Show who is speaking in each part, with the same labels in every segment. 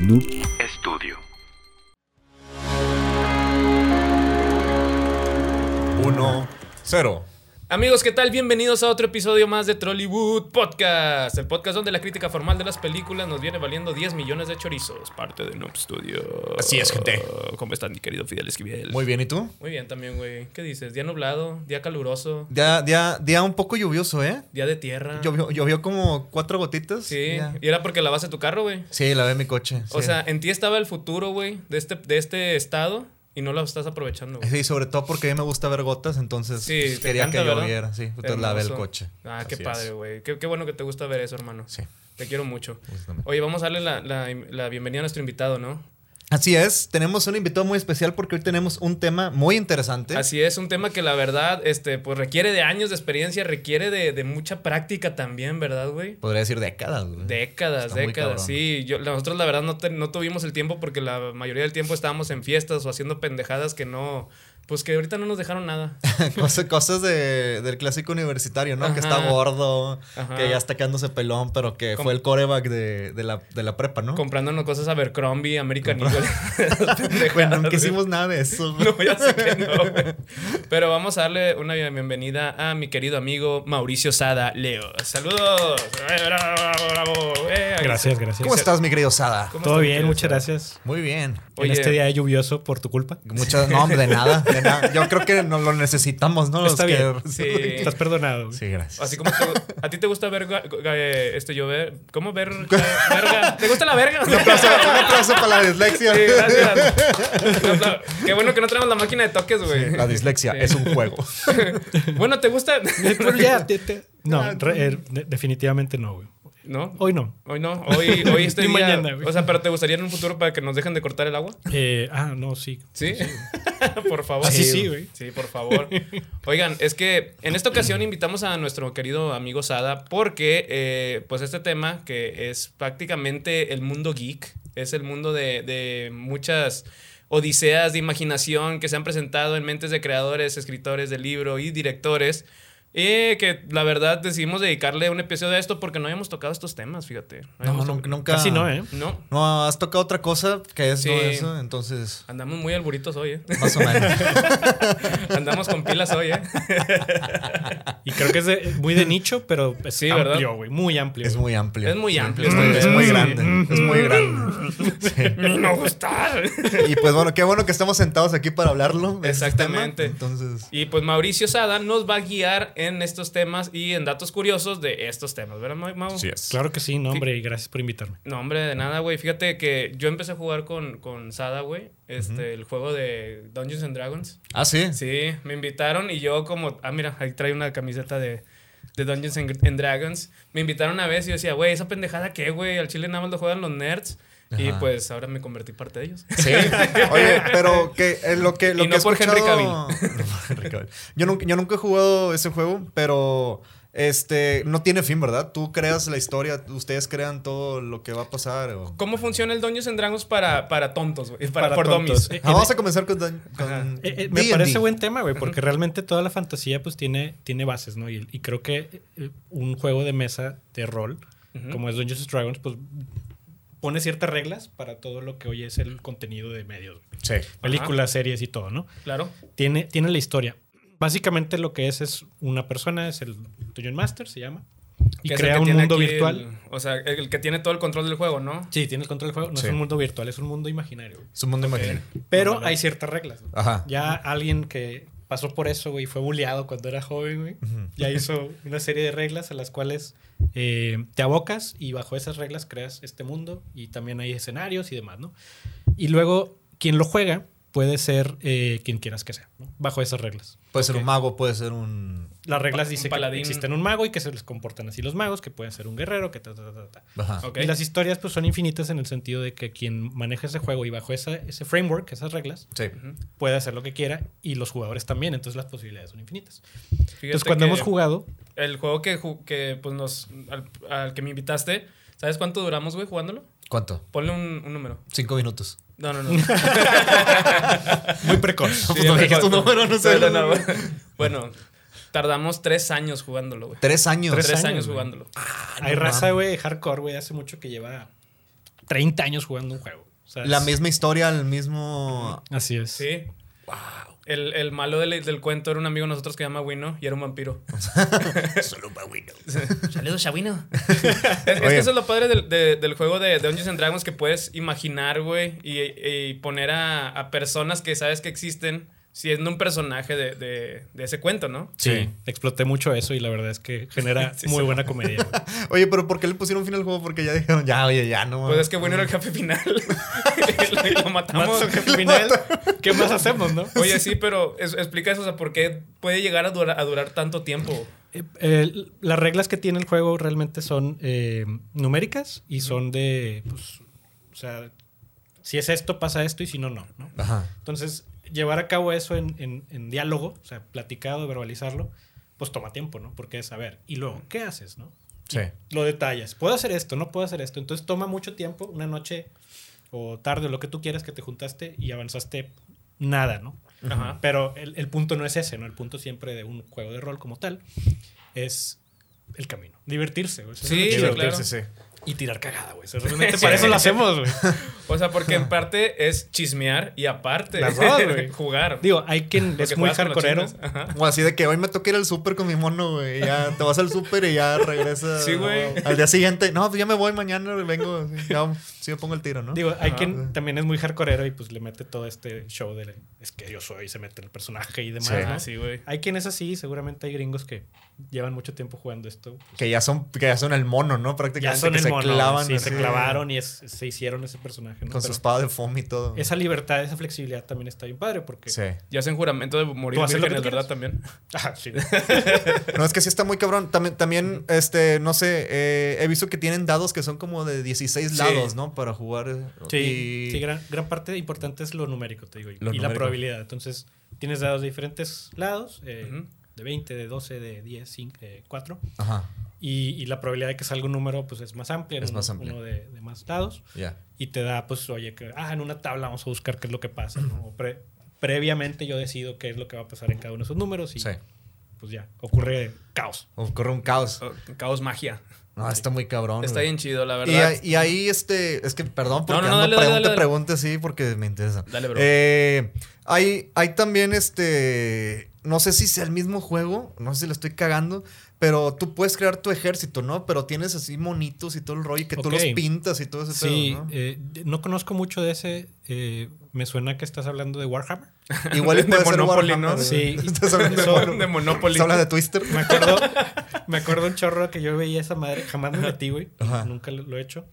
Speaker 1: Noob
Speaker 2: Estudio.
Speaker 3: Uno, cero.
Speaker 4: Amigos, ¿qué tal? Bienvenidos a otro episodio más de Trollywood Podcast, el podcast donde la crítica formal de las películas nos viene valiendo 10 millones de chorizos, parte de Noob Studio.
Speaker 3: Así es, gente.
Speaker 4: ¿Cómo están, mi querido Fidel Esquivel?
Speaker 3: Muy bien, ¿y tú?
Speaker 4: Muy bien también, güey. ¿Qué dices? Día nublado, día caluroso,
Speaker 3: Día, día, día un poco lluvioso, ¿eh?
Speaker 4: día de tierra.
Speaker 3: Llovió, llovió como cuatro gotitas.
Speaker 4: Ah. Sí,
Speaker 3: Ya.
Speaker 4: y era porque lavaste tu carro, güey.
Speaker 3: Sí, lavé mi coche.
Speaker 4: O
Speaker 3: sí.
Speaker 4: sea, en ti estaba el futuro, güey, de este, de este estado y no lo estás aprovechando, güey.
Speaker 3: Sí, sobre todo porque a mí me gusta ver gotas, entonces
Speaker 4: Sí,
Speaker 3: pues,
Speaker 4: te
Speaker 3: quería
Speaker 4: encanta,
Speaker 3: que
Speaker 4: ¿verdad?
Speaker 3: lloviera. Sí, entonces lavé el
Speaker 4: Hermoso.
Speaker 3: coche.
Speaker 4: Ah, qué
Speaker 3: Así
Speaker 4: padre,
Speaker 3: es.
Speaker 4: güey. Qué, qué bueno que te gusta ver eso, hermano.
Speaker 3: Sí.
Speaker 4: Te quiero mucho.
Speaker 3: Pues, no me-
Speaker 4: Oye, vamos a darle la, la- la bienvenida a nuestro invitado, ¿no?
Speaker 3: Así es, tenemos un invitado muy especial porque hoy tenemos un tema muy interesante.
Speaker 4: Así es, un tema que la verdad, este, pues requiere de años de experiencia, requiere de, de mucha práctica también, ¿verdad, güey?
Speaker 3: Podría decir décadas, güey.
Speaker 4: Décadas,
Speaker 3: Está muy
Speaker 4: décadas,
Speaker 3: cabrón.
Speaker 4: sí. Yo, nosotros la verdad no, te- no tuvimos el tiempo porque la mayoría del tiempo estábamos en fiestas o haciendo pendejadas que no, pues que ahorita no nos dejaron nada.
Speaker 3: Cosas, cosas de- del clásico universitario, ¿no? Que
Speaker 4: Ajá.
Speaker 3: está gordo,
Speaker 4: Ajá.
Speaker 3: que ya está quedándose pelón, pero que
Speaker 4: Com-
Speaker 3: fue el coreback de, de la, de la prepa, ¿no?
Speaker 4: Comprándonos cosas Abercrombie, American
Speaker 3: Compra-
Speaker 4: Eagle. pendejadas,
Speaker 3: Güey, nunca
Speaker 4: güey.
Speaker 3: hicimos nada de eso. güey.
Speaker 4: No, ya sé que no, güey. Pero vamos a darle una bienvenida a mi querido amigo Mauricio Sada Leo. Saludos. Eh, Bravo, bravo. Eh,
Speaker 5: Gracias, gracias.
Speaker 3: ¿Cómo estás, mi querido Sada?
Speaker 4: ¿Cómo
Speaker 5: Todo
Speaker 4: estás,
Speaker 5: bien,
Speaker 4: querido
Speaker 5: muchas
Speaker 4: Sada?
Speaker 5: gracias.
Speaker 3: Muy bien.
Speaker 4: Oye.
Speaker 5: En este día lluvioso por tu culpa.
Speaker 3: Muchas, no, hombre, de nada, de nada. Yo creo que no lo necesitamos, ¿no? Los
Speaker 5: Está
Speaker 3: que-
Speaker 5: bien.
Speaker 4: Sí.
Speaker 5: Estás perdonado. güey.
Speaker 3: Sí, gracias.
Speaker 4: Así como te- a ti te gusta ver ga- ga- eh, este llover, ¿cómo ver ga- verga? ¿Te gusta la verga?
Speaker 3: Un aplauso, un aplauso para la dislexia.
Speaker 4: Sí, gracias. Un aplauso. Qué bueno que no tenemos la máquina de toques, güey.
Speaker 3: La dislexia
Speaker 4: Sí.
Speaker 3: es un juego.
Speaker 4: Bueno, ¿te gusta?
Speaker 5: No, re- eh, de- definitivamente no, güey.
Speaker 4: No.
Speaker 5: Hoy no.
Speaker 4: Hoy no, hoy, hoy este
Speaker 5: Ni
Speaker 4: día.
Speaker 5: mañana, güey.
Speaker 4: o sea, pero ¿te gustaría en un futuro para que nos dejen de cortar el agua?
Speaker 5: Eh, ah, no, sí.
Speaker 4: ¿Sí? por favor.
Speaker 5: Así sí, güey.
Speaker 4: Sí, por favor. Oigan, es que en esta ocasión invitamos a nuestro querido amigo Sada porque, eh, pues, este tema que es prácticamente el mundo geek, es el mundo de, de muchas odiseas de imaginación que se han presentado en mentes de creadores, escritores de libro y directores. eh, que la verdad decidimos dedicarle un episodio a esto porque no habíamos tocado estos temas, fíjate. No
Speaker 3: No,
Speaker 4: habíamos
Speaker 3: nu-
Speaker 4: tocado-
Speaker 3: nunca.
Speaker 5: Casi no, ¿eh?
Speaker 4: No,
Speaker 3: No, has tocado otra cosa que es
Speaker 4: Sí.
Speaker 3: no eso, entonces.
Speaker 4: andamos muy alburitos hoy, ¿eh?
Speaker 3: Más o menos.
Speaker 4: Andamos con pilas hoy, ¿eh?
Speaker 5: Y creo que es de- eh, muy de nicho, pero es
Speaker 4: Sí,
Speaker 5: amplio,
Speaker 4: ¿verdad?
Speaker 5: güey. Muy amplio.
Speaker 3: Es muy amplio.
Speaker 4: Es muy
Speaker 3: Sí,
Speaker 4: amplio.
Speaker 3: Es muy, es muy
Speaker 4: Sí.
Speaker 3: grande. Es muy grande. Sí.
Speaker 4: no gustar.
Speaker 3: Y pues bueno, qué bueno que estamos sentados aquí para hablarlo. de este
Speaker 4: Exactamente.
Speaker 3: tema. Entonces.
Speaker 4: Y pues Mauricio Sada nos va a guiar en estos temas y en datos curiosos de estos temas, ¿verdad, Mau? Mau?
Speaker 3: es.
Speaker 5: Claro que sí, no, hombre, y gracias por invitarme.
Speaker 4: No, hombre, de nada, güey. Fíjate que yo empecé a jugar con, con Sada, güey. Este, el juego de Dungeons and Dragons.
Speaker 3: Ah, sí.
Speaker 4: Sí, me invitaron y yo como... Ah, mira, ahí trae una camiseta de, de Dungeons and and Dragons. Me invitaron una vez y yo decía, güey, esa pendejada qué, güey. Al chile nada más lo juegan los nerds. Y
Speaker 3: Ajá.
Speaker 4: pues ahora me convertí parte de ellos.
Speaker 3: Sí. Oye, pero que eh, lo que lo
Speaker 4: Y
Speaker 3: que
Speaker 4: no
Speaker 3: he
Speaker 4: por Henry
Speaker 3: escuchado- No por Henry Cavill. Yo nunca yo nunca he jugado ese juego, pero este no tiene fin, ¿verdad? Tú creas la historia, ustedes crean todo lo que va a pasar o-
Speaker 4: ¿Cómo funciona el Dungeons and Dragons para, para tontos, güey? Para,
Speaker 5: Para
Speaker 4: por
Speaker 5: tontos.
Speaker 4: dummies.
Speaker 5: Eh,
Speaker 3: Ah, vamos a comenzar con, Dan- con
Speaker 5: Eh, eh, me
Speaker 3: D&D.
Speaker 5: parece buen tema, güey, porque realmente toda la fantasía pues tiene, tiene bases, ¿no? Y, y creo que eh, un juego de mesa de rol,
Speaker 4: Ujú.
Speaker 5: como es Dungeons and Dragons, pues pone ciertas reglas para todo lo que hoy es el contenido de medios, güey.
Speaker 3: Sí.
Speaker 5: películas, series y todo, ¿no?
Speaker 4: Claro.
Speaker 5: Tiene, tiene la historia. Básicamente lo que es es una persona, es el Dungeon Master, se llama, y
Speaker 4: Que es el
Speaker 5: crea
Speaker 4: que
Speaker 5: un
Speaker 4: tiene
Speaker 5: mundo
Speaker 4: aquí
Speaker 5: virtual.
Speaker 4: el- o sea, el que tiene todo el control del juego, ¿no?
Speaker 5: Sí, tiene el control del juego. No
Speaker 3: Sí.
Speaker 5: es un mundo virtual, es un mundo imaginario. Eh, güey.
Speaker 3: Es un mundo imaginario.
Speaker 5: Pero hay ciertas reglas. güey.
Speaker 3: Ajá.
Speaker 5: Ya alguien que pasó por eso, güey, fue bulleado cuando era joven, güey. Ya hizo una serie de reglas a las cuales eh, te abocas y bajo esas reglas creas este mundo y también hay escenarios y demás, ¿no? Y luego, quien lo juega puede ser eh, quien quieras que sea, ¿no? Bajo esas reglas.
Speaker 3: Puede ser un mago, puede ser un
Speaker 5: Las reglas
Speaker 4: Un
Speaker 5: dicen que
Speaker 4: paladín.
Speaker 5: existen un mago y que se les comportan así los magos, que pueden ser un guerrero, que ta, ta, ta, ta, ta.
Speaker 3: Ajá.
Speaker 4: Ok.
Speaker 5: Y las historias pues son infinitas en el sentido de que quien maneja ese juego y bajo esa- ese framework, esas reglas,
Speaker 3: Sí.
Speaker 5: puede hacer lo que quiera y los jugadores también, entonces las posibilidades son infinitas.
Speaker 4: Fíjate
Speaker 5: Entonces cuando
Speaker 4: que
Speaker 5: hemos jugado,
Speaker 4: El juego que, ju- que pues nos. Al, al que me invitaste, ¿sabes cuánto duramos, güey, jugándolo?
Speaker 3: ¿Cuánto?
Speaker 4: Ponle un, un número.
Speaker 3: Cinco minutos.
Speaker 4: No, no, no.
Speaker 5: muy precoz.
Speaker 4: Sí,
Speaker 3: no
Speaker 4: ya
Speaker 3: dijiste un número,
Speaker 4: recuerdo.
Speaker 3: no sé.
Speaker 4: No, no, no. Bueno, tardamos tres años jugándolo, güey.
Speaker 3: Tres años.
Speaker 4: Tres,
Speaker 5: años,
Speaker 4: años
Speaker 5: güey. Ah,
Speaker 4: jugándolo.
Speaker 5: Hay raza, güey, hardcore, güey, hace mucho que lleva 30 años jugando un juego. O sea,
Speaker 3: La
Speaker 5: es-
Speaker 3: misma historia, el mismo.
Speaker 5: Así es.
Speaker 4: Sí. Wow. El, el malo del, del cuento era un amigo de nosotros que se llama Wino y era un vampiro.
Speaker 3: Solo un pagüino.
Speaker 4: Saludos a Wino. es, es
Speaker 3: Oye.
Speaker 4: que eso es lo padre del, de- del juego de, de Dungeons and Dragons que puedes imaginar, güey, y, y poner a, a personas que sabes que existen siendo un personaje de, de- de ese cuento, ¿no?
Speaker 5: Sí,
Speaker 3: Sí.
Speaker 5: exploté mucho eso y la verdad es que genera
Speaker 4: Sí,
Speaker 5: muy
Speaker 4: sí.
Speaker 5: buena comedia. güey.
Speaker 3: Oye, pero ¿por qué le pusieron fin al juego? Porque ya dijeron, ya, oye, ya no.
Speaker 4: Pues es que Wino era el jefe final. lo, lo matamos.
Speaker 5: Matos al jefe final, ¿Qué más hacemos, no?
Speaker 4: Oye, sí, pero es- explica eso, o sea, ¿por qué puede llegar a, dura- a durar tanto tiempo?
Speaker 5: Eh, eh, las reglas que tiene el juego realmente son eh, numéricas y son de, pues, o sea, si es esto, pasa esto y si no, no. ¿no?
Speaker 3: Ajá.
Speaker 5: Entonces, llevar a cabo eso en, en- en diálogo, o sea, platicado, verbalizarlo, pues toma tiempo, ¿no? Porque es, a ver, y luego, ¿qué haces, no?
Speaker 3: Sí.
Speaker 5: Lo detallas. Puedo hacer esto, no puedo hacer esto. Entonces toma mucho tiempo, una noche o tarde o lo que tú quieras que te juntaste y avanzaste nada, ¿no?
Speaker 4: Ajá.
Speaker 5: Pero el, el punto no es ese, ¿no? El punto siempre de un juego de rol como tal es el camino. Divertirse, güey. Eso es
Speaker 4: Sí,
Speaker 5: lo chido.
Speaker 4: claro.
Speaker 3: Divertirse, sí.
Speaker 5: Y tirar cagada, güey. Eso Realmente para eso lo hacemos, güey.
Speaker 4: O sea, porque en parte es chismear y aparte
Speaker 5: Las dos, güey.
Speaker 4: jugar.
Speaker 5: Digo, hay quien
Speaker 4: Porque
Speaker 5: es muy
Speaker 4: juegas con los
Speaker 5: hardcoreero.
Speaker 4: chismes. Ajá.
Speaker 3: O así de que hoy me toca ir al súper con mi mono, güey. y Ya te vas al súper y ya regresas.
Speaker 4: Sí, güey.
Speaker 3: Al día siguiente. No, pues ya me voy mañana, vengo. así, Ya, sí me pongo el tiro, ¿no?
Speaker 5: Digo, hay
Speaker 4: Ajá.
Speaker 5: quien también es muy hardcoreero y pues le mete todo este show de es que yo soy, se mete el personaje y demás,
Speaker 3: Sí.
Speaker 5: ¿no?
Speaker 4: Ah, sí, güey.
Speaker 5: Hay quien es así, seguramente hay gringos que llevan mucho tiempo jugando esto.
Speaker 3: que ya son, que ya son el mono, ¿no?
Speaker 5: Ya
Speaker 3: Prácticamente
Speaker 5: son
Speaker 3: que
Speaker 5: el
Speaker 3: se
Speaker 5: mono,
Speaker 3: clavan.
Speaker 5: sí, se
Speaker 3: así,
Speaker 5: clavaron y es- se hicieron ese personaje. ¿no?
Speaker 3: Con su
Speaker 5: Pero
Speaker 3: espada de foam y todo.
Speaker 5: esa libertad, esa flexibilidad también está bien padre porque...
Speaker 3: Sí.
Speaker 4: Y hacen juramento de morir
Speaker 5: Tú haces lo que
Speaker 4: vírgenes,
Speaker 5: tú
Speaker 4: ¿verdad? También.
Speaker 5: Ah, sí.
Speaker 3: No, es que sí está muy cabrón. También, también este, no sé, eh, he visto que tienen dados que son como de 16
Speaker 4: Sí.
Speaker 3: lados, ¿no? Para jugar. eh,
Speaker 5: Sí,
Speaker 3: y-
Speaker 5: sí, gran, gran parte importante es lo numérico, te digo,
Speaker 3: Lo
Speaker 5: y, y la
Speaker 3: numérico.
Speaker 5: probabilidad. Entonces, tienes dados de diferentes lados, eh,
Speaker 4: Ujú.
Speaker 5: de 20, de 12, de 10, 5, 4,
Speaker 3: Ajá,
Speaker 5: y, y la probabilidad de que salga un número pues es más amplia, en
Speaker 3: Es
Speaker 5: uno,
Speaker 3: más amplia.
Speaker 5: uno de, de más lados,
Speaker 3: ya.
Speaker 5: y te da, pues, oye, que, ah, en una tabla vamos a buscar qué es lo que pasa, ¿no? O pre- previamente yo decido qué es lo que va a pasar en cada uno de esos números y
Speaker 3: Sí.
Speaker 5: pues ya, ocurre caos.
Speaker 3: Ocurre un caos.
Speaker 4: Oh, Caos magia.
Speaker 3: No, está muy cabrón.
Speaker 4: Está
Speaker 3: güey.
Speaker 4: bien chido, la
Speaker 3: Y,
Speaker 4: verdad.
Speaker 3: ahí- y ahí, este, es que, perdón, porque
Speaker 4: No, no, no,
Speaker 3: ando
Speaker 4: dale, dale,
Speaker 3: pregunta,
Speaker 4: dale, dale.
Speaker 3: pregunta, sí, porque me interesa.
Speaker 4: Dale, bro.
Speaker 3: Eh, hay, hay también, este, no sé si sea el mismo juego, no sé si lo estoy cagando, pero tú puedes crear tu ejército, ¿no? Pero tienes así monitos y todo el rollo y que tú
Speaker 5: Ok.
Speaker 3: los pintas y todo ese
Speaker 5: Sí,
Speaker 3: pedo, ¿no?
Speaker 5: eh, de- no conozco mucho de ese, eh, me suena que estás hablando de Warhammer.
Speaker 3: Igual y
Speaker 4: de
Speaker 3: puede ser
Speaker 4: Monopoly,
Speaker 3: Warhammer,
Speaker 4: ¿no?
Speaker 3: güey.
Speaker 5: Sí.
Speaker 3: Estás hablando
Speaker 5: Eso-
Speaker 3: de
Speaker 4: de Monopoly.
Speaker 3: Habla de Twister.
Speaker 5: Me acuerdo, me acuerdo un chorro que yo veía esa madre, jamás me metí, güey.
Speaker 3: Ajá.
Speaker 5: Nunca lo, lo he hecho.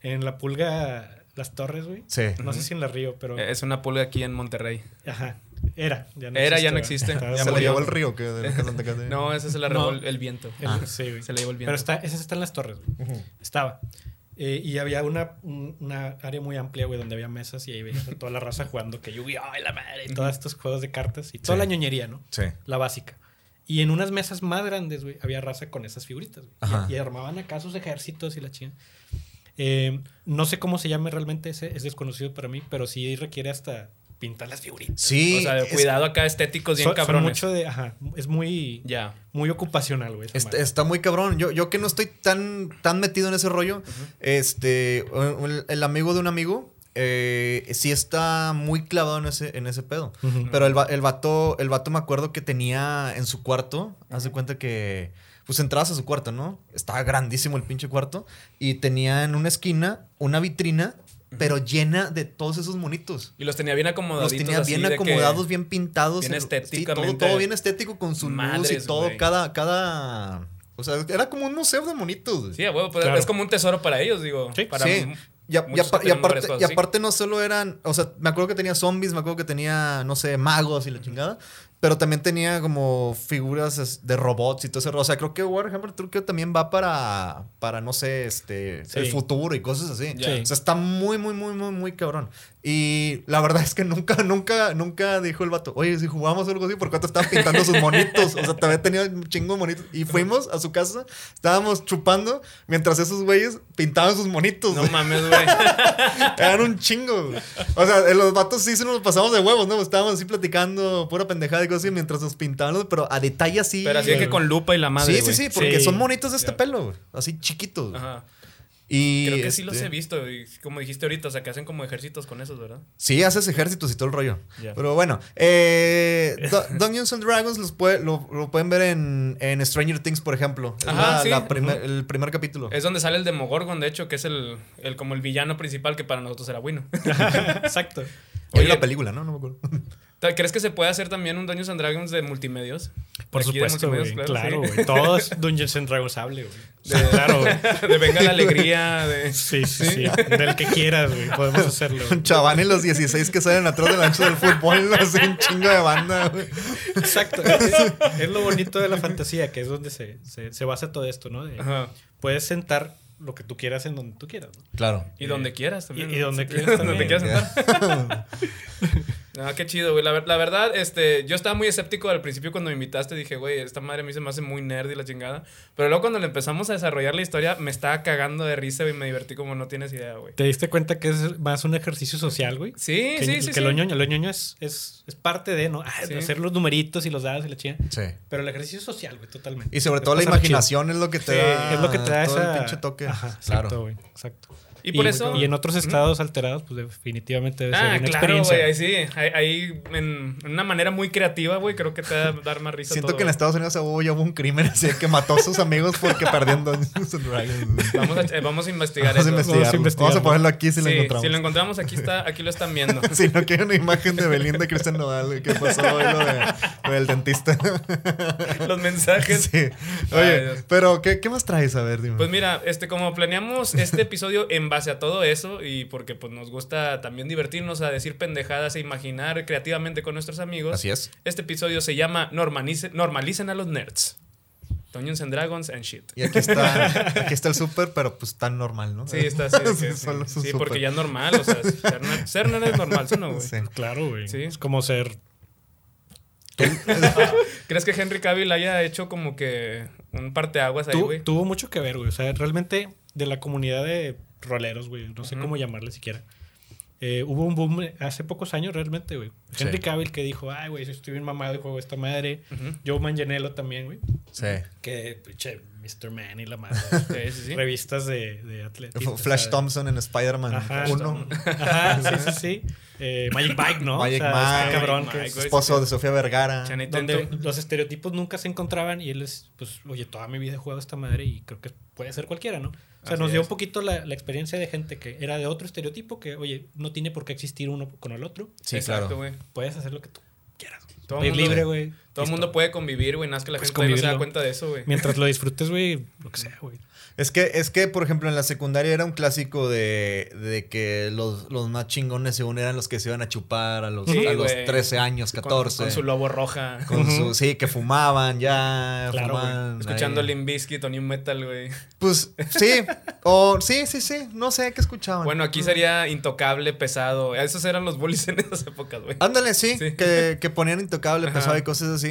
Speaker 5: En la pulga Las Torres, güey.
Speaker 3: Sí.
Speaker 5: No sé si en la Río, pero.
Speaker 4: Eh, Es una pulga aquí en Monterrey.
Speaker 5: Ajá. Era. Ya
Speaker 4: Era, ya no
Speaker 5: güey.
Speaker 4: existe.
Speaker 5: Estaba
Speaker 4: Ya
Speaker 3: Se
Speaker 5: muy-
Speaker 3: lo
Speaker 4: murió.
Speaker 3: llevó el río que de la casa de Zacatecas.
Speaker 4: No, esa se la
Speaker 5: No.
Speaker 4: regó el viento. Ah,
Speaker 5: el- sí, güey.
Speaker 4: Se la llevó el viento.
Speaker 5: Pero está, esas están las torres, güey.
Speaker 3: Ujú.
Speaker 5: Estaba. Eh, y había una, un- una área muy amplia, güey, donde había mesas y ahí veías a toda la raza jugando que yu ay la madre! Y todos estos juegos de cartas y toda
Speaker 3: Sí.
Speaker 5: la ñoñería, ¿no?
Speaker 3: Sí.
Speaker 5: La básica. Y en unas mesas más grandes, güey, había raza con esas figuritas. güey.
Speaker 3: Ajá.
Speaker 5: Y, y armaban acá sus ejércitos y la chinga. Eh, no sé cómo se llame realmente ese, es desconocido para mí, pero sí requiere hasta pintar las figuritas.
Speaker 3: Sí.
Speaker 4: o sea,
Speaker 3: es-
Speaker 4: cuidado acá, estéticos bien
Speaker 5: Son- son
Speaker 4: cabrones.
Speaker 5: mucho de, ajá, es muy,
Speaker 4: Ya.
Speaker 5: muy ocupacional, güey. esa
Speaker 3: Está,
Speaker 5: madre.
Speaker 3: está muy cabrón. Yo, yo que no estoy tan, tan metido en ese rollo, este, un- un- el amigo de un amigo eh, sí está muy clavado en ese, en ese pedo.
Speaker 5: Ujú.
Speaker 3: Pero el, va- el, vato, el vato me acuerdo que tenía en su cuarto, haz de cuenta que, pues entrabas a su cuarto, ¿no? Estaba grandísimo el pinche cuarto y tenía en una esquina una vitrina, pero llena de todos esos monitos.
Speaker 4: Y los tenía bien acomodaditos.
Speaker 3: Los tenía
Speaker 4: así
Speaker 3: bien
Speaker 4: de que-
Speaker 3: acomodados, bien pintados.
Speaker 4: bien
Speaker 3: en- sí, todo- todo,
Speaker 4: estéticamente-
Speaker 3: bien estético con su luz
Speaker 4: Madres,
Speaker 3: y todo.
Speaker 4: güey.
Speaker 3: Cada, cada. O sea, era como un museo de monitos. güey.
Speaker 4: Sí, a huevo, pues,
Speaker 5: Claro.
Speaker 4: es como un tesoro para ellos, digo.
Speaker 5: Sí.
Speaker 4: para
Speaker 3: Sí.
Speaker 4: m-
Speaker 3: Y, a- y
Speaker 4: muchos
Speaker 3: apar- y
Speaker 4: que tienen
Speaker 3: aparte,
Speaker 4: varias cosas,
Speaker 3: y
Speaker 4: sí.
Speaker 3: aparte no solo eran, o sea, me acuerdo que tenía zombies, me acuerdo que tenía, no sé, magos y la chingada, pero también tenía como figuras es- de robots y todo ese rollo. O sea, creo que Warhammer Turkey también va para, para no sé, este,
Speaker 5: Sí.
Speaker 3: el futuro y cosas así.
Speaker 4: Ya.
Speaker 3: O sea, está muy, muy, muy, muy, muy cabrón. Y la verdad es que nunca, nunca, nunca dijo el vato, oye, si jugamos algo así, porque te estaba pintando sus monitos. O sea, todavía tenía un chingo de monitos. Y fuimos a su casa, estábamos chupando mientras esos güeyes pintaban sus monitos.
Speaker 4: No
Speaker 3: güey.
Speaker 4: mames, güey.
Speaker 3: Eran un chingo. güey. O sea, eh, los vatos sí se nos pasamos de huevos, ¿no? Pues Estábamos así platicando pura pendejada y cosas así mientras nos pintaban, los- pero a detalle así.
Speaker 4: Pero así de que con lupa y la madre.
Speaker 3: Sí, sí,
Speaker 4: güey.
Speaker 3: sí, porque
Speaker 5: Sí.
Speaker 3: son monitos de este
Speaker 4: Ya.
Speaker 3: pelo, güey. así chiquitos. güey.
Speaker 4: Ajá.
Speaker 3: Y Y
Speaker 4: Creo que sí los
Speaker 3: este,
Speaker 4: he visto. y como dijiste ahorita, o sea, que hacen como ejercitos con esos, ¿verdad?
Speaker 3: Sí, haces ejércitos y todo el rollo.
Speaker 4: Ya.
Speaker 3: Pero bueno, eh, Du- Dungeons and Dragons los puede- lo, lo pueden ver en, en Stranger Things, por ejemplo. Es
Speaker 4: Ajá,
Speaker 3: la-
Speaker 4: sí.
Speaker 3: la primer- el primer capítulo.
Speaker 4: Es donde sale el Demogorgon, de hecho, que es el, el como el villano principal que para nosotros era bueno.
Speaker 5: Exacto.
Speaker 3: Oye,
Speaker 4: Oye,
Speaker 3: la película, ¿no? No me acuerdo.
Speaker 4: ¿Te- ¿Crees que se puede hacer también un Dungeons and Dragons de multimedios?
Speaker 5: Por
Speaker 4: Aquí de
Speaker 5: supuesto, güey.
Speaker 4: multimedios,
Speaker 5: Claro,
Speaker 4: sí.
Speaker 5: güey. Todos Dungeons and Dragons hable, güey.
Speaker 4: De-
Speaker 5: Claro, güey.
Speaker 4: De venga la alegría, de...
Speaker 5: Sí, sí, sí. Del que quieras, güey. Podemos hacerlo. güey.
Speaker 3: Chaván y los 16 que salen atrás del ancho del fútbol, no sé, un chingo de banda, güey.
Speaker 5: Exacto. Es, es lo bonito de la fantasía, que es donde se, se, se basa todo esto, ¿no? De-
Speaker 4: Ajá.
Speaker 5: puedes sentar lo que tú quieras en donde tú quieras, ¿no?
Speaker 3: Claro.
Speaker 4: Y donde quieras también.
Speaker 5: Eh, y
Speaker 4: ¿no?
Speaker 5: donde
Speaker 4: Sí,
Speaker 5: quieras
Speaker 4: donde
Speaker 5: también.
Speaker 4: quieras sentar. Ah, qué chido, güey. La, ver- la verdad, este, yo estaba muy escéptico al principio cuando me invitaste. Dije, güey, esta madre a mí se me hace muy nerd y la chingada. Pero luego cuando le empezamos a desarrollar la historia, me estaba cagando de risa y me divertí como no tienes idea, güey.
Speaker 5: ¿Te diste cuenta que es más un ejercicio social, güey?
Speaker 4: Sí,
Speaker 5: que,
Speaker 4: sí,
Speaker 5: que
Speaker 4: sí. sí.
Speaker 5: lo ñoño, lo ñoño es, es, es parte de, ¿no? Ah,
Speaker 4: Sí.
Speaker 5: Hacer los numeritos y los dados y la china.
Speaker 3: Sí.
Speaker 5: Pero el ejercicio social, güey, totalmente.
Speaker 3: Y sobre todo la
Speaker 5: Pasarla chido.
Speaker 3: imaginación es lo que te
Speaker 5: Sí,
Speaker 3: da.
Speaker 5: es lo que te da
Speaker 3: todo
Speaker 5: esa...
Speaker 3: el pinche toque.
Speaker 5: Ajá,
Speaker 3: claro.
Speaker 5: exacto, güey. Exacto.
Speaker 4: Y por eso.
Speaker 5: Y en otros estados alterados, pues definitivamente debe ser
Speaker 4: Ah,
Speaker 5: una
Speaker 4: claro,
Speaker 5: experiencia.
Speaker 4: güey. Ahí sí. Ahí, ahí en en una manera muy creativa, güey, creo que te va a dar más risa.
Speaker 3: Siento
Speaker 4: todo,
Speaker 3: que en
Speaker 4: güey.
Speaker 3: Estados Unidos hubo ya hubo un crimen así que mató a sus amigos porque perdían Dungeons and Dragons.
Speaker 4: Vamos a, eh, vamos a investigar
Speaker 3: Vamos a
Speaker 4: eso.
Speaker 3: investigarlo. Vamos a,
Speaker 5: investigarlo.
Speaker 3: ponerlo aquí si lo
Speaker 4: Sí,
Speaker 3: encontramos.
Speaker 4: si lo encontramos, aquí está, aquí lo están viendo.
Speaker 3: Si no quiero una imagen de Belinda y Cristian Nodal, güey, que pasó hoy lo, de- lo del dentista.
Speaker 4: Los mensajes.
Speaker 3: Sí.
Speaker 4: Ay,
Speaker 3: Oye,
Speaker 4: Dios.
Speaker 3: pero ¿qué, qué más traes? A ver, dime.
Speaker 4: Pues mira, este, como planeamos este episodio en base a todo eso y porque pues nos gusta también divertirnos a decir pendejadas e imaginar creativamente con nuestros amigos,
Speaker 3: es.
Speaker 4: este episodio se llama Normalice- Normalicen a los Nerds. Dungeons and Dragons and shit.
Speaker 3: Y aquí está, aquí está el súper, pero pues tan normal, ¿no?
Speaker 4: Sí, está así. de que
Speaker 3: Sí,
Speaker 4: sí,
Speaker 3: solo es un
Speaker 4: Sí,
Speaker 3: súper.
Speaker 4: porque ya es normal, o sea, ser nerd, ser nerd es normal, ¿sí o no, güey?
Speaker 3: Sí.
Speaker 5: Claro, güey.
Speaker 4: Sí.
Speaker 5: Es como ser...
Speaker 4: ¿Crees que Henry Cavill haya hecho como que un parteaguas ahí,
Speaker 5: Tu-
Speaker 4: güey?
Speaker 5: tuvo mucho que ver, güey. O sea, realmente de la comunidad de roleros, güey. No sé
Speaker 4: Ujú.
Speaker 5: cómo llamarle siquiera. Eh, hubo un boom hace pocos años realmente, güey.
Speaker 3: Sí.
Speaker 5: Henry Cavill que dijo, ay, güey, yo estoy bien mamado y juego esta madre.
Speaker 4: Ujú.
Speaker 5: Joe Manganiello también, güey.
Speaker 3: Sí.
Speaker 5: Que, che, Mr. Man y la madre. este,
Speaker 4: Sí, sí, sí.
Speaker 5: Revistas de, de atletismo,
Speaker 3: F- Flash
Speaker 5: ¿sabes?
Speaker 3: Thompson en Spider-Man
Speaker 5: Ajá.
Speaker 3: 1.
Speaker 5: Ajá, sí, sí, sí. Eh, Magic Mike, ¿no?
Speaker 3: Magic
Speaker 5: este
Speaker 3: Mike.
Speaker 5: cabrón.
Speaker 4: Magic
Speaker 5: que
Speaker 4: Mike,
Speaker 5: es-
Speaker 4: güey.
Speaker 3: Esposo de Sofía Vergara.
Speaker 4: Channing
Speaker 5: donde
Speaker 4: Tatum.
Speaker 5: los estereotipos nunca se encontraban y él es, pues, oye, toda mi vida he jugado a esta madre y creo que puede ser cualquiera, ¿no? O sea,
Speaker 4: Así
Speaker 5: nos dio
Speaker 4: es.
Speaker 5: un poquito la, la experiencia de gente que era de otro estereotipo que, oye, no tiene por qué existir uno con el otro.
Speaker 3: Sí,
Speaker 4: Exacto,
Speaker 3: claro.
Speaker 4: güey.
Speaker 5: Puedes hacer lo que tú quieras.
Speaker 4: Todo
Speaker 5: Eres
Speaker 4: mundo-
Speaker 5: libre, güey.
Speaker 4: Todo el
Speaker 5: Listo.
Speaker 4: mundo puede convivir, güey. Nada más que la
Speaker 5: Pues
Speaker 4: gente todavía no se da
Speaker 5: convivirlo.
Speaker 4: cuenta de eso, güey.
Speaker 5: Mientras lo disfrutes, güey, lo que sea, güey.
Speaker 4: Ah,
Speaker 3: Es que, es que, por ejemplo, en la secundaria era un clásico de, de que los, los más chingones según eran los que se iban a chupar a los,
Speaker 4: Sí,
Speaker 3: a los
Speaker 4: güey.
Speaker 3: 13 años,
Speaker 4: Con-
Speaker 3: 14.
Speaker 4: Con, su lobo roja.
Speaker 3: Con su- sí, que fumaban ya,
Speaker 5: Claro,
Speaker 3: fumaban.
Speaker 4: Escuchando
Speaker 3: ahí.
Speaker 4: Limp Bizkit o New Metal, güey.
Speaker 3: Pues sí, o sí, sí, sí, no sé qué escuchaban.
Speaker 4: Bueno, aquí sería intocable, pesado. Esos eran los bullies en esas épocas, güey.
Speaker 3: Ándale, sí,
Speaker 4: Sí.
Speaker 3: Que, que ponían intocable,
Speaker 4: Ajá.
Speaker 3: pesado y cosas así.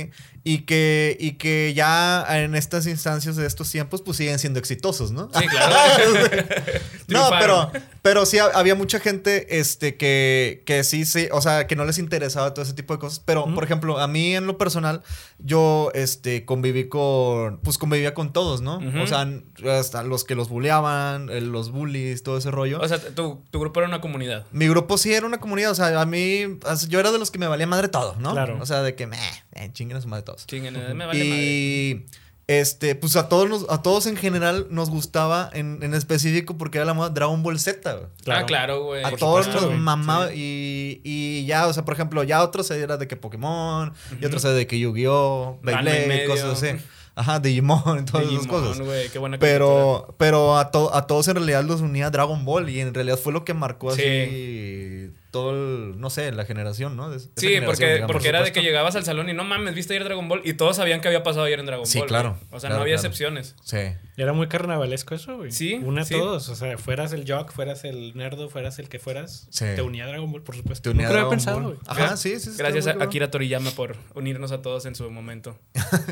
Speaker 3: Y que, y que ya en estas instancias de estos tiempos, pues siguen siendo exitosos, ¿no? Ah,
Speaker 4: Sí, claro.
Speaker 3: No,
Speaker 4: Triunfaron.
Speaker 3: pero, pero sí ha- había mucha gente este, que, que sí, sí, o sea, que no les interesaba todo ese tipo de cosas. Pero, por ejemplo, a mí en lo personal, yo este, conviví con, pues convivía con todos, ¿no?
Speaker 4: Ujú.
Speaker 3: O sea, hasta los que los bulleaban, eh, los bullies, todo ese rollo.
Speaker 4: O sea, tu, tu grupo era una comunidad.
Speaker 3: mi grupo sí era una comunidad, o sea, a mí, o sea, yo era de los que me valía madre todo, ¿no?
Speaker 5: Claro.
Speaker 3: O sea, de que, meh, eh, chinguen a su madre todos
Speaker 4: Chinguen, eh, me vale madre.
Speaker 3: y este, pues a todos nos- a todos en general nos gustaba en, en específico porque era la moda Dragon Ball Z. güey.
Speaker 4: Ah, claro, güey.
Speaker 3: A
Speaker 4: Por
Speaker 3: todos
Speaker 4: supuesto,
Speaker 3: nos
Speaker 4: güey.
Speaker 3: mamaba y, y ya, o sea, por ejemplo, ya otros era de que Pokémon, y otros era de que Yu-Gi-Oh,
Speaker 4: Ranma y
Speaker 3: Beyblade,
Speaker 4: medio.
Speaker 3: cosas así. Ajá, Digimon, todas
Speaker 4: Digimon,
Speaker 3: esas cosas.
Speaker 4: güey, qué buena caricatura.
Speaker 3: Pero, pero a, to- a todos en realidad los unía Dragon Ball y en realidad fue lo que marcó así todo el, no sé, la generación, ¿no? De- de esa
Speaker 4: Sí,
Speaker 3: generación,
Speaker 4: porque,
Speaker 3: digamos.
Speaker 4: porque era de que llegabas al salón y no mames, viste ayer Dragon Ball y todos sabían que había pasado ayer en Dragon
Speaker 3: Sí,
Speaker 4: Ball.
Speaker 3: claro,
Speaker 4: güey. O sea,
Speaker 3: claro,
Speaker 4: no había
Speaker 3: claro.
Speaker 4: excepciones.
Speaker 3: Sí.
Speaker 5: Era muy carnavalesco eso, güey.
Speaker 4: Sí,
Speaker 5: Une a
Speaker 4: sí.
Speaker 5: todos. O sea, fueras el jock, fueras el nerdo, fueras el que fueras.
Speaker 3: Sí.
Speaker 5: Te unía a Dragon Ball, por supuesto.
Speaker 3: Te unía
Speaker 5: Nunca lo
Speaker 3: Dragon
Speaker 5: había pensado,
Speaker 3: Ball.
Speaker 5: güey.
Speaker 3: Ajá, sí, sí. sí,
Speaker 4: Gracias
Speaker 3: está muy
Speaker 4: a
Speaker 3: cabrón.
Speaker 4: Akira Toriyama por unirnos a todos en su momento.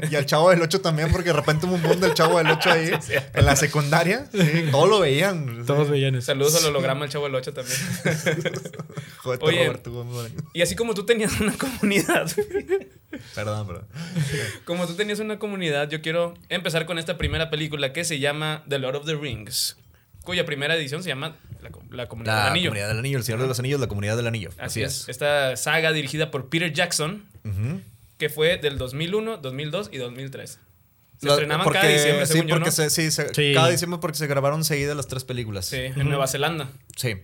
Speaker 3: Y al Chavo del 8 también, porque de repente hubo un boom del Chavo del 8 ahí en la secundacia. Sí, todo lo veían.
Speaker 5: Todos veían eso.
Speaker 4: Saludos al holograma el Chavo del 8 también.
Speaker 3: Joder,
Speaker 4: Oye.
Speaker 3: Roberto Gómez.
Speaker 4: Y así como tú tenías una comunidad,
Speaker 3: Perdón, perdón.
Speaker 4: como tú tenías una comunidad, yo quiero empezar con esta primera película que se llama The Lord of the Rings. cuya primera edición se llama La, Co- La Comunidad
Speaker 3: La
Speaker 4: del Anillo.
Speaker 3: comunidad del anillo, el Señor de los Anillos, la comunidad del anillo.
Speaker 4: Así es. Esta saga dirigida por Peter Jackson,
Speaker 3: Ujú.
Speaker 4: que fue del 2001, 2002 y 2003. Se
Speaker 3: La-
Speaker 4: estrenaban
Speaker 3: porque-
Speaker 4: cada diciembre,
Speaker 3: sí,
Speaker 4: según yo,
Speaker 3: porque
Speaker 4: ¿no?
Speaker 3: se- sí, se-
Speaker 5: Sí.
Speaker 3: cada diciembre porque se grabaron seguidas las tres películas.
Speaker 4: Sí, en Nueva Zelanda.
Speaker 3: Sí.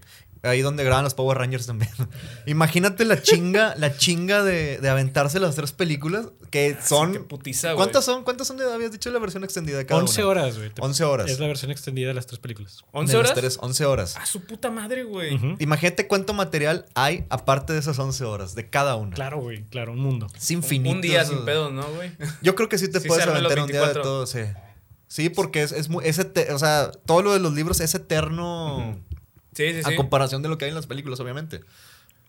Speaker 3: Ahí donde graban los Power Rangers también. Imagínate la chinga, la chinga de, de aventarse las tres películas que son.
Speaker 4: Ah, qué putiza, güey.
Speaker 3: ¿Cuántas son? ¿Cuántas son de, habías dicho la versión extendida de cada
Speaker 5: 11
Speaker 3: una?
Speaker 5: horas, güey. Te-
Speaker 3: 11 horas.
Speaker 5: Es la versión extendida de las tres películas.
Speaker 4: ¿11
Speaker 3: De las
Speaker 4: horas? Ah.
Speaker 3: tres, 11 horas.
Speaker 4: A su puta madre, güey.
Speaker 5: Ujú.
Speaker 3: Imagínate cuánto material hay aparte de esas 11 horas, de cada una.
Speaker 5: Claro, güey, claro, un mundo.
Speaker 3: Es infinito.
Speaker 4: Un día
Speaker 3: eso.
Speaker 4: sin pedos, ¿no, güey?
Speaker 3: Yo creo que sí te
Speaker 4: Sí
Speaker 3: puedes
Speaker 4: se arman los
Speaker 3: aventar un día de
Speaker 4: 24.
Speaker 3: todo, sí. Sí, porque es, es muy. es ete- o sea, todo lo de los libros es eterno
Speaker 4: Sí, sí, sí.
Speaker 3: a comparación de lo que hay en las películas, obviamente.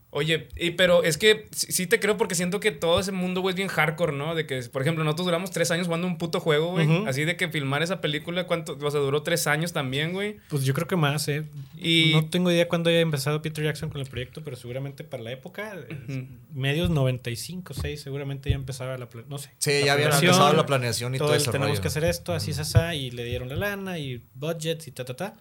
Speaker 4: Oye, y, pero es que sí, sí te creo porque siento que todo ese mundo, güey, es bien hardcore, ¿no? De que, por ejemplo, nosotros duramos tres años jugando un puto juego, güey.
Speaker 5: Ujú.
Speaker 4: Así de que filmar esa película, ¿cuánto? O sea, duró tres años también, güey.
Speaker 5: Pues yo creo que más, ¿eh?
Speaker 4: Y-
Speaker 5: No tengo idea cuándo haya empezado Peter Jackson con el proyecto, pero seguramente para la época, eh, medios 95, 6, seguramente ya empezaba la... pla- No sé.
Speaker 3: Sí,
Speaker 5: La
Speaker 3: ya había
Speaker 5: planeación,
Speaker 3: empezado la planeación y todo,
Speaker 5: todo el
Speaker 3: ese
Speaker 5: tenemos
Speaker 3: rollo.
Speaker 5: que hacer esto, así es asá, y le dieron la lana y budget y ta, ta, ta.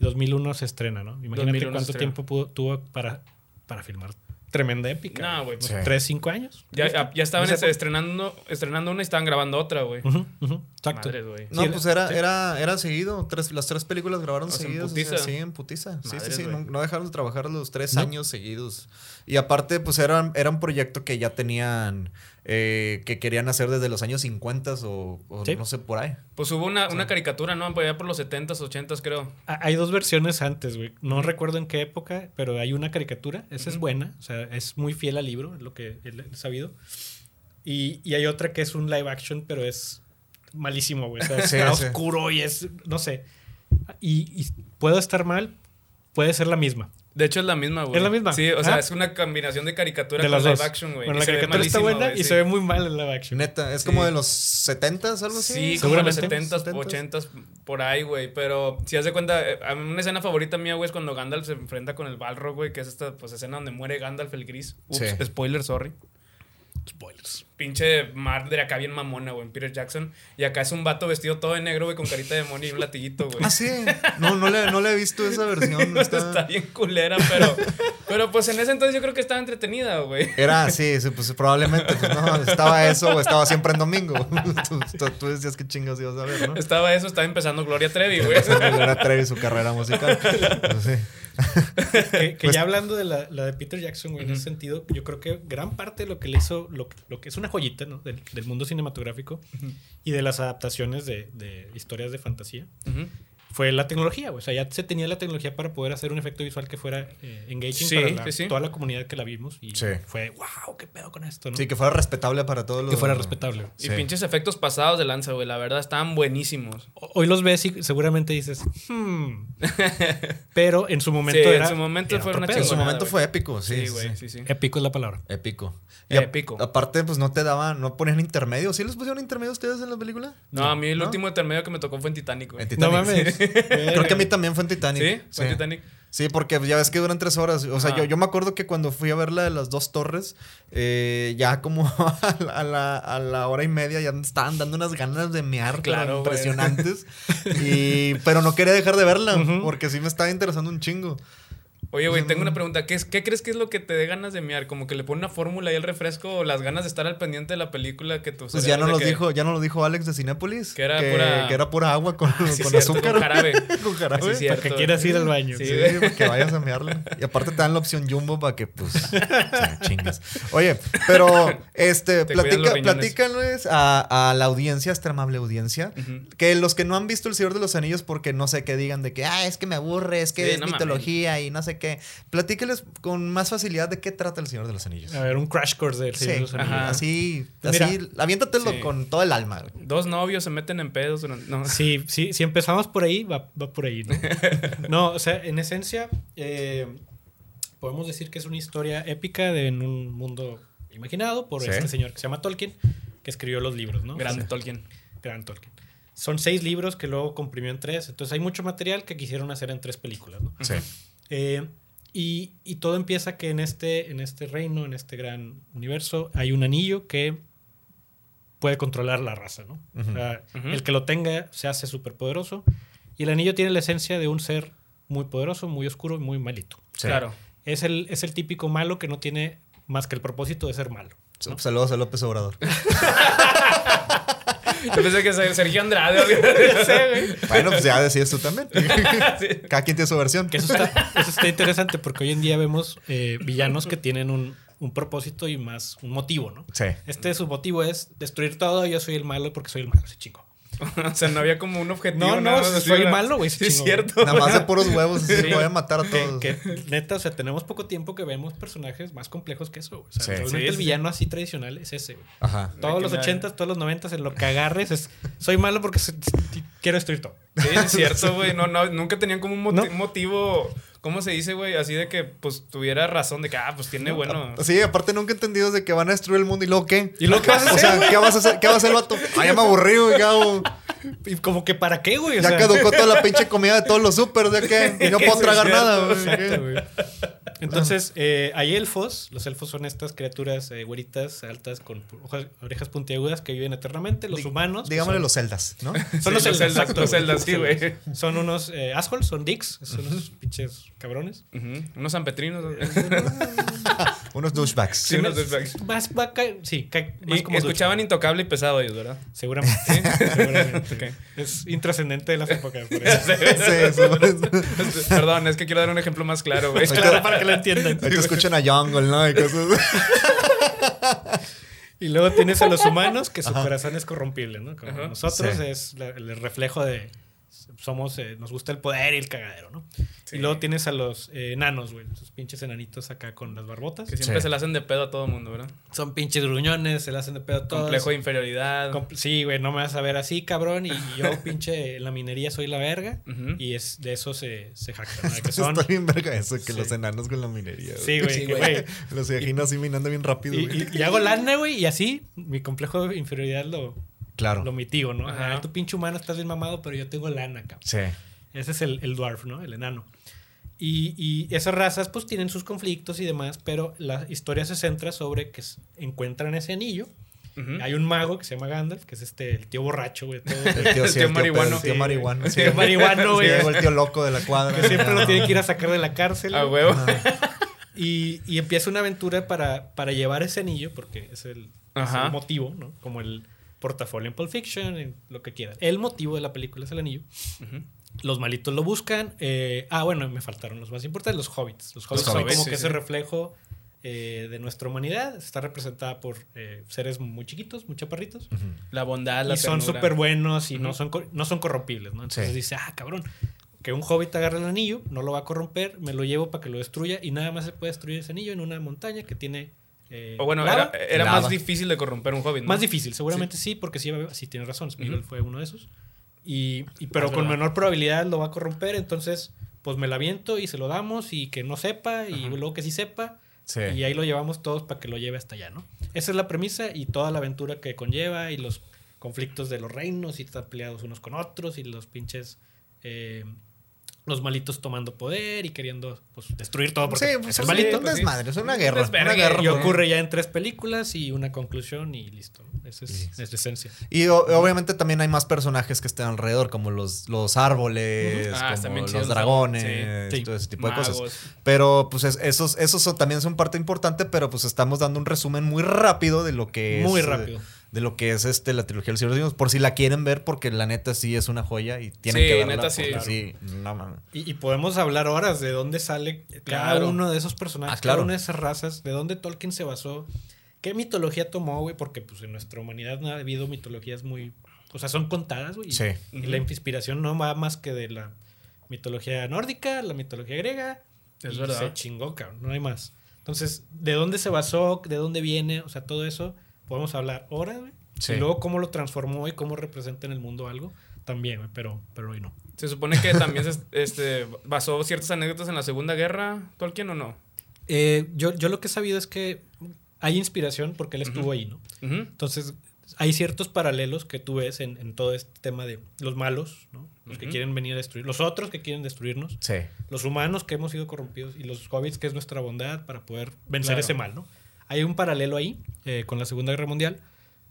Speaker 5: 2001 se estrena, ¿no? Imagínate
Speaker 4: 2001 se
Speaker 5: cuánto
Speaker 4: estrena.
Speaker 5: tiempo pudo- tuvo para, para filmar. Tremenda épica.
Speaker 4: No, güey. pues,
Speaker 3: Sí.
Speaker 5: ¿Tres, cinco años?
Speaker 4: Ya, ya- ya estaban este,
Speaker 5: No sé.
Speaker 4: estrenando, estrenando una y estaban grabando otra, güey.
Speaker 5: Ujú, ujú, Exacto.
Speaker 4: Madres, güey.
Speaker 3: No,
Speaker 5: Sí,
Speaker 3: pues era,
Speaker 5: sí.
Speaker 3: era, era seguido. Tres, las tres películas grabaron
Speaker 4: O sea, en
Speaker 3: seguidas. o
Speaker 4: putiza.
Speaker 3: sea, sí, en putiza. Sí, sí,
Speaker 4: Madres,
Speaker 3: sí. No,
Speaker 4: güey.
Speaker 3: no dejaron de trabajar los tres
Speaker 5: No.
Speaker 3: años seguidos. Y aparte, pues era, era un proyecto que ya tenían, eh, que querían hacer desde los años 50 o, o
Speaker 5: Sí.
Speaker 3: no sé por ahí.
Speaker 4: Pues hubo una, una caricatura, ¿no? Por allá por los 70s, 80s, creo.
Speaker 5: Ah, Hay dos versiones antes, güey. No recuerdo en qué época, pero hay una caricatura. Esa es
Speaker 4: Ujú.
Speaker 5: buena. O sea, es muy fiel al libro, es lo que he he sabido. Y, y hay otra que es un live action, pero es malísimo, güey. O sea,
Speaker 3: Sí,
Speaker 5: está
Speaker 3: sí.
Speaker 5: oscuro y es. No sé. Y, y puedo estar mal, puede ser la misma.
Speaker 4: De hecho, es la misma, güey.
Speaker 5: ¿Es la misma?
Speaker 4: Sí, o sea,
Speaker 5: Ah.
Speaker 4: es una combinación de caricatura
Speaker 5: de
Speaker 4: con
Speaker 5: las
Speaker 4: live
Speaker 5: dos.
Speaker 4: action, güey.
Speaker 5: bueno,
Speaker 4: Y
Speaker 5: la
Speaker 4: se ve
Speaker 5: caricatura está
Speaker 4: malísimo,
Speaker 5: buena
Speaker 4: güey,
Speaker 5: y
Speaker 4: sí.
Speaker 5: se ve muy mal el live action.
Speaker 3: Neta, es
Speaker 4: Sí.
Speaker 3: como de los 70 algo así.
Speaker 4: Sí, como en los
Speaker 5: seguramente.
Speaker 4: 70s,
Speaker 3: 70s.
Speaker 4: 80s, por ahí, güey. Pero si haz de cuenta, eh, a mí una escena favorita mía, güey, es cuando Gandalf se enfrenta con el Balrog, güey, que es esta pues, escena donde muere Gandalf el gris. Ups,
Speaker 3: Sí.
Speaker 4: spoiler, sorry.
Speaker 5: Spoilers.
Speaker 4: Pinche Marder acá bien mamona, güey, en Peter Jackson. Y acá es un vato vestido todo de negro, güey, con carita de demonio y un latiguito, güey.
Speaker 3: Ah, sí. No, no le, no le he visto esa versión.
Speaker 4: Está...
Speaker 3: Está...
Speaker 4: bien culera, pero. Pero pues en ese entonces yo creo que estaba entretenida, güey.
Speaker 3: Era sí, sí, pues probablemente. pues, no, estaba eso o estaba siempre en domingo. tú, tú- tú decías que chingas ibas a ver, ¿no?
Speaker 4: Estaba eso, estaba empezando Gloria Trevi, güey.
Speaker 3: Era Trevi su carrera musical. Pues, sí.
Speaker 5: que, que
Speaker 3: Pues-
Speaker 5: ya hablando de la, la de Peter Jackson, güey, en ese sentido, yo creo que gran parte de lo que le hizo, lo, que- lo que es una joyita, ¿no? Del, del mundo cinematográfico y de las adaptaciones de, de historias de fantasía,
Speaker 4: Ujú.
Speaker 5: fue la tecnología, güey. O sea, ya se tenía la tecnología para poder hacer un efecto visual que fuera eh, engaging
Speaker 4: Sí,
Speaker 5: para la-
Speaker 4: sí, sí.
Speaker 5: toda la comunidad que la vimos. Y
Speaker 3: Sí.
Speaker 5: fue, wow, qué pedo con esto, ¿no?
Speaker 3: Sí, que fuera respetable para todos los.
Speaker 5: que fuera respetable.
Speaker 4: Y
Speaker 3: Sí.
Speaker 4: pinches efectos pasados de lanza, güey. La verdad, estaban buenísimos.
Speaker 5: O- Hoy los ves y seguramente dices, hmm. Pero en su momento
Speaker 4: Sí, en
Speaker 5: era.
Speaker 4: su momento
Speaker 5: era
Speaker 4: fue
Speaker 5: otro
Speaker 4: una
Speaker 5: pedo.
Speaker 3: En su
Speaker 4: chingona.
Speaker 3: momento
Speaker 4: güey.
Speaker 3: fue épico, sí. Eh,
Speaker 4: Sí, güey, sí, sí.
Speaker 5: Épico es la palabra.
Speaker 3: Épico.
Speaker 4: Épico.
Speaker 3: a- aparte, pues no te daban, no ponían intermedios. ¿Sí les pusieron intermedios ustedes en la película?
Speaker 4: No, a mí el
Speaker 3: ¿No?
Speaker 4: último intermedio que me tocó fue en Titanic, güey.
Speaker 3: En
Speaker 5: No
Speaker 3: Titanic.
Speaker 5: mames.
Speaker 3: Creo que a mí también fue en
Speaker 4: Eh, ¿Sí?
Speaker 3: Titanic.
Speaker 4: ¿Fue en Titanic?
Speaker 3: Sí, porque ya ves que duran tres horas. O sea,
Speaker 4: Ajá.
Speaker 3: yo, yo me acuerdo que cuando fui a ver la de las dos torres, eh, ya como a la, a la- a la hora y media ya me estaban dando unas ganas de mear pero
Speaker 4: Claro, güey.
Speaker 3: impresionantes. y, pero no quería dejar de verla,
Speaker 5: Ujú.
Speaker 3: porque sí me estaba interesando un chingo.
Speaker 4: Oye,
Speaker 3: Mm.
Speaker 4: güey, tengo una pregunta. ¿Qué, es- ¿Qué crees que es lo que te dé ganas de miar? ¿Como que le pone una fórmula y el refresco o las ganas de estar al pendiente de la película que tú
Speaker 3: Pues ya no lo dijo, ya no lo dijo Alex de Cinépolis.
Speaker 4: Que era pura-
Speaker 3: que era pura agua con,
Speaker 4: sí,
Speaker 3: con
Speaker 4: cierto,
Speaker 3: azúcar.
Speaker 4: con jarabe.
Speaker 3: Con jarabe.
Speaker 4: Sí, cierto.
Speaker 5: Para que quieras ir al baño.
Speaker 4: Sí,
Speaker 3: Sí,
Speaker 4: güey.
Speaker 3: para que vayas a mearla. Y aparte te dan la opción jumbo para que, pues, o sea, chingas. Oye, pero, este,
Speaker 4: Te cuidan los
Speaker 3: platica,
Speaker 4: riñones.
Speaker 3: platícanos a, a la audiencia, a esta amable audiencia,
Speaker 4: Ujú.
Speaker 3: que los que no han visto El Señor de los Anillos, porque no sé qué digan de que, ah, es que me aburre, es que
Speaker 4: Sí,
Speaker 3: es
Speaker 4: no mames.
Speaker 3: mitología y no sé qué. Platícales con más facilidad de qué trata El Señor de los Anillos.
Speaker 5: A ver, un crash course del
Speaker 3: Sí,
Speaker 5: Señor de los Anillos.
Speaker 4: Ajá.
Speaker 3: así,
Speaker 5: Pues mira.
Speaker 3: así, aviéntatelo
Speaker 4: Sí.
Speaker 3: con todo el alma. güey.
Speaker 4: Dos novios se meten en pedos durante... No.
Speaker 5: Sí, sí, si empezamos por ahí, va, va por ahí, ¿no? No, o sea, en esencia, eh, podemos decir que es una historia épica de, en un mundo imaginado por
Speaker 3: Sí.
Speaker 5: este señor que se llama Tolkien, que escribió los libros, ¿no?
Speaker 4: Grande
Speaker 5: Sí.
Speaker 4: Tolkien.
Speaker 5: Gran Tolkien. Son seis libros que luego comprimió en tres, entonces hay mucho material que quisieron hacer en tres películas, ¿no?
Speaker 3: Sí.
Speaker 5: Eh, y, y todo empieza que en este, en este reino, en este gran universo, hay un anillo que puede controlar la raza, ¿no? O sea,
Speaker 4: Ujú.
Speaker 5: El que lo tenga se hace superpoderoso Y el anillo tiene la esencia de un ser muy poderoso, muy oscuro y muy malito.
Speaker 3: Sí.
Speaker 4: Claro.
Speaker 5: Es el, es el típico malo que no tiene más que el propósito de ser malo. ¿no?
Speaker 3: Saludos a López Obrador.
Speaker 4: Yo pensé que ser- Sergio Andrade. güey. No sé, güey.
Speaker 3: bueno, pues ya decides tú también.
Speaker 4: Sí.
Speaker 3: Cada quien tiene su versión.
Speaker 5: Que eso está, eso está interesante porque hoy en día vemos eh, villanos que tienen un, un propósito y más un motivo, ¿no?
Speaker 3: Sí.
Speaker 5: Este su motivo es destruir todo, yo soy el malo porque soy el malo, se chingo.
Speaker 4: O sea, no había como un objetivo.
Speaker 5: No, no,
Speaker 4: nada más
Speaker 5: soy
Speaker 4: así, ¿verdad?
Speaker 5: malo, güey,
Speaker 4: Sí,
Speaker 5: ese
Speaker 4: es
Speaker 5: chingo.
Speaker 4: cierto.
Speaker 3: Nada más de puros huevos. así,
Speaker 5: Sí.
Speaker 3: Voy a matar a
Speaker 5: Que,
Speaker 3: todos.
Speaker 5: que, neta, o sea, tenemos poco tiempo que vemos personajes más complejos que eso. güey. O sea,
Speaker 3: Sí.
Speaker 5: realmente
Speaker 4: Sí,
Speaker 5: el
Speaker 4: sí,
Speaker 5: villano así tradicional es ese. güey.
Speaker 3: Ajá.
Speaker 5: Todos
Speaker 4: que
Speaker 5: los
Speaker 4: la-
Speaker 5: 80s, todos los 90s, en lo que agarres es soy malo porque se- quiero destruir todo.
Speaker 4: Sí, es cierto, güey. No, no, nunca tenían como un moti-
Speaker 5: No.
Speaker 4: motivo. ¿Cómo se dice, güey? Así de que pues tuviera razón de que, ah, pues tiene bueno.
Speaker 3: Sí, aparte nunca he entendido de que van a destruir el mundo y luego qué.
Speaker 5: ¿Y luego qué vas a
Speaker 3: O
Speaker 5: hacer,
Speaker 3: sea,
Speaker 5: güey?
Speaker 3: ¿qué vas a hacer? ¿Qué va a hacer el vato? Ah, ya me aburrí, güey. ya, güey.
Speaker 5: Y como que para qué, güey. O
Speaker 3: Ya
Speaker 5: sea,
Speaker 3: caducó toda la pinche comida de todos los supers, ¿ya qué? Y no puedo tragar nada, güey.
Speaker 5: Exacto,
Speaker 3: ¿qué?
Speaker 5: este, güey. Entonces, eh, hay elfos. Los elfos son estas criaturas eh, güeritas, altas, con pu- hojas- orejas puntiagudas que viven eternamente. Los humanos. que
Speaker 3: Digámosle
Speaker 5: son-
Speaker 3: los celdas, ¿no?
Speaker 5: Son
Speaker 4: Sí,
Speaker 5: los
Speaker 4: los
Speaker 5: celdas,
Speaker 4: celdas,
Speaker 5: exacto,
Speaker 4: los
Speaker 5: güey.
Speaker 4: celdas, sí, güey.
Speaker 5: Son unos eh, assholes, son dicks, son unos pinches cabrones.
Speaker 4: Ujú, Unos sanpetrinos. güey.
Speaker 3: Unos douchebags.
Speaker 4: Sí, unos douchebags.
Speaker 5: Más, Pues, va a caer- sí, cae más
Speaker 4: Y
Speaker 5: como
Speaker 4: escuchaban intocable y pesado ellos, ¿verdad?
Speaker 5: douchebag. Seguramente. seguramente. Es intrascendente de las épocas. por eso.
Speaker 3: Sí, sí, por eso.
Speaker 4: Perdón, es que quiero dar un ejemplo más claro, güey.
Speaker 5: Es claro para que lo entiendan.
Speaker 3: Ahorita escuchan a Jungle, ¿no? Y cosas.
Speaker 5: Y luego tienes a los humanos que su corazón es corrompible, ¿no? Como
Speaker 4: Ajá.
Speaker 5: nosotros
Speaker 3: Sí.
Speaker 5: es la- el reflejo de somos eh, nos gusta el poder y el cagadero, ¿no?
Speaker 4: Sí.
Speaker 5: Y luego tienes a los eh, enanos, güey, esos pinches enanitos acá con las barbotas.
Speaker 4: Que siempre
Speaker 3: Sí.
Speaker 4: se le hacen de pedo a todo mundo, ¿verdad?
Speaker 5: Son pinches gruñones, se le hacen de pedo a todos.
Speaker 4: Complejo de inferioridad.
Speaker 5: Compl- Sí, güey, no me vas a ver así, cabrón. Y yo, pinche, en la minería soy la verga.
Speaker 4: Ujú.
Speaker 5: Y es, de eso se, se jactan. ¿no? De que son-
Speaker 3: Está bien verga eso, que
Speaker 5: Sí.
Speaker 3: los enanos con la minería.
Speaker 5: Sí, güey, que, güey.
Speaker 3: Los imagino así minando bien rápido,
Speaker 5: Y,
Speaker 3: güey.
Speaker 5: y- y hago lana, güey, y así mi complejo de inferioridad lo,
Speaker 3: Claro.
Speaker 5: lo mitigo, ¿no?
Speaker 4: Ajá.
Speaker 5: Ah, tú pinche humano estás bien mamado, pero yo tengo lana, cabrón.
Speaker 3: Sí.
Speaker 5: Ese es el, el dwarf, ¿no? El enano. Y, y esas razas pues tienen sus conflictos y demás, pero la historia se centra sobre que s- encuentran ese anillo.
Speaker 4: Ujú.
Speaker 5: Hay un mago que se llama Gandalf, que es este, el tío borracho, güey. todo-
Speaker 3: El tío,
Speaker 4: El
Speaker 3: sí,
Speaker 4: tío
Speaker 3: el tío
Speaker 4: marihuano.
Speaker 3: pedo, El tío
Speaker 5: Sí,
Speaker 3: marihuano.
Speaker 5: güey.
Speaker 3: sí.
Speaker 5: Tío marihuano,
Speaker 3: Sí,
Speaker 5: güey.
Speaker 3: llegó el tío loco de la cuadra.
Speaker 5: que siempre
Speaker 3: ¿no?
Speaker 5: lo tiene que ir a sacar de la cárcel.
Speaker 4: A
Speaker 5: güey.
Speaker 4: huevo.
Speaker 5: Y, y empieza una aventura para, para llevar ese anillo, porque es el, es
Speaker 4: Ajá.
Speaker 5: el motivo, ¿no? Como el portafolio en Pulp Fiction, en lo que quieras. El motivo de la película es el anillo.
Speaker 4: Ujú.
Speaker 5: Los malitos lo buscan. eh, ah, bueno, me faltaron los más importantes, los hobbits. Los hobbits son
Speaker 4: hobbits,
Speaker 5: como
Speaker 4: sí,
Speaker 5: que ese
Speaker 4: sí.
Speaker 5: reflejo eh, de nuestra humanidad. Está representada por eh, seres muy chiquitos, muy chaparritos.
Speaker 3: Ujú.
Speaker 4: La bondad, la
Speaker 5: y son
Speaker 4: ternura.
Speaker 5: súper buenos y no,
Speaker 4: Ujú.
Speaker 5: son, cor- no son corrompibles, ¿no? Entonces
Speaker 3: Sí.
Speaker 5: dice, ah, cabrón, que un hobbit agarre el anillo, no lo va a corromper, me lo llevo para que lo destruya y nada más se puede destruir ese anillo en una montaña que tiene... eh,
Speaker 4: O bueno,
Speaker 5: lava.
Speaker 4: era, era
Speaker 3: Lava.
Speaker 4: más difícil de corromper un hobbit. ¿no?
Speaker 5: Más difícil, seguramente sí, porque sí, sí tiene razón. Smeagol fue uno de esos. Y, y- pero
Speaker 4: Es
Speaker 5: con
Speaker 4: verdad.
Speaker 5: menor probabilidad lo va a corromper, entonces pues me la viento y se lo damos y que no sepa y
Speaker 4: Ajá.
Speaker 5: luego que sí sepa.
Speaker 3: Sí.
Speaker 5: Y ahí lo llevamos todos para que lo lleve hasta allá, ¿no? Esa es la premisa y toda la aventura que conlleva y los conflictos de los reinos y estar peleados unos con otros y los pinches... eh, los malitos tomando poder y queriendo pues, destruir todo porque
Speaker 3: Sí,
Speaker 5: es
Speaker 3: pues,
Speaker 5: el
Speaker 3: es
Speaker 5: malito.
Speaker 3: un desmadre, es una guerra.
Speaker 4: desvergue.
Speaker 3: Una guerra.
Speaker 5: Y ocurre ya en tres películas y una conclusión y listo. Esa es, es la esencia.
Speaker 3: Y o- obviamente también hay más personajes que están alrededor, como los, los árboles,
Speaker 4: Ujú. Ah, están
Speaker 3: como
Speaker 4: bien
Speaker 3: los
Speaker 4: chidos los árboles,
Speaker 3: dragones,
Speaker 5: sí. Sí.
Speaker 3: todo ese tipo de
Speaker 4: Magos.
Speaker 3: cosas. Pero pues es- esos, esos son- también son parte importante, pero pues estamos dando un resumen muy rápido de lo que
Speaker 5: Muy
Speaker 3: es. eh,
Speaker 5: rápido.
Speaker 3: De lo que es este la trilogía de los Señor de los Anillos, por si la quieren ver, porque la neta sí es una joya y tienen
Speaker 4: Sí,
Speaker 3: que verla.
Speaker 4: neta sí.
Speaker 3: porque sí, no mames.
Speaker 5: Y, y podemos hablar horas de dónde sale cada
Speaker 4: Claro.
Speaker 5: uno de esos personajes,
Speaker 3: Ah, claro.
Speaker 5: cada una de esas razas, de dónde Tolkien se basó, qué mitología tomó, güey, porque pues en nuestra humanidad no ha habido mitologías muy... O sea, son contadas, güey. y-
Speaker 3: Sí.
Speaker 5: Y la inspiración no va más que de la mitología nórdica, la mitología griega.
Speaker 4: Es
Speaker 5: y
Speaker 4: verdad.
Speaker 5: Se chingó, cabrón, no hay más. Entonces, ¿de dónde se basó? ¿De dónde viene? O sea, todo eso podemos hablar horas, güey.
Speaker 3: Sí.
Speaker 5: Y luego cómo lo transformó y cómo representa en el mundo algo también, güey, pero, pero hoy no.
Speaker 4: Se supone que también se, este, basó ciertas anécdotas en la Segunda Guerra, Tolkien o no.
Speaker 5: Eh, yo, yo lo que he sabido es que hay inspiración porque él estuvo ahí, ¿no?
Speaker 4: Ujú.
Speaker 5: Entonces, hay ciertos paralelos que tú ves en, en todo este tema de los malos, ¿no? Los que
Speaker 4: Ujú.
Speaker 5: quieren venir a destruir, los otros que quieren destruirnos,
Speaker 3: Sí.
Speaker 5: los humanos que hemos sido corrompidos y los hobbits que es nuestra bondad para poder vencer
Speaker 4: Claro.
Speaker 5: ese mal, ¿no? Hay un paralelo ahí eh, con la Segunda Guerra Mundial,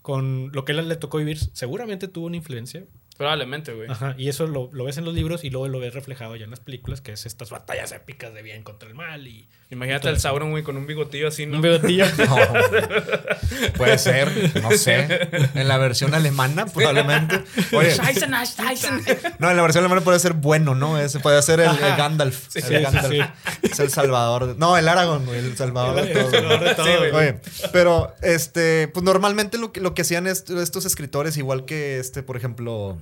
Speaker 5: con lo que él le tocó vivir, seguramente tuvo una influencia,
Speaker 4: Probablemente, güey.
Speaker 5: Ajá, y eso lo, lo ves en los libros y luego lo ves reflejado ya en las películas, que es estas batallas épicas de bien contra el mal y
Speaker 4: Imagínate al Sauron, güey, con un bigotillo así, ¿no?
Speaker 5: un bigotillo.
Speaker 3: No, puede ser, no sé. En la versión alemana, probablemente. Oye, no, en la versión alemana puede ser bueno, ¿no? Ese puede ser el, el Gandalf. el
Speaker 5: sí, sí,
Speaker 3: Gandalf. Es el salvador. de- no, el Aragón, güey, el salvador de todo.
Speaker 5: Lo de todo,
Speaker 4: Sí, güey.
Speaker 5: güey.
Speaker 3: Oye, pero este, pues normalmente lo que, lo que hacían est- estos escritores, igual que este, por ejemplo,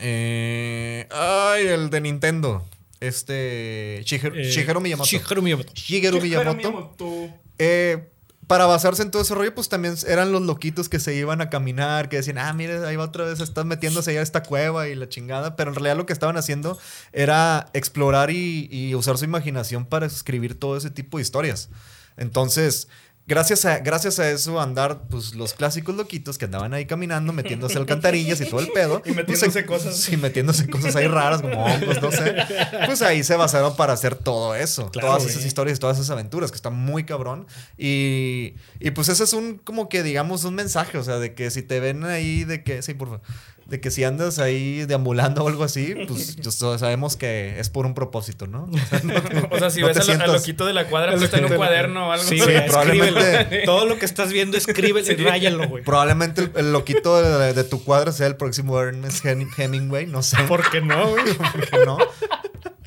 Speaker 3: eh, ay, el de Nintendo, este, Shigeru,
Speaker 5: Eh,
Speaker 3: Shigeru Miyamoto.
Speaker 5: Shigeru Miyamoto.
Speaker 3: Shigeru Miyamoto. eh, para basarse en todo ese rollo, pues también eran los loquitos que se iban a caminar, que decían, ah, mire, ahí va otra vez, estás metiéndose ya a esta cueva y la chingada. Pero en realidad lo que estaban haciendo era explorar y, y usar su imaginación para escribir todo ese tipo de historias. Entonces, gracias a, gracias a eso, andar, pues los clásicos loquitos que andaban ahí caminando, metiéndose alcantarillas y todo el pedo. pues, eh,
Speaker 1: Y metiéndose cosas.
Speaker 3: Sí, metiéndose cosas ahí raras, como hongos, no sé. Pues ahí se basaron para hacer todo eso.
Speaker 5: Claro,
Speaker 3: todas
Speaker 5: güey.
Speaker 3: esas historias y todas esas aventuras, que está muy cabrón. Y, y pues ese es un, como que digamos, un mensaje, o sea, de que si te ven ahí, de que, sí, por favor. De que si andas ahí deambulando o algo así, pues yo so- sabemos que es por un propósito, ¿no? O sea, no te-
Speaker 4: O sea, si
Speaker 3: no
Speaker 4: ves
Speaker 3: te
Speaker 4: a lo- al
Speaker 3: sientas-
Speaker 4: loquito de la cuadra, pues está en un cuaderno o algo
Speaker 5: Sí,
Speaker 3: Sí,
Speaker 5: güey,
Speaker 3: probablemente.
Speaker 5: escríbelo. Todo lo que estás viendo, escríbelo y ráyalo, güey.
Speaker 3: Probablemente el, el loquito de, de tu cuadra sea el próximo Ernest Hen- Hemingway, no sé.
Speaker 5: ¿Por qué no, güey?
Speaker 3: ¿Por qué no?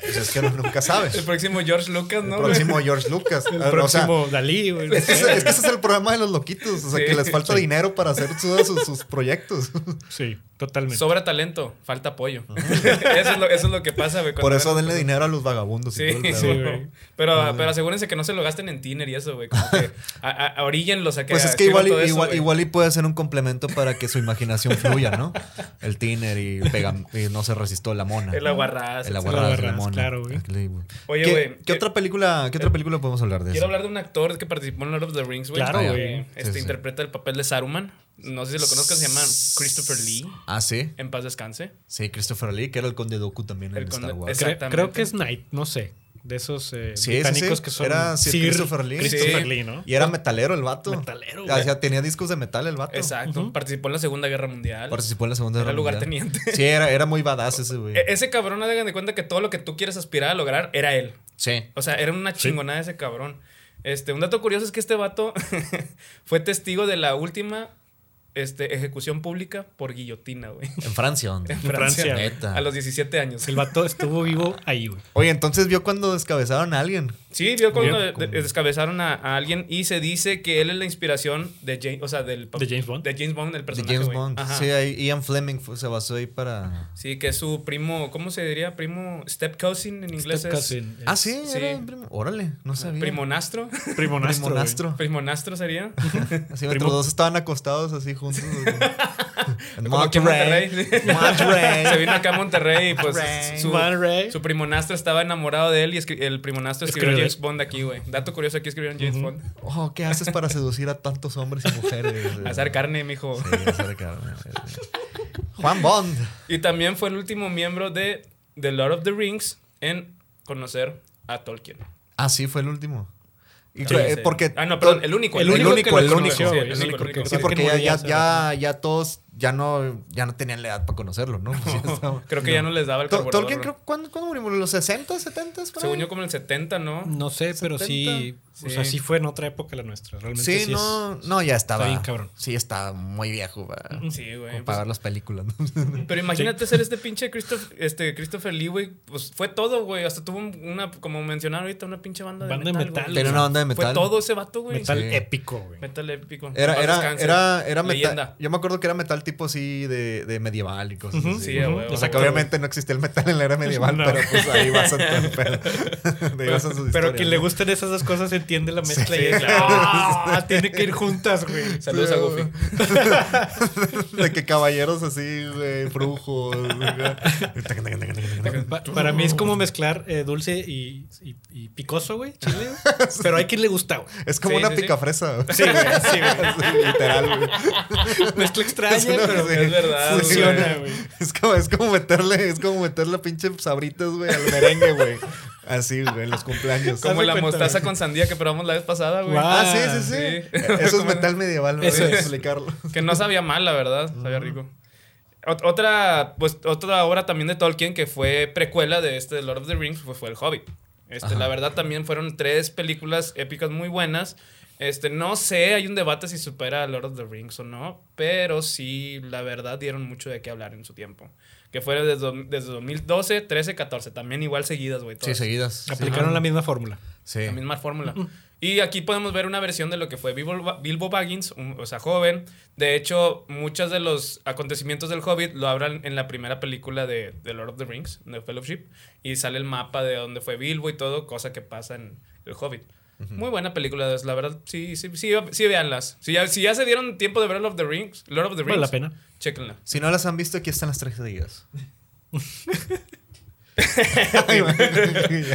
Speaker 3: Pues es que uno nunca sabes.
Speaker 4: El próximo George Lucas,
Speaker 3: El
Speaker 4: ¿no? güey?
Speaker 3: próximo George Lucas.
Speaker 5: El
Speaker 3: Ah, O sea,
Speaker 5: próximo Dalí, güey.
Speaker 3: es que, ese, es que ese es el programa de los loquitos. O sea,
Speaker 4: Sí.
Speaker 3: que les falta dinero para hacer todos sus, sus proyectos.
Speaker 5: Sí, totalmente.
Speaker 4: Sobra talento, falta apoyo. eso, es lo, eso es lo que pasa, güey.
Speaker 3: Por
Speaker 4: cuando
Speaker 3: eso
Speaker 4: ven-
Speaker 3: denle dinero a los vagabundos. y
Speaker 4: Sí,
Speaker 3: todo el pedo.
Speaker 4: sí,
Speaker 5: güey.
Speaker 4: güey. Pero, pero asegúrense que no se lo gasten en Tiner y eso, güey. Como que a, a, a oríllenlos a que
Speaker 3: Pues es que igual,
Speaker 4: escriban
Speaker 3: y-
Speaker 4: todo eso,
Speaker 3: igual,
Speaker 4: güey.
Speaker 3: igual y puede ser un complemento para que su imaginación fluya, ¿no? El tiner y, pega- y no se resistió la mona.
Speaker 4: El
Speaker 3: ¿no?
Speaker 4: aguarrás,
Speaker 3: El
Speaker 4: etcétera.
Speaker 3: aguarrás,
Speaker 5: El
Speaker 3: la
Speaker 5: aguarrás,
Speaker 3: mona.
Speaker 5: claro, güey.
Speaker 4: Oye,
Speaker 3: ¿Qué,
Speaker 4: güey,
Speaker 3: ¿qué,
Speaker 4: que-
Speaker 3: otra película, ¿Qué otra película podemos hablar de eso?
Speaker 4: Quiero hablar de un actor que participó en Lord of the Rings, güey.
Speaker 5: Claro,
Speaker 4: que,
Speaker 5: güey.
Speaker 4: Este
Speaker 3: Sí, sí.
Speaker 4: interpreta el papel de Saruman. No sé si lo conozcan, se llama Christopher Lee.
Speaker 3: Ah, sí.
Speaker 4: En paz descanse.
Speaker 3: Sí, Christopher Lee, que era el conde Doku también
Speaker 4: El
Speaker 3: en
Speaker 4: conde-
Speaker 3: Star Wars.
Speaker 4: es-
Speaker 5: Cre-
Speaker 4: Exactamente.
Speaker 5: creo que es Knight, no sé. De esos eh,
Speaker 3: Sí, sí,
Speaker 5: británicos
Speaker 3: sí.
Speaker 5: que son.
Speaker 3: Era Sir Christopher Lee.
Speaker 5: Christopher
Speaker 4: Sí.
Speaker 5: Lee, ¿no?
Speaker 3: Y era metalero el vato.
Speaker 5: Metalero,
Speaker 3: O
Speaker 5: güey.
Speaker 3: sea, tenía discos de metal el vato.
Speaker 4: Exacto.
Speaker 5: Ujú.
Speaker 4: Participó en la Segunda Guerra Mundial.
Speaker 3: Participó en la Segunda
Speaker 4: Era
Speaker 3: Guerra Mundial.
Speaker 4: lugarteniente.
Speaker 3: Sí, era, era muy badass ese, güey.
Speaker 4: E- ese cabrón, hagan de cuenta que todo lo que tú quieres aspirar a lograr era él.
Speaker 3: Sí.
Speaker 4: O sea, era una chingonada ese cabrón. Este, un dato curioso es que este vato fue testigo de la última este, ejecución pública por guillotina, güey.
Speaker 3: En Francia, ¿dónde?
Speaker 4: En
Speaker 5: Francia,
Speaker 4: Francia.
Speaker 3: neta.
Speaker 4: A los 17 años.
Speaker 5: El vato estuvo vivo ahí, güey.
Speaker 3: Oye, entonces vio cuando descabezaron a alguien.
Speaker 4: Sí, vio cuando
Speaker 5: Bien.
Speaker 4: de- de- descabezaron a, a alguien y se dice que él es la inspiración de James, o sea, del pap-
Speaker 5: ¿De James Bond?
Speaker 4: De James Bond, el
Speaker 3: De
Speaker 4: personaje.
Speaker 3: James
Speaker 4: güey.
Speaker 3: Bond.
Speaker 4: Ajá.
Speaker 3: Sí,
Speaker 4: Sí.
Speaker 3: ahí Ian Fleming fue- se basó ahí para.
Speaker 4: que es su primo, ¿cómo se diría? Primo step cousin en inglés
Speaker 5: Step
Speaker 4: es
Speaker 5: Cousin, eh,
Speaker 3: Ah, sí,
Speaker 4: Sí.
Speaker 3: era primo. Órale, no sabía.
Speaker 4: primonastro.
Speaker 5: Primonastro. güey.
Speaker 3: Primonastro.
Speaker 4: primonastro sería.
Speaker 3: Así
Speaker 5: Primo-
Speaker 3: los dos estaban acostados así juntos. güey. en
Speaker 4: Como aquí en
Speaker 3: Monterrey.
Speaker 4: Monterrey.
Speaker 3: Monterrey.
Speaker 4: Se vino acá a Monterrey y pues
Speaker 3: Monterrey.
Speaker 4: su,
Speaker 5: Monterrey.
Speaker 4: su primonastro estaba enamorado de él y escri- el primonastro escribió
Speaker 5: Escribió.
Speaker 4: James Bond aquí, güey. Dato curioso, aquí escribieron James Bond.
Speaker 3: Oh, ¿qué haces para seducir a tantos hombres y mujeres? güey?
Speaker 4: Azar carne, mijo.
Speaker 3: Sí, hacer carne, güey. Juan Bond.
Speaker 4: Y también fue el último miembro de The Lord of the Rings en conocer a Tolkien.
Speaker 3: Ah, sí, fue el último. Y
Speaker 4: Sí,
Speaker 3: fue- eh,
Speaker 4: sí.
Speaker 3: porque
Speaker 4: Ah, no, perdón, el único.
Speaker 5: El único,
Speaker 4: que lo
Speaker 3: el único,
Speaker 4: conoció,
Speaker 5: sí,
Speaker 4: güey,
Speaker 5: el único que-
Speaker 3: Sí,
Speaker 5: Creo
Speaker 3: porque ya,
Speaker 5: murió
Speaker 3: ya,
Speaker 5: hace
Speaker 3: ya, ya todos ya no, ya no tenían la edad para conocerlo, ¿no? Pues ya estaba-
Speaker 4: Creo que ya no les daba el
Speaker 3: To-
Speaker 4: carburador.
Speaker 3: Tolkien, creo, ¿cuándo, ¿cuándo murió? ¿Los 60, 70? por ahí?
Speaker 4: Según yo, como en el 70, ¿no?
Speaker 5: No sé, pero sí, O sea,
Speaker 4: 70.
Speaker 5: sí fue en otra época la nuestra. Realmente sí,
Speaker 3: Sí,
Speaker 5: es-
Speaker 3: no, no, ya estaba.
Speaker 5: bien cabrón.
Speaker 3: Sí, estaba muy viejo para,
Speaker 4: Sí, güey,
Speaker 3: como
Speaker 4: pues-
Speaker 3: para ver las películas. ¿no?
Speaker 4: Pero imagínate ser este pinche Christopher, este Christopher Lee, güey. Pues fue todo, güey. Hasta tuvo un- una, como mencionaron ahorita, una pinche banda de
Speaker 5: Banda de
Speaker 4: metal.
Speaker 5: metal,
Speaker 4: güey.
Speaker 5: güey.
Speaker 3: Tenía una banda de
Speaker 4: Fue
Speaker 3: metal.
Speaker 4: todo ese vato, güey.
Speaker 5: Metal
Speaker 3: Sí.
Speaker 5: épico, güey.
Speaker 4: Metal épico.
Speaker 3: Era,
Speaker 4: Paz
Speaker 3: era,
Speaker 4: descanse.
Speaker 3: era, era metal.
Speaker 4: Leyenda.
Speaker 3: Yo me acuerdo que era metal tipo así de, de medieval y cosas
Speaker 5: Ujú,
Speaker 3: así.
Speaker 4: sí, a huevo.
Speaker 3: O sea, que
Speaker 5: Exacto,
Speaker 3: obviamente no existía el metal en la era medieval,
Speaker 5: No.
Speaker 3: pero pues ahí vas a todo el pedo. De ahí
Speaker 5: Pero,
Speaker 3: vas a sus
Speaker 5: pero
Speaker 3: historias,
Speaker 5: quien le
Speaker 3: ¿no?
Speaker 5: gusten esas dos cosas entiende la mezcla y
Speaker 4: Sí.
Speaker 5: es, ¡Ah! tiene que ir juntas, güey.
Speaker 4: Saludos a Goofy.
Speaker 3: De que caballeros así, güey, brujos.
Speaker 5: Pa- para mí es como mezclar eh, dulce y, y- y picoso, güey, chile. güey. Pero hay quien le gusta, güey.
Speaker 3: Es como
Speaker 4: Sí,
Speaker 3: una
Speaker 4: sí, sí.
Speaker 3: picafresa. güey.
Speaker 5: Sí, güey, sí, güey.
Speaker 3: Sí, Literal, güey.
Speaker 5: Mezcla extraña,
Speaker 3: Es una-
Speaker 5: pero
Speaker 3: sí.
Speaker 4: es verdad, güey.
Speaker 5: funciona, güey.
Speaker 3: Es como, es como meterle, es como meterle pinche sabritas, güey, al merengue, güey. Así, güey, en los cumpleaños.
Speaker 4: Como
Speaker 5: Haz de
Speaker 4: la
Speaker 5: cuenta,
Speaker 4: mostaza
Speaker 5: güey.
Speaker 4: con sandía que probamos la vez pasada, güey.
Speaker 5: Guau.
Speaker 3: Ah, sí, sí, sí.
Speaker 4: sí.
Speaker 3: Eso es metal medieval, güey.
Speaker 5: Eso
Speaker 3: Eso
Speaker 5: es.
Speaker 3: explicarlo. Ah.
Speaker 4: Que no sabía mal, la verdad. Sabía rico. Ot- Otra, pues, otra obra también de Tolkien que fue precuela de este Lord of the Rings fue, fue El Hobbit. Este,
Speaker 3: Ajá.
Speaker 4: la verdad también fueron tres películas épicas muy buenas. Este, no sé, hay un debate si supera a Lord of the Rings o no, pero sí, la verdad dieron mucho de qué hablar en su tiempo. Que fueron desde, do- desde 2012, 13, 14, también igual seguidas, güey.
Speaker 3: Sí,
Speaker 4: todas.
Speaker 3: seguidas. Sí.
Speaker 5: Aplicaron la misma fórmula.
Speaker 3: Sí.
Speaker 4: La misma fórmula. Y aquí podemos ver una versión de lo que fue Bilbo, Ba- Bilbo Baggins, un- o sea, joven. De hecho, muchos de los acontecimientos del Hobbit lo hablan en la primera película de, de Lord of the Rings, The Fellowship. Y sale el mapa de dónde fue Bilbo y todo, cosa que pasa en el Hobbit. Muy buena película, es la verdad, sí, sí, sí, sí, véanlas. Si ya, si ya se dieron tiempo de ver Lord of the Rings, Lord of the Rings,
Speaker 5: Vale la pena.
Speaker 4: chéquenla.
Speaker 3: Si no las han visto, aquí están las tres seguidas.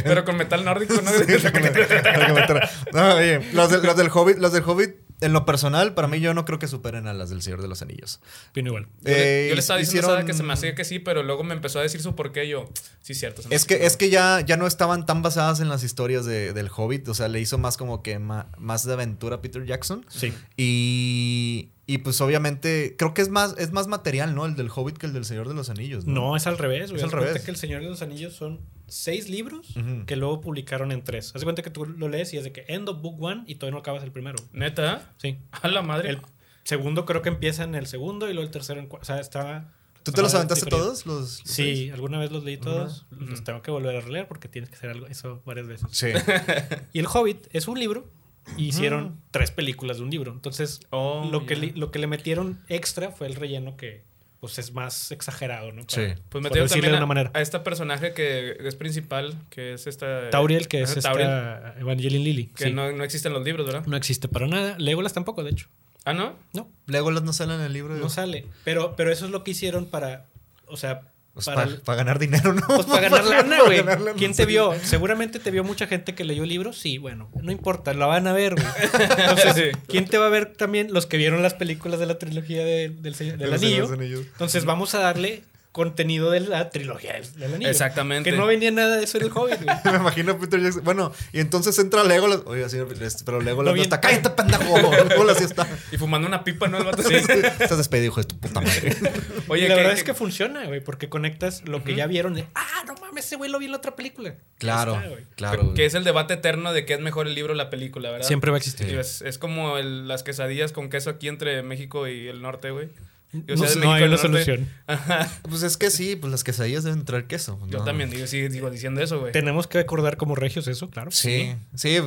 Speaker 4: Pero con metal nórdico, ¿no?
Speaker 3: Sí, la que me- la que me tra- No, oye, las, del, las del Hobbit, las del Hobbit, en lo personal, para mí yo no creo que superen a las del Señor de los Anillos.
Speaker 5: Opino igual.
Speaker 4: Yo le,
Speaker 3: Eh,
Speaker 4: yo le estaba diciendo
Speaker 3: hicieron-
Speaker 4: a Sara que se me hacía que sí, pero luego me empezó a decir su por qué yo. Sí, cierto. se me
Speaker 3: Es
Speaker 4: hace
Speaker 3: que, es que ya, ya no estaban tan basadas en las historias de- del Hobbit, o sea, le hizo más como que ma- más de aventura a Peter Jackson.
Speaker 5: Sí.
Speaker 3: Y, y pues obviamente, creo que es más, es más material, ¿no? El del Hobbit que el del Señor de los Anillos, ¿no?
Speaker 5: No, es al revés,
Speaker 3: Es
Speaker 5: güey.
Speaker 3: al
Speaker 5: Haz de cuenta
Speaker 3: revés.
Speaker 5: que El Señor de los Anillos son seis libros
Speaker 3: Ujú.
Speaker 5: que luego publicaron en tres. Haz de cuenta que tú lo lees y es de que end of book one y todavía no acabas el primero. güey.
Speaker 4: Neta, ¿eh?
Speaker 5: Sí.
Speaker 4: a la madre.
Speaker 5: El segundo creo que empieza en el segundo y luego el tercero en cua- O sea, estaba...
Speaker 3: ¿Tú te los
Speaker 5: estaba
Speaker 3: aventaste
Speaker 5: diferido.
Speaker 3: todos? Los, los
Speaker 5: Sí, alguna vez los leí todos.
Speaker 4: Ujú.
Speaker 5: Los tengo que volver a releer porque tienes que hacer algo eso varias veces.
Speaker 3: seis? Sí.
Speaker 5: Y El Hobbit es un libro. y hicieron tres películas de un libro. Entonces,
Speaker 4: Ah. Oh,
Speaker 5: lo, que
Speaker 4: ya.
Speaker 5: li- lo que le metieron extra fue el relleno que pues es más exagerado, ¿no? Para-
Speaker 3: Sí.
Speaker 4: pues
Speaker 5: por
Speaker 4: metieron
Speaker 5: decirle
Speaker 4: también
Speaker 5: de
Speaker 4: a,
Speaker 5: una manera.
Speaker 4: a este personaje que es principal, que es esta... eh,
Speaker 5: Tauriel, que
Speaker 4: Ajá,
Speaker 5: es
Speaker 4: Tauriel,
Speaker 5: esta Evangeline Lilly.
Speaker 4: que
Speaker 5: sí. no,
Speaker 4: no, no existe en los libros, ¿verdad?
Speaker 5: existe para nada. Legolas tampoco, de hecho.
Speaker 4: Ah, ¿no?
Speaker 5: No,
Speaker 3: Legolas no sale en el libro.
Speaker 5: no
Speaker 3: yo-
Speaker 5: sale. Pero, pero eso es lo que hicieron para. O sea,
Speaker 3: Pues,
Speaker 5: para,
Speaker 3: para, para ganar dinero, ¿no?
Speaker 5: pues, para ganar lana,
Speaker 3: para
Speaker 5: güey.
Speaker 3: ganar lana,
Speaker 5: ¿Quién
Speaker 3: sí.
Speaker 5: te vio? Seguramente te vio mucha gente que leyó libros. Sí, bueno, no importa, la van a ver, güey. Entonces,
Speaker 4: Sí.
Speaker 5: ¿quién te va a ver también? Los que vieron las películas de la trilogía de- del, Señor-
Speaker 3: De
Speaker 5: del
Speaker 3: los
Speaker 5: Anillo.
Speaker 3: Anillos.
Speaker 5: Entonces, vamos a darle contenido de la trilogía del, del Anillo.
Speaker 4: Exactamente.
Speaker 5: Que no venía nada de eso en el Hobbit, güey.
Speaker 3: Me imagino a Peter Jackson. Bueno, y entonces entra Legolas. Oiga, señor, este, pero Legolas
Speaker 5: No,
Speaker 3: no,
Speaker 5: bien.
Speaker 3: está. ¡Cállate, pendejo! Legolas sí está.
Speaker 4: Y fumando una pipa, ¿no? El vato sí.
Speaker 3: Estás despedido, hijo de tu puta madre.
Speaker 4: Oye,
Speaker 5: Y la
Speaker 4: que-
Speaker 5: verdad
Speaker 4: que-
Speaker 5: es que funciona, güey, porque conectas lo que ya vieron de, ah, no mames, ese güey lo vi en la otra película.
Speaker 3: Claro,
Speaker 5: Ahí está, güey.
Speaker 3: claro.
Speaker 4: que
Speaker 3: güey.
Speaker 4: es el debate eterno de qué es mejor el libro o la película, ¿verdad?
Speaker 5: Siempre va a
Speaker 4: Sí,
Speaker 5: existir.
Speaker 4: Es, es como el- las quesadillas con queso aquí entre México y el norte, güey. Y, o
Speaker 5: No,
Speaker 4: sea, de
Speaker 5: no
Speaker 4: México
Speaker 5: hay
Speaker 4: al
Speaker 5: una
Speaker 4: norte.
Speaker 5: solución.
Speaker 4: Ajá.
Speaker 3: Pues es que sí, pues las quesadillas deben traer queso. pues,
Speaker 4: Yo
Speaker 3: ¿no?
Speaker 4: también digo, sí, digo diciendo eso, güey.
Speaker 5: Tenemos que acordar como regios eso, claro.
Speaker 3: Sí, sí,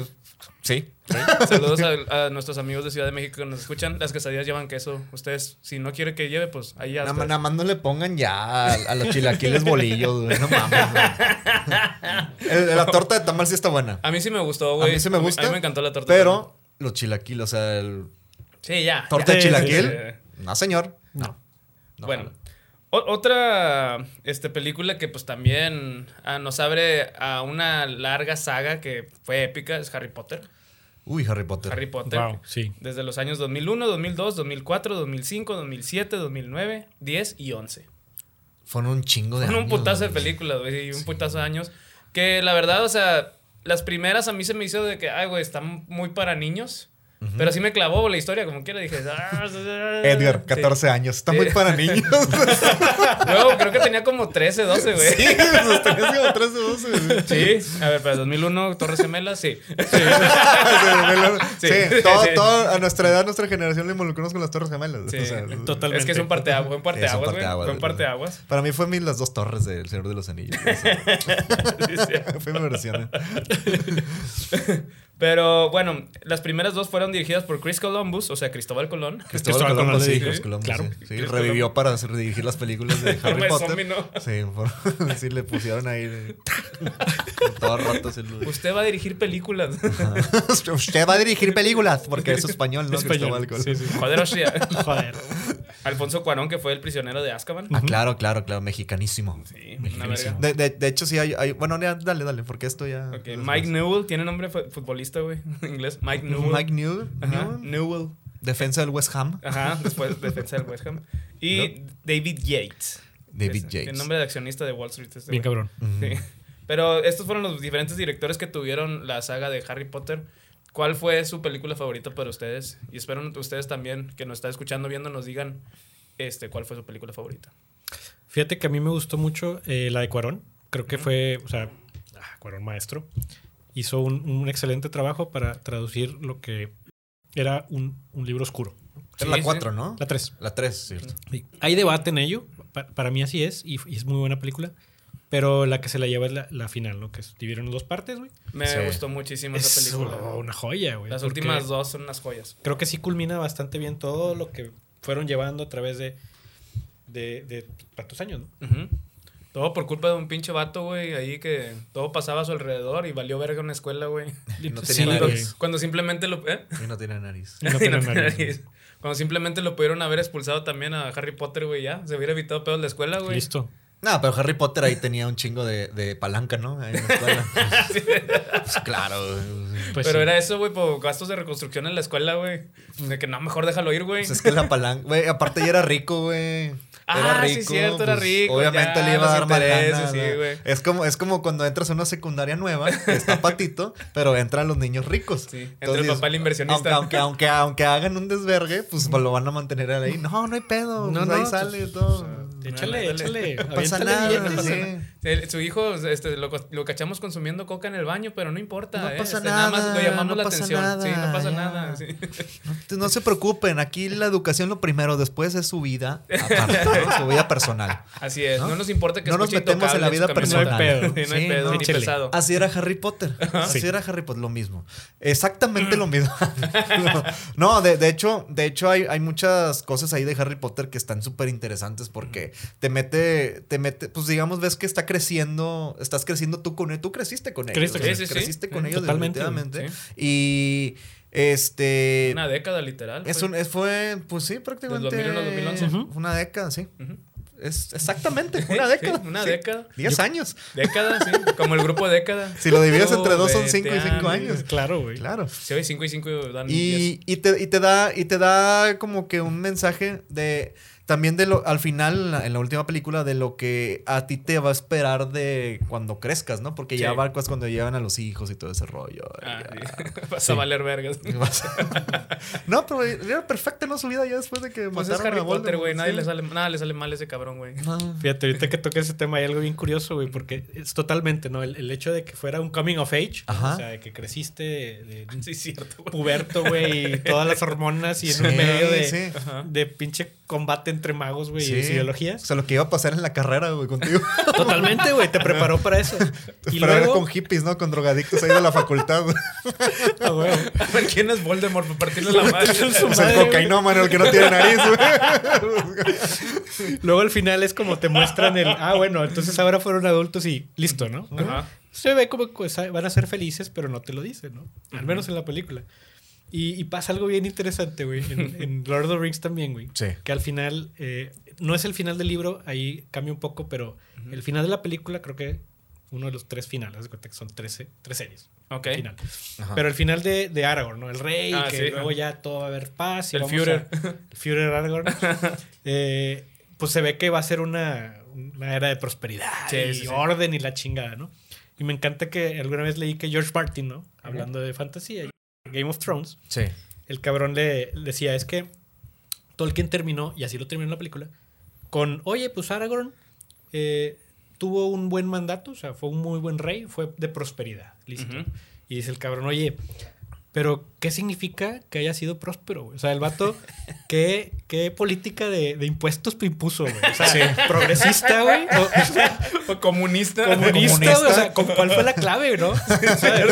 Speaker 3: sí.
Speaker 4: Saludos a, a nuestros amigos de Ciudad de México que nos escuchan. Las quesadillas llevan queso. Ustedes, si no quiere que lleve, pues ahí ya.
Speaker 3: Nada,
Speaker 4: está.
Speaker 3: más- nada más no le pongan ya a, a los chilaquiles bolillos, güey. No mames. güey. El- la torta de tamal sí está buena.
Speaker 4: A mí sí me gustó,
Speaker 3: A
Speaker 4: Ah, güey.
Speaker 3: mí sí me gusta.
Speaker 4: A mí me encantó la torta.
Speaker 3: Pero los chilaquiles, o sea, el
Speaker 4: Sí, ya.
Speaker 3: torta de
Speaker 5: Sí, sí,
Speaker 3: chilaquil.
Speaker 4: sí.
Speaker 3: No, señor. No.
Speaker 4: ya. Bueno. O- otra este, película que pues también ah, nos abre a una larga saga que fue épica es Harry Potter.
Speaker 3: Uy, Harry Potter.
Speaker 4: Harry Potter.
Speaker 5: Wow, sí.
Speaker 4: Desde los años 2001, 2002, 2004, 2005, 2007, 2009, 10 y 11.
Speaker 3: Fueron un chingo de
Speaker 4: Son un
Speaker 3: años,
Speaker 4: putazo de
Speaker 3: güey.
Speaker 4: películas, güey, y un putazo de años. Que la verdad, o sea, las primeras a mí se me hizo de que, ay, güey, están muy para niños. Pero sí me clavó la historia, como quiera. Dije, "Ah, ah, ah".
Speaker 3: Edgar,
Speaker 4: Sí.
Speaker 3: 14 años. Está muy
Speaker 4: Sí.
Speaker 3: para niños.
Speaker 4: No, creo que tenía como 13, 12, güey.
Speaker 3: sí, los tenías como 13, 12, güey.
Speaker 4: Sí. A ver, para 2001, Torres Gemelas, sí.
Speaker 3: Sí,
Speaker 4: Sí.
Speaker 3: todo,
Speaker 4: Sí.
Speaker 3: todo a nuestra edad, nuestra generación le involucramos con las Torres Gemelas.
Speaker 4: Sí. eh,
Speaker 3: O sea,
Speaker 5: Totalmente.
Speaker 4: Es que es un parteaguas, fue un
Speaker 3: Sí, es un
Speaker 4: parteaguas, güey.
Speaker 3: parteaguas,
Speaker 4: Fue un
Speaker 3: güey.
Speaker 4: parteaguas.
Speaker 3: eh, Para mí fue mi las dos torres del Señor de los Anillos. o sea,
Speaker 4: Sí, sí.
Speaker 3: fue mi versión. eh.
Speaker 4: Pero bueno, las primeras dos fueron dirigidas por Chris Columbus, o sea, Cristóbal Colón.
Speaker 3: Cristóbal Colón, sí,
Speaker 5: sí,
Speaker 3: Chris Columbus,
Speaker 5: claro.
Speaker 3: sí, sí,
Speaker 4: Chris
Speaker 3: revivió para hacer- dirigir las películas de Harry
Speaker 4: de
Speaker 3: Potter.
Speaker 4: zombie, ¿no?
Speaker 3: Sí, por- sí, le pusieron ahí de- con todo rato se lo-
Speaker 4: Usted va a dirigir películas.
Speaker 3: Ajá. Usted va a dirigir películas porque es español, ¿no?
Speaker 5: Español.
Speaker 3: Cristóbal Colón.
Speaker 5: Sí, sí.
Speaker 4: Joder, hostia.
Speaker 5: Joder.
Speaker 4: ¿eh? Alfonso Cuarón, que fue el prisionero de Azkaban.
Speaker 3: Ah, claro, claro, claro, mexicanísimo.
Speaker 4: Sí, una verga.
Speaker 3: De, de- de hecho, sí hay, hay- Bueno, ya, dale, dale, porque esto ya.
Speaker 4: Ok, Mike Newell, tiene nombre fu- futbolista, güey, inglés. Mike Newell.
Speaker 3: pues, Mike Newell.
Speaker 4: Ajá,
Speaker 3: Newell,
Speaker 4: Newell. Ah,
Speaker 3: Defensa del West Ham.
Speaker 4: Ajá, después defensa del West Ham. Y David Yates.
Speaker 3: David
Speaker 4: Ese,
Speaker 3: Yates.
Speaker 4: El nombre de accionista de Wall Street. este güey.
Speaker 5: Bien cabrón.
Speaker 3: Ujú.
Speaker 4: Sí. Pero estos fueron los diferentes directores que tuvieron la saga de Harry Potter. ¿Cuál fue su película favorita para ustedes? Y espero ustedes también que nos está escuchando, viendo, nos digan este, cuál fue su película favorita.
Speaker 5: Fíjate que a mí me gustó mucho eh, la de Cuarón. Creo que fue, o sea, ah, Cuarón maestro. Hizo un, un excelente trabajo para traducir lo que era un, un libro oscuro.
Speaker 3: Es
Speaker 4: Sí,
Speaker 3: la
Speaker 4: sí.
Speaker 3: 4, ¿no?
Speaker 5: La 3.
Speaker 3: La 3, cierto.
Speaker 5: Hay debate en ello. Pa- Para, mí así es. Y, y es muy buena película. Pero la que se la lleva es la, la final, ¿no? Que estuvieron en dos partes, güey.
Speaker 4: Me
Speaker 3: Sí.
Speaker 4: gustó muchísimo esa
Speaker 5: Es
Speaker 4: película.
Speaker 5: una joya, güey.
Speaker 4: Las
Speaker 5: porque-
Speaker 4: últimas dos son unas joyas.
Speaker 5: creo que sí culmina bastante bien todo lo que fueron llevando a través de, de, de tantos años, ¿no?
Speaker 4: Ujú. Todo por culpa de un pinche vato, güey, ahí que todo pasaba a su alrededor y valió verga una escuela, güey.
Speaker 3: Y no
Speaker 5: Sí,
Speaker 3: tenía
Speaker 5: güey.
Speaker 3: nariz.
Speaker 4: Cuando simplemente lo... ¿eh?
Speaker 3: Y no tenía nariz.
Speaker 5: Y no
Speaker 4: Y
Speaker 5: tiene
Speaker 4: no tenía
Speaker 5: nariz,
Speaker 4: nariz. Cuando simplemente lo pudieron haber expulsado también a Harry Potter, güey, ya. Se hubiera evitado pedos la escuela,
Speaker 5: ¿no?
Speaker 4: güey.
Speaker 5: Listo.
Speaker 3: No, pero Harry Potter ahí tenía un chingo de, de palanca, ¿no? Ahí en la escuela.
Speaker 4: Sí.
Speaker 3: pues claro.
Speaker 5: Pues
Speaker 4: Pero
Speaker 5: sí.
Speaker 4: era eso, güey, por gastos de reconstrucción en la escuela, güey. De que no, mejor déjalo ir, güey.
Speaker 3: Pues es que la palanca. Güey, aparte ya era rico, güey.
Speaker 4: Ah, sí, cierto, era rico,
Speaker 3: Obviamente
Speaker 4: ya,
Speaker 3: le iba a dar
Speaker 4: los
Speaker 3: más
Speaker 4: intereses,
Speaker 3: ganas,
Speaker 4: sí,
Speaker 3: ¿no?
Speaker 4: güey.
Speaker 3: es, como, es como cuando entras a una secundaria nueva, que está patito, pero entran los niños ricos.
Speaker 4: Sí, entra el papá el inversionista.
Speaker 3: Aunque, aunque, aunque, aunque hagan un desvergue, pues lo van a mantener ahí. No, no hay pedo.
Speaker 5: No,
Speaker 3: pues, ahí
Speaker 5: no,
Speaker 3: sale
Speaker 5: pues,
Speaker 3: todo.
Speaker 5: Échale,
Speaker 4: Ándale.
Speaker 5: échale.
Speaker 3: no pasa
Speaker 5: aviéntale
Speaker 3: nada.
Speaker 5: billetes. ¿eh?
Speaker 3: sí.
Speaker 4: El- su hijo este, lo, lo cachamos consumiendo coca en el baño, pero no importa.
Speaker 3: No
Speaker 4: eh,
Speaker 3: pasa
Speaker 4: este,
Speaker 3: nada,
Speaker 4: más lo llamamos
Speaker 3: no
Speaker 4: la
Speaker 3: pasa
Speaker 4: atención.
Speaker 3: nada,
Speaker 4: sí, no pasa
Speaker 3: ya.
Speaker 4: nada. sí.
Speaker 3: No, no se preocupen, aquí la educación lo primero, después es su vida, aparte, ¿no? su vida personal.
Speaker 4: Así es,
Speaker 3: ¿No?
Speaker 4: no, nos importa que
Speaker 3: No nos
Speaker 4: escuche
Speaker 3: metemos en la
Speaker 4: Intocable
Speaker 3: vida
Speaker 4: su camioneta.
Speaker 5: personal.
Speaker 4: Sí, no hay
Speaker 3: Sí, no.
Speaker 4: pedo, ni
Speaker 5: Échale.
Speaker 4: pesado.
Speaker 3: Así era Harry Potter. Así
Speaker 5: Sí.
Speaker 3: era Harry Potter, lo mismo. Exactamente lo mismo. no, de, de hecho, de hecho hay, hay muchas cosas ahí de Harry Potter que están súper interesantes porque te mete, te mete, pues digamos, ves que está creciendo, estás creciendo tú con él, tú creciste con ellos.
Speaker 5: Creciste
Speaker 3: o sea,
Speaker 4: con ellos. Sí, sí, sí.
Speaker 3: creciste con
Speaker 4: Mm,
Speaker 3: ellos
Speaker 5: totalmente,
Speaker 3: definitivamente.
Speaker 4: sí.
Speaker 3: Y este...
Speaker 4: Una década literal.
Speaker 3: Es
Speaker 4: fue.
Speaker 3: un, es- fue, pues sí, prácticamente.
Speaker 4: 2001 a 2011.
Speaker 5: Ujú.
Speaker 3: Una década, sí.
Speaker 4: Ujú.
Speaker 3: Es exactamente, una década.
Speaker 4: Sí, una
Speaker 3: sí.
Speaker 4: década.
Speaker 3: Diez años.
Speaker 4: Década, sí. Como el grupo década.
Speaker 3: Si lo divides entre dos, son
Speaker 4: Vete
Speaker 3: cinco y
Speaker 4: a
Speaker 3: cinco
Speaker 4: mí.
Speaker 3: años.
Speaker 5: Claro, güey.
Speaker 3: Claro.
Speaker 4: Sí, hoy 5 y 5 dan diez.
Speaker 3: Y, y te, y te da, y te da como que un mensaje de también de lo, al final, en la, en la última película, de lo que a ti te va a esperar de cuando crezcas, ¿no? Porque ya
Speaker 4: Sí.
Speaker 3: barcas cuando llevan a los hijos y todo ese rollo.
Speaker 4: Ah,
Speaker 3: ya.
Speaker 4: sí. Vas a valer vergas.
Speaker 3: Vas- no, pero era perfecta no su vida ya después de que
Speaker 4: Pues es
Speaker 3: mataron
Speaker 4: Harry
Speaker 3: a
Speaker 4: Potter, güey. Nadie le
Speaker 3: Voldemort.
Speaker 4: sale, nada le sale mal a ese cabrón, güey.
Speaker 3: Sí. No.
Speaker 5: Fíjate, ahorita que toca ese tema hay algo bien curioso, güey, porque es totalmente, ¿no? El, el hecho de que fuera un coming of age, ¿no?
Speaker 3: Ajá.
Speaker 5: o sea, de que creciste de, de
Speaker 4: Sí, es cierto, güey.
Speaker 5: puberto, güey, y todas las hormonas y en un
Speaker 3: Sí,
Speaker 5: medio de,
Speaker 3: sí.
Speaker 4: Ajá.
Speaker 5: de pinche combate entre magos, güey, y
Speaker 3: Sí.
Speaker 5: ideologías.
Speaker 3: O sea, lo que iba a pasar en la carrera, güey, contigo.
Speaker 5: Totalmente, güey, te preparó para eso. Y
Speaker 3: Pero era
Speaker 5: luego,
Speaker 3: con hippies, ¿no? Con drogadictos ahí de la facultad, güey.
Speaker 5: Ah, güey.
Speaker 4: A ver, ¿quién es Voldemort? Para partirle la madre.
Speaker 5: Su
Speaker 3: Pues el
Speaker 5: madre, güey.
Speaker 3: cocainómano, el que no tiene nariz, güey.
Speaker 5: Luego al final es como te muestran el, ah, bueno, entonces ahora fueron adultos y listo, ¿no?
Speaker 4: Ajá.
Speaker 5: Se ve como que sa- van a ser felices, pero no te lo dicen, ¿no? Al menos en la película. Y, y pasa algo bien interesante, güey, en, en Lord of the Rings también, güey.
Speaker 3: Sí.
Speaker 5: Que al final, eh, no es el final del libro, ahí cambia un poco, pero el final de la película creo que uno de los tres finales, haz de cuenta que son 13, tres series.
Speaker 4: Ok.
Speaker 5: Final.
Speaker 3: Ajá.
Speaker 5: Pero el final de, de Aragorn, ¿no? El rey,
Speaker 4: Ah,
Speaker 5: que
Speaker 4: sí.
Speaker 5: luego ya todo va a haber paz. y
Speaker 4: El
Speaker 5: vamos
Speaker 4: Führer.
Speaker 5: a- el Führer Aragorn. Eh, pues se ve que va a ser una, una era de prosperidad
Speaker 4: Sí,
Speaker 5: y
Speaker 4: sí, sí.
Speaker 5: orden y la chingada, ¿no? Y me encanta que alguna vez leí que George Martin, ¿no? Hablando de fantasía, Game of Thrones,
Speaker 3: Sí.
Speaker 5: el cabrón le le decía, es que Tolkien terminó, y así lo terminó en la película, con, oye, pues Aragorn eh, tuvo un buen mandato, o sea, fue un muy buen rey, fue de prosperidad, listo.
Speaker 4: Ujú.
Speaker 5: Y dice el cabrón, oye, pero ¿qué significa que haya sido próspero? güey? O sea, el vato, ¿qué, qué política de, de impuestos impuso? güey? O sea, progresista, güey. O, o sea,
Speaker 4: O comunista.
Speaker 5: comunista,
Speaker 3: comunista.
Speaker 5: güey. O sea, ¿con ¿cuál fue la clave, no? O sea,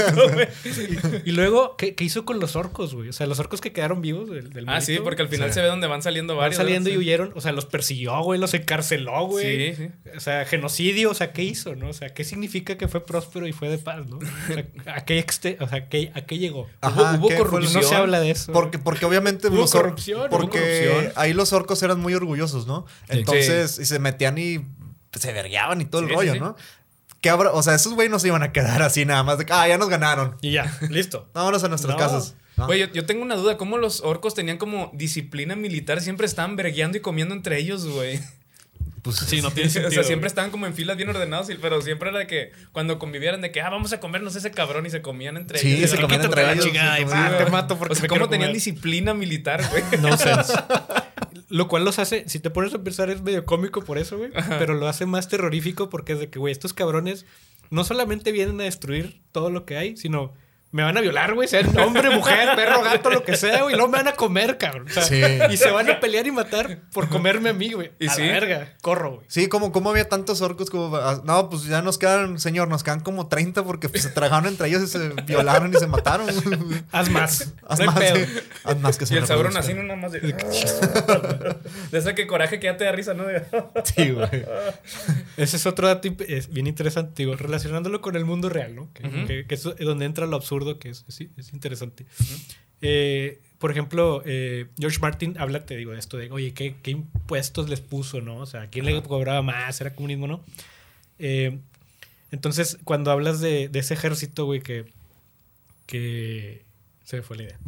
Speaker 5: y, y luego, ¿qué, qué hizo con los orcos, güey? O sea, los orcos que quedaron vivos del, del
Speaker 4: Ah, sí,
Speaker 5: monito,
Speaker 4: porque al final
Speaker 3: Sí.
Speaker 4: se ve donde van saliendo
Speaker 5: van
Speaker 4: varios.
Speaker 5: saliendo y
Speaker 4: ¿verdad?
Speaker 5: huyeron. O sea, los persiguió, güey, los encarceló, güey.
Speaker 4: Sí, sí.
Speaker 5: O sea, genocidio, o sea, ¿qué hizo, no? O sea, ¿qué significa que fue próspero y fue de paz, no? O sea, ¿a qué, exte- o sea, ¿a qué- a qué llegó?
Speaker 3: Ajá,
Speaker 5: hubo hubo
Speaker 3: ¿qué fue lo-
Speaker 5: corrupción. No se habla de eso.
Speaker 3: Porque, porque obviamente
Speaker 5: Hubo
Speaker 3: los or-
Speaker 5: corrupción, hubo
Speaker 3: porque
Speaker 5: corrupción.
Speaker 3: ahí los orcos eran muy orgullosos, ¿no?
Speaker 5: Sí.
Speaker 3: Entonces, y se metían y se vergueaban y todo
Speaker 4: Sí,
Speaker 3: el
Speaker 4: sí,
Speaker 3: rollo,
Speaker 4: sí.
Speaker 3: ¿no? Que habrá, o sea, esos güey no se iban a quedar así nada más de que, ah, ya nos ganaron.
Speaker 5: Y ya, listo.
Speaker 3: Vámonos a nuestras
Speaker 5: No.
Speaker 3: casas.
Speaker 5: Ah.
Speaker 3: ¿no?
Speaker 4: Güey, yo, yo tengo una duda. ¿Cómo los orcos tenían como disciplina militar? Siempre estaban vergueando y comiendo entre ellos, güey.
Speaker 3: pues,
Speaker 5: Sí, no tiene sentido.
Speaker 4: o sea, siempre estaban como en filas bien ordenados, y- pero siempre era de que cuando convivieran, de que, ah, vamos a comernos ese cabrón y se comían entre
Speaker 3: Sí,
Speaker 4: ellos.
Speaker 3: se
Speaker 4: Era
Speaker 3: comían
Speaker 4: que
Speaker 3: entre
Speaker 4: tocaba
Speaker 3: ellos,
Speaker 4: chingada,
Speaker 3: se
Speaker 4: y,
Speaker 3: comían.
Speaker 4: "Ah,
Speaker 5: te mato porque
Speaker 4: o sea,
Speaker 5: me
Speaker 4: ¿Cómo
Speaker 5: quiero
Speaker 4: tenían
Speaker 5: comer".
Speaker 4: disciplina militar, güey?
Speaker 5: No sense. Lo cual los hace, si te pones a pensar, es medio cómico por eso, güey. Pero lo hace más terrorífico porque es de que, güey, estos cabrones no solamente vienen a destruir todo lo que hay, sino me van a violar, güey. Sean hombre, mujer, perro, gato, lo que sea, güey. Luego me van a comer, cabrón. O sea,
Speaker 3: Sí.
Speaker 5: Y se van a pelear y matar por comerme a mí, güey.
Speaker 4: ¿Y
Speaker 5: a
Speaker 4: sí?
Speaker 5: la verga. Corro, güey.
Speaker 3: Sí, como, como había tantos orcos como... ah, No, pues ya nos quedan, señor, nos quedan como 30 porque pues, se tragaron entre ellos y se violaron y se mataron.
Speaker 5: Haz más.
Speaker 3: Haz
Speaker 5: no hay
Speaker 3: más,
Speaker 5: pedo.
Speaker 3: sí. Haz más que se
Speaker 4: Y el sabrón así,
Speaker 3: reproduzcan.
Speaker 4: no nada más de. de ese que coraje que ya te da risa, ¿no? De-
Speaker 5: Sí, güey. Ese es otro dato imp- es bien interesante, digo, relacionándolo con el mundo real, ¿no? Que,
Speaker 4: Ujú.
Speaker 5: que- que es donde entra lo absurdo, que es, es, es interesante. Eh, por ejemplo, eh, George Martin habla, te digo, de esto de, oye, ¿qué, qué impuestos les puso, no? O sea, ¿quién le cobraba más? ¿Era comunismo, no? Eh, entonces, cuando hablas de, de ese ejército, güey, que, que... Se me fue la idea.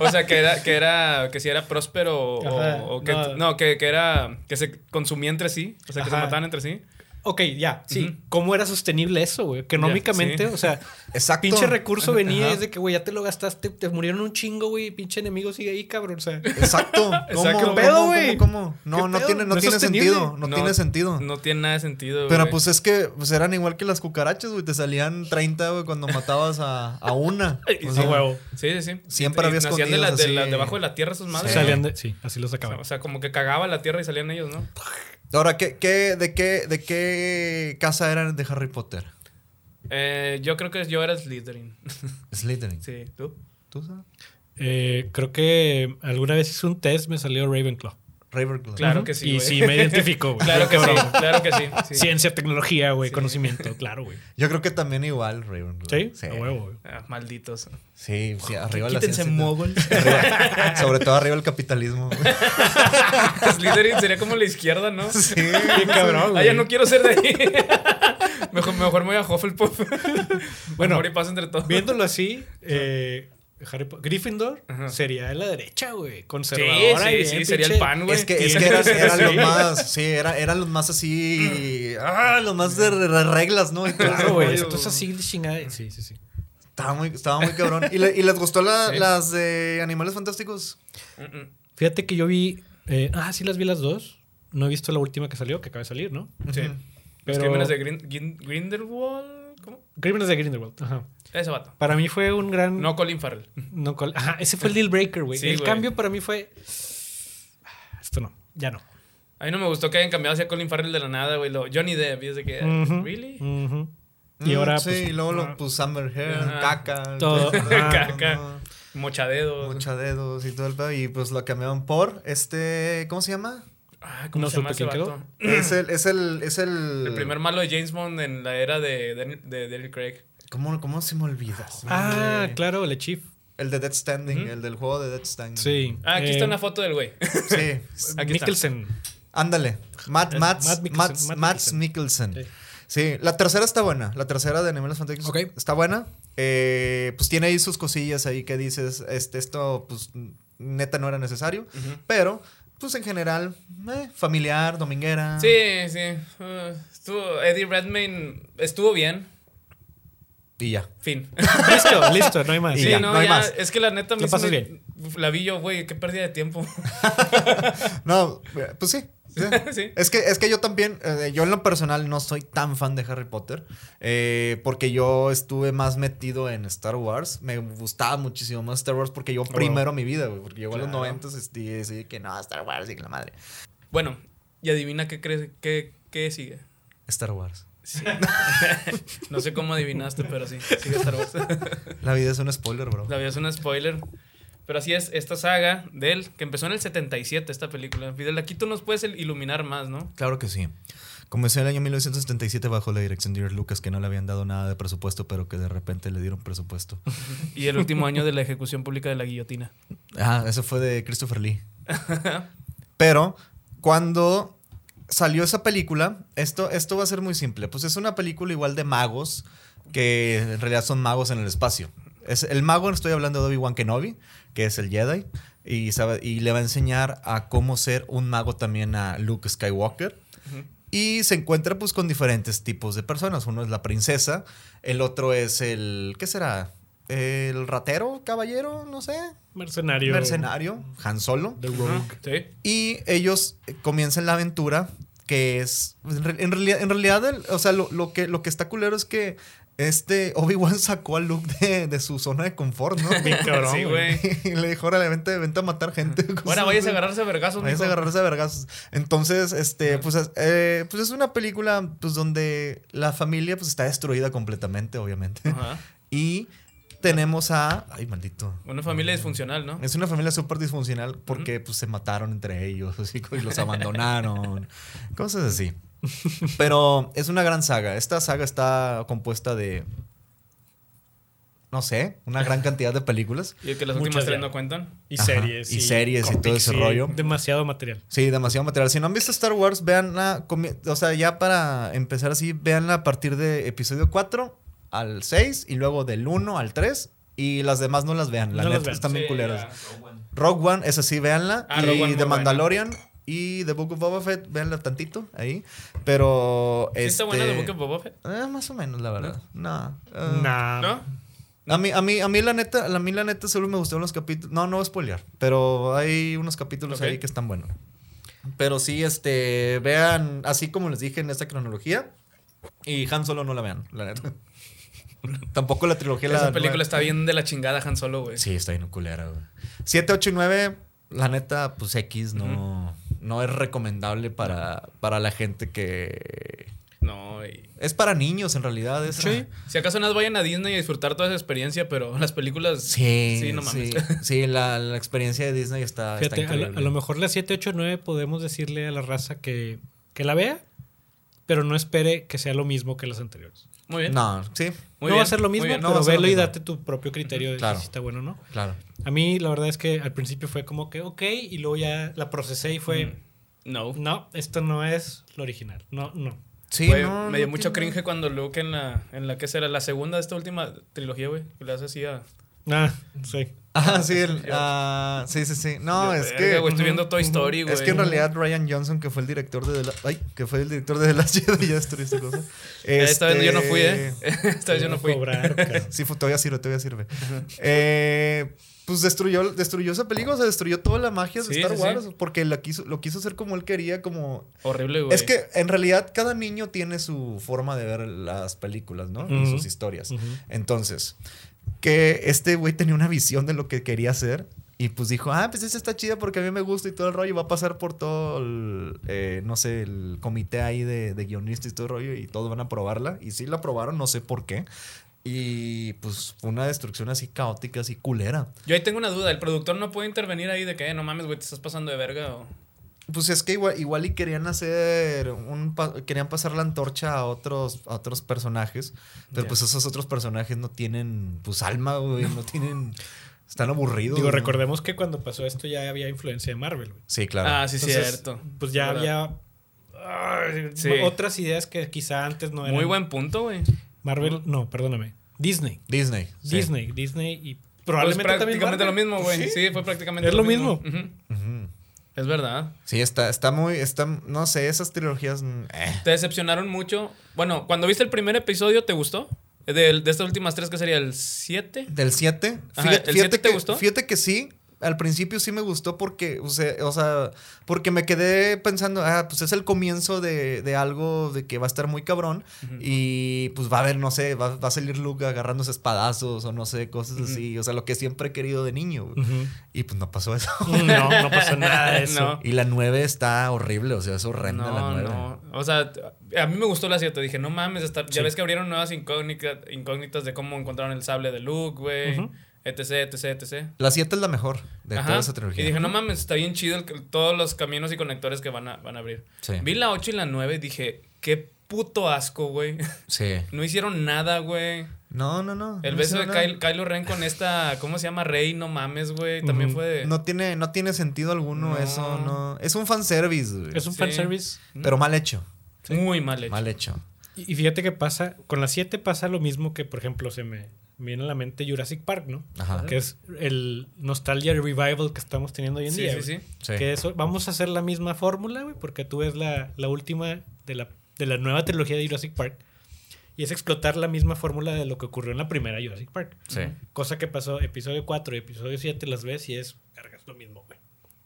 Speaker 4: O sea, que era, que era, que si era próspero o-
Speaker 5: Ajá,
Speaker 4: o, que. No,
Speaker 5: no.
Speaker 4: que, que era. Que se consumía entre sí. O sea, que se
Speaker 5: Ajá.
Speaker 4: mataban entre sí.
Speaker 5: Ok, ya, sí.
Speaker 4: Ujú.
Speaker 5: ¿Cómo era sostenible eso, güey? Económicamente,
Speaker 4: sí.
Speaker 5: o sea,
Speaker 3: Exacto.
Speaker 5: Pinche recurso venía
Speaker 4: Ajá.
Speaker 5: es de que, güey, ya te lo gastaste, te murieron un chingo, güey, pinche enemigo sigue ahí, cabrón. O sea,
Speaker 3: Exacto. ¿Cómo,
Speaker 4: ¿Qué
Speaker 3: ¿Cómo,
Speaker 5: pedo,
Speaker 3: cómo,
Speaker 5: güey?
Speaker 3: cómo? No,
Speaker 5: ¿Qué
Speaker 3: no
Speaker 5: pedo?
Speaker 3: tiene, no
Speaker 5: No es
Speaker 3: tiene
Speaker 5: sostenible.
Speaker 3: sentido. No, tiene sentido.
Speaker 4: No tiene nada de sentido.
Speaker 3: Pero
Speaker 4: güey.
Speaker 3: pues es que pues, eran igual que las cucarachas, güey. Te salían 30, güey, cuando matabas a, a una. O sea,
Speaker 4: Sí, sí, sí.
Speaker 3: Siempre
Speaker 4: Y
Speaker 3: había
Speaker 4: Nacían de
Speaker 3: escondidos
Speaker 4: la- de la-
Speaker 3: así.
Speaker 4: debajo de la tierra sus madres.
Speaker 5: Salían de- sí, así los
Speaker 4: O sea,
Speaker 5: acababan.
Speaker 4: o sea, como que cagaba la tierra y salían ellos, ¿no?
Speaker 3: Ahora, ¿qué, qué, de, qué, ¿de qué casa eran de Harry Potter?
Speaker 4: Eh, yo creo que yo era Slytherin.
Speaker 3: Slytherin.
Speaker 4: Sí, ¿tú?
Speaker 3: ¿Tú sabes?
Speaker 5: Eh, creo que alguna vez hice un test, me salió Ravenclaw.
Speaker 3: Ravenclaw.
Speaker 4: Claro
Speaker 5: Ujú.
Speaker 4: que sí,
Speaker 5: Y
Speaker 4: güey.
Speaker 5: sí, me identifico, güey.
Speaker 4: Claro que sí,
Speaker 5: Cabrón.
Speaker 4: claro que sí. sí.
Speaker 5: Ciencia, tecnología, güey, conocimiento, claro, güey.
Speaker 3: Yo creo que también igual Ravenclaw.
Speaker 5: ¿Sí?
Speaker 3: Sí,
Speaker 5: A huevo, güey.
Speaker 4: Ah, malditos.
Speaker 3: sí, sí, arriba la
Speaker 4: Quítense
Speaker 3: ciencia.
Speaker 4: mogol.
Speaker 3: Arriba- sobre todo arriba el capitalismo. güey.
Speaker 4: Pues Slytherin sería como la izquierda, ¿no?
Speaker 3: Sí,
Speaker 5: cabrón,
Speaker 4: Ah,
Speaker 5: güey.
Speaker 4: ya no quiero ser de ahí. mejor, mejor me voy a Hufflepuff.
Speaker 5: Bueno,
Speaker 4: Amor y paz entre todos.
Speaker 5: Viéndolo así, eh, Harry Po- Gryffindor
Speaker 4: Ajá.
Speaker 5: sería de la derecha, güey.
Speaker 4: Sí,
Speaker 5: Conservadora.
Speaker 4: sí,
Speaker 5: y
Speaker 4: sí,
Speaker 5: bien
Speaker 4: sería el
Speaker 5: pinche-
Speaker 4: pan, güey.
Speaker 3: Es que, es que eran, eran los más, sí, era- eran los más así, ah, los más de re- re- reglas, ¿no? Y todo ese
Speaker 5: Claro, güey.
Speaker 3: rollo,
Speaker 5: Esto es así de chingada. Sí, sí, sí.
Speaker 3: Estaba muy, estaba muy cabrón. ¿Y, le- y les gustó la-
Speaker 5: Sí.
Speaker 3: las de Animales Fantásticos?
Speaker 4: Mm, mm.
Speaker 5: Fíjate que yo vi. eh, ah, sí, las vi las dos. No he visto la última que salió, que acaba de salir, ¿no?
Speaker 4: mm. Sí.
Speaker 3: Ujú.
Speaker 4: Los
Speaker 5: Pero-
Speaker 4: crímenes de Grin- Gin- Grindelwald. ¿Cómo?
Speaker 5: Crímenes de Grindelwald. Ajá.
Speaker 4: Ese vato.
Speaker 5: Para mí fue un gran.
Speaker 4: No Colin Farrell.
Speaker 5: no col- Ajá, ese fue el deal breaker, güey.
Speaker 4: Sí,
Speaker 5: el
Speaker 4: güey.
Speaker 5: cambio para mí fue. ah, Esto no, ya no.
Speaker 4: A mí no me gustó que hayan cambiado hacia Colin Farrell de la nada, güey. Lo- Johnny Depp. Y es de que,
Speaker 5: Ujú.
Speaker 4: Eh, ¿really?
Speaker 5: Ujú. Y
Speaker 3: Mm,
Speaker 5: ahora.
Speaker 3: sí,
Speaker 5: pues,
Speaker 3: y luego
Speaker 5: ah,
Speaker 3: lo, pues Summer Hair,
Speaker 4: Ajá.
Speaker 3: caca.
Speaker 5: Todo.
Speaker 3: el-
Speaker 4: Caca.
Speaker 3: no,
Speaker 4: Mochadedos.
Speaker 3: Mucha dedos y todo el pedo. Y pues lo cambiaron por este. ¿Cómo se llama?
Speaker 4: Ah, ¿Cómo
Speaker 5: No
Speaker 4: se llama
Speaker 5: supe
Speaker 4: ese
Speaker 5: quién
Speaker 4: vato?
Speaker 3: Es el. Es el, es el,
Speaker 4: El primer malo de James Bond en la era de, de, de Daniel Craig.
Speaker 3: ¿Cómo, cómo se me olvida?
Speaker 5: Ah,
Speaker 3: Hombre.
Speaker 5: claro, el Chief.
Speaker 3: El de Dead Standing,
Speaker 4: Ujú.
Speaker 3: el del juego de Dead Standing.
Speaker 5: Sí.
Speaker 4: Ah, aquí
Speaker 5: Eh,
Speaker 4: está una foto del güey.
Speaker 3: Sí.
Speaker 4: Aquí está.
Speaker 5: Mikkelsen.
Speaker 3: Ándale. Matt,
Speaker 5: Es-
Speaker 3: Matt,
Speaker 5: Matt Mikkelsen,
Speaker 3: Matt,
Speaker 5: Matt
Speaker 3: Matt Mikkelsen. Sí, la tercera está buena. La tercera de Animales Fantásticos
Speaker 5: Ok.
Speaker 3: está buena. Eh, pues tiene ahí sus cosillas ahí que dices, este, esto, pues, neta no era necesario.
Speaker 4: Ujú.
Speaker 3: Pero, pues en general, eh, familiar, dominguera.
Speaker 4: Sí, sí. Uh, estuvo- Eddie Redmayne estuvo bien.
Speaker 3: Y ya.
Speaker 4: Fin.
Speaker 5: Listo, listo, no hay más.
Speaker 3: Y
Speaker 4: sí,
Speaker 3: ya,
Speaker 4: no,
Speaker 3: no hay
Speaker 4: ya,
Speaker 3: más.
Speaker 4: Es que la neta
Speaker 5: Lo pasas
Speaker 4: me-
Speaker 5: bien.
Speaker 4: La vi yo, güey, qué pérdida de tiempo.
Speaker 3: No, pues sí. sí.
Speaker 4: Sí.
Speaker 3: Es que, es que yo también, eh, yo en lo personal no soy tan fan de Harry Potter, eh, porque yo estuve más metido en Star Wars. Me gustaba muchísimo más Star Wars porque yo
Speaker 5: wow.
Speaker 3: primero mi vida, güey, porque llegó a los
Speaker 4: Claro.
Speaker 3: 90 y decidí que no, Star Wars y que la madre.
Speaker 4: Bueno, y adivina qué crees qué, qué sigue.
Speaker 3: Star Wars.
Speaker 4: Sí. no sé cómo adivinaste, pero sí, sigue Star Wars.
Speaker 3: La vida es un spoiler, bro.
Speaker 4: La vida es un spoiler. Pero así es, esta saga de él, que empezó en el 77, esta película. Fidel, aquí tú nos puedes el- iluminar más, ¿no?
Speaker 3: Claro que sí. Comenzó en el año 1977 bajo la dirección de George Lucas, que no le habían dado nada de presupuesto, pero que de repente le dieron presupuesto.
Speaker 4: Y el último año de la ejecución pública de la guillotina.
Speaker 3: Ah, eso fue de Christopher Lee. Pero cuando salió esa película, esto, esto va a ser muy simple. Pues es una película igual de magos, que en realidad son magos en el espacio. Es, el mago, estoy hablando de Obi-Wan Kenobi, que es el Jedi, y, sabe, y le va a enseñar a cómo ser un mago también a Luke Skywalker.
Speaker 4: Ujú.
Speaker 3: Y se encuentra pues con diferentes tipos de personas. Uno es la princesa, el otro es el... ¿Qué será? el ratero, caballero, no sé,
Speaker 5: Mercenario.
Speaker 3: mercenario, Han Solo.
Speaker 5: The
Speaker 4: Ajá,
Speaker 5: Rogue.
Speaker 4: Sí.
Speaker 3: Y ellos eh, comienzan la aventura, que es. pues, En, re- en realidad, en realidad el- o sea, lo, lo que, lo que está culero es que este Obi-Wan sacó a Luke de, de su zona de confort, ¿no?
Speaker 5: Bien cabrón,
Speaker 4: Sí, güey.
Speaker 3: y le dijo, órale, vente, vente a matar gente.
Speaker 4: Ahora vayas a agarrarse a vergazos,
Speaker 3: Vayas a
Speaker 4: mijo.
Speaker 3: agarrarse a vergazos. Entonces, este,
Speaker 4: Ajá.
Speaker 3: pues, es- eh, pues es una película pues, donde la familia pues, está destruida completamente, obviamente.
Speaker 4: Ajá.
Speaker 3: Y tenemos a. Ay, maldito.
Speaker 4: Una familia disfuncional, ¿no?
Speaker 3: Es una familia súper disfuncional porque pues, se mataron entre ellos así, y los abandonaron. Cosas así. Pero es una gran saga. Esta saga está compuesta de. No sé, una gran cantidad de películas.
Speaker 4: Y que las
Speaker 5: Muchas
Speaker 4: últimas tres
Speaker 5: ya.
Speaker 4: no cuentan.
Speaker 5: Y
Speaker 3: Ajá,
Speaker 5: series.
Speaker 3: y series y todo
Speaker 5: cómics,
Speaker 3: ese rollo.
Speaker 5: Demasiado material.
Speaker 3: Sí, demasiado material. Si no han visto Star Wars, veanla. comi- O sea, ya para empezar así, veanla a partir de episodio 4 al 6 y luego del 1 al 3. Y las demás no las vean. La
Speaker 5: No las
Speaker 3: neta
Speaker 5: vean.
Speaker 3: están bien
Speaker 4: Sí,
Speaker 3: culeras.
Speaker 4: ya.
Speaker 3: Rogue One, esa sí, véanla.
Speaker 4: Ah,
Speaker 3: y
Speaker 4: Rogue One, muy
Speaker 3: The
Speaker 4: buena.
Speaker 3: Mandalorian y The Book of Boba Fett, véanla tantito ahí. Pero.
Speaker 4: ¿Sí está buena de
Speaker 3: este,
Speaker 4: Book of Boba Fett?
Speaker 3: eh, más o menos, la verdad. No. eh,
Speaker 5: Nah.
Speaker 4: ¿No?
Speaker 3: A mí, a, mí, a mí la neta, a mí la neta solo me gustaron los capítulos. No, no voy a spoilear, pero hay unos capítulos
Speaker 4: Ok.
Speaker 3: ahí que están buenos. Pero sí, este, vean, así como les dije en esta cronología, y Han Solo no la vean, la neta. Tampoco la trilogía la
Speaker 4: Esa película
Speaker 3: nueva.
Speaker 4: está bien de la chingada Han Solo, güey.
Speaker 3: Sí, está bien culera, güey. 7, 8 y 9, la neta, pues X no, no es recomendable para, para la gente que.
Speaker 4: No, y...
Speaker 3: Es para niños en realidad. Es,
Speaker 5: Sí.
Speaker 4: Si acaso no vayan a Disney a disfrutar toda esa experiencia, pero las películas...
Speaker 3: Sí, sí,
Speaker 4: Sí, no mames.
Speaker 3: sí, la, la experiencia de Disney
Speaker 4: Ah,
Speaker 3: está, está
Speaker 5: Fíjate, a, lo-
Speaker 3: increíble.
Speaker 5: a lo mejor la 7, 8, 9 podemos decirle a la raza que, que la vea, pero no espere que sea lo mismo que las anteriores.
Speaker 4: Muy bien.
Speaker 3: No, sí,
Speaker 4: Muy
Speaker 5: no
Speaker 4: bien,
Speaker 5: va a ser lo
Speaker 4: muy
Speaker 5: mismo,
Speaker 4: bien.
Speaker 3: no va a
Speaker 5: pero
Speaker 3: ser lo
Speaker 5: velo y
Speaker 3: mismo.
Speaker 5: date tu propio criterio de
Speaker 3: Claro.
Speaker 5: si está bueno o no.
Speaker 3: claro.
Speaker 5: A mí la verdad es que al principio fue como que ok y luego ya la procesé y fue
Speaker 4: Mm. No.
Speaker 5: no, esto no es lo original. No, no.
Speaker 3: Sí,
Speaker 4: Güey,
Speaker 3: no,
Speaker 4: me dio
Speaker 3: no
Speaker 4: mucho
Speaker 3: tiene-
Speaker 4: cringe cuando Luke en la, en la que será la segunda de esta última trilogía, güey, que le hace así a...
Speaker 5: Ah, sí.
Speaker 3: Ah, sí, el- ah, sí, sí, sí. No,
Speaker 4: Yo,
Speaker 3: es
Speaker 4: verga,
Speaker 3: que.
Speaker 4: güey, estoy viendo Toy
Speaker 5: ujú.
Speaker 4: Story, güey.
Speaker 3: Es que en realidad Ryan Johnson, que fue el director de The La- ay, que fue el director de The Last Jedi, ya estoy esta cosa.
Speaker 4: Eh, Esta vez yo no
Speaker 3: Este,
Speaker 4: fui, ¿eh? Esta vez yo no fui.
Speaker 5: Cobrar, cabrón.
Speaker 3: Sí, fu- todavía sirve, todavía sirve. Eh, pues destruyó, destruyó esa película, o sea, destruyó toda la magia de
Speaker 4: Sí,
Speaker 3: Star
Speaker 4: sí, sí.
Speaker 3: Wars, porque la quiso, lo quiso hacer como él quería, como...
Speaker 4: Horrible, güey.
Speaker 3: Es que en realidad cada niño tiene su forma de ver las películas, ¿no? Y
Speaker 5: Ujú.
Speaker 3: sus historias.
Speaker 5: Ujú.
Speaker 3: Entonces, que este güey tenía una visión de lo que quería hacer y pues dijo, ah, pues esa está chida porque a mí me gusta y todo el rollo, y va a pasar por todo el, eh, no sé, el comité ahí de, de guionistas y todo el rollo y todos van a probarla. Y sí la aprobaron, no sé por qué. Y pues fue una destrucción así caótica, así culera.
Speaker 4: Yo ahí tengo una duda. ¿El productor no puede intervenir ahí de que, eh, no mames, güey, te estás pasando de verga o...?
Speaker 3: Pues es que igual, igual y querían hacer un pa- querían pasar la antorcha a otros a otros personajes, pero
Speaker 4: Ya.
Speaker 3: pues esos otros personajes no tienen pues alma, güey, no tienen están aburridos.
Speaker 5: Digo,
Speaker 3: ¿no?
Speaker 5: recordemos que cuando pasó esto ya había influencia de Marvel, güey.
Speaker 3: Sí, claro.
Speaker 4: Ah, sí,
Speaker 5: Entonces,
Speaker 4: cierto.
Speaker 5: Pues ya
Speaker 4: ¿Verdad?
Speaker 5: había ay,
Speaker 4: Sí.
Speaker 5: otras ideas que quizá antes no eran.
Speaker 4: Muy buen punto, güey. Pues
Speaker 5: Marvel, no, perdóname. Disney.
Speaker 3: Disney. sí.
Speaker 5: Disney, Disney y
Speaker 4: Pues
Speaker 5: probablemente también
Speaker 4: prácticamente lo
Speaker 5: Marvel.
Speaker 4: mismo, güey. ¿Sí? fue prácticamente
Speaker 5: Es lo mismo.
Speaker 4: Ujú.
Speaker 3: Ujú.
Speaker 4: Es verdad.
Speaker 3: Sí, está, está muy, está, no sé, esas trilogías. mm, eh.
Speaker 4: ¿Te decepcionaron mucho? Bueno, cuando viste el primer episodio, ¿te gustó? De, de estas últimas tres, que sería el 7.
Speaker 3: Del 7.
Speaker 4: Ajá,
Speaker 3: Fíjate, fíjate
Speaker 4: ¿el siete te
Speaker 3: que-
Speaker 4: gustó?
Speaker 3: Fíjate que sí. Al principio sí me gustó porque, o sea, o sea, porque me quedé pensando, ah, pues es el comienzo de, de algo de que va a estar muy cabrón y pues va a haber, no sé, va, va a salir Luke agarrándose espadazos o no sé, cosas así, o sea, lo que siempre he querido de niño. güey.
Speaker 5: Ujú.
Speaker 3: Y pues no pasó eso.
Speaker 5: No, no pasó nada de eso.
Speaker 4: No.
Speaker 3: Y la 9 está horrible, o sea, es horrenda la
Speaker 4: No,
Speaker 3: 9.
Speaker 4: no. O sea, a mí me gustó la 7. Dije, no mames, está- ya ves que abrieron nuevas incógnitas, incógnitas de cómo encontraron el sable de Luke, güey.
Speaker 5: Ujú.
Speaker 4: Etc, etc, etc.
Speaker 3: La 7 es la mejor de
Speaker 4: Ajá.
Speaker 3: toda esa
Speaker 4: Y
Speaker 3: trilogía.
Speaker 4: dije, no mames, está bien chido el que- todos los caminos y conectores que van a, van a abrir.
Speaker 3: Sí.
Speaker 4: Vi la 8 y la 9 y dije, qué puto asco, güey.
Speaker 3: Sí.
Speaker 4: No hicieron nada, güey.
Speaker 3: No, no, no.
Speaker 4: El
Speaker 3: no
Speaker 4: beso de
Speaker 3: hicieron nada.
Speaker 4: Kylo, Kylo Ren con esta, ¿cómo se llama? Rey, no mames, güey. También
Speaker 5: Ujú.
Speaker 4: fue de...
Speaker 3: No tiene, no tiene sentido alguno
Speaker 4: No.
Speaker 3: eso, no. Es un fanservice, güey.
Speaker 5: Es un
Speaker 4: Sí.
Speaker 5: fanservice.
Speaker 3: Pero mal hecho.
Speaker 4: Muy mal hecho.
Speaker 3: Mal hecho.
Speaker 5: Y y fíjate que pasa, con las 7 pasa lo mismo que, por ejemplo, se me viene a la mente Jurassic Park, ¿no?
Speaker 3: Ajá.
Speaker 5: Que es el nostalgia revival que estamos teniendo hoy en
Speaker 4: Sí,
Speaker 5: día.
Speaker 4: sí,
Speaker 5: güey.
Speaker 4: sí.
Speaker 3: Sí.
Speaker 5: Que eso, vamos a hacer la misma fórmula, güey, porque tú ves la, la última de la, de la nueva trilogía de Jurassic Park Y es explotar la misma fórmula de lo que ocurrió en la primera Jurassic Park.
Speaker 1: Sí.
Speaker 5: Cosa que pasó episodio 4 y episodio 7 las ves y es, verga, es lo mismo, güey.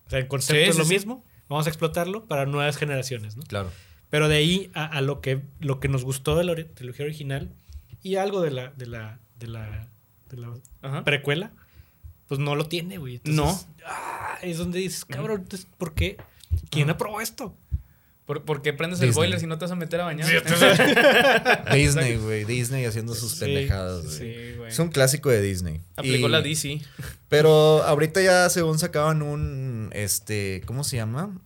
Speaker 5: O sea, el concepto
Speaker 4: Sí,
Speaker 5: es
Speaker 4: sí,
Speaker 5: lo
Speaker 4: sí.
Speaker 5: mismo. Vamos a explotarlo para nuevas generaciones, ¿no?
Speaker 1: Claro.
Speaker 5: Pero de ahí a, a lo, que, lo que nos gustó de la ori- trilogía original y algo de la, de la, de la, de la
Speaker 4: Ajá.
Speaker 5: precuela, pues no lo tiene, güey. Entonces, ah, es donde dices, cabrón, entonces, ¿por qué? ¿Quién aprobó esto?
Speaker 4: ¿Por, por qué prendes el
Speaker 1: Disney.
Speaker 4: boiler si no te vas a meter a bañar?
Speaker 3: Disney, güey. Disney haciendo sus
Speaker 5: Sí,
Speaker 3: pendejadas, güey.
Speaker 4: sí, güey.
Speaker 3: Es un clásico de Disney.
Speaker 4: Aplicó
Speaker 3: Y-
Speaker 4: la DC.
Speaker 3: Pero ahorita ya según sacaban un, este, ¿cómo se llama?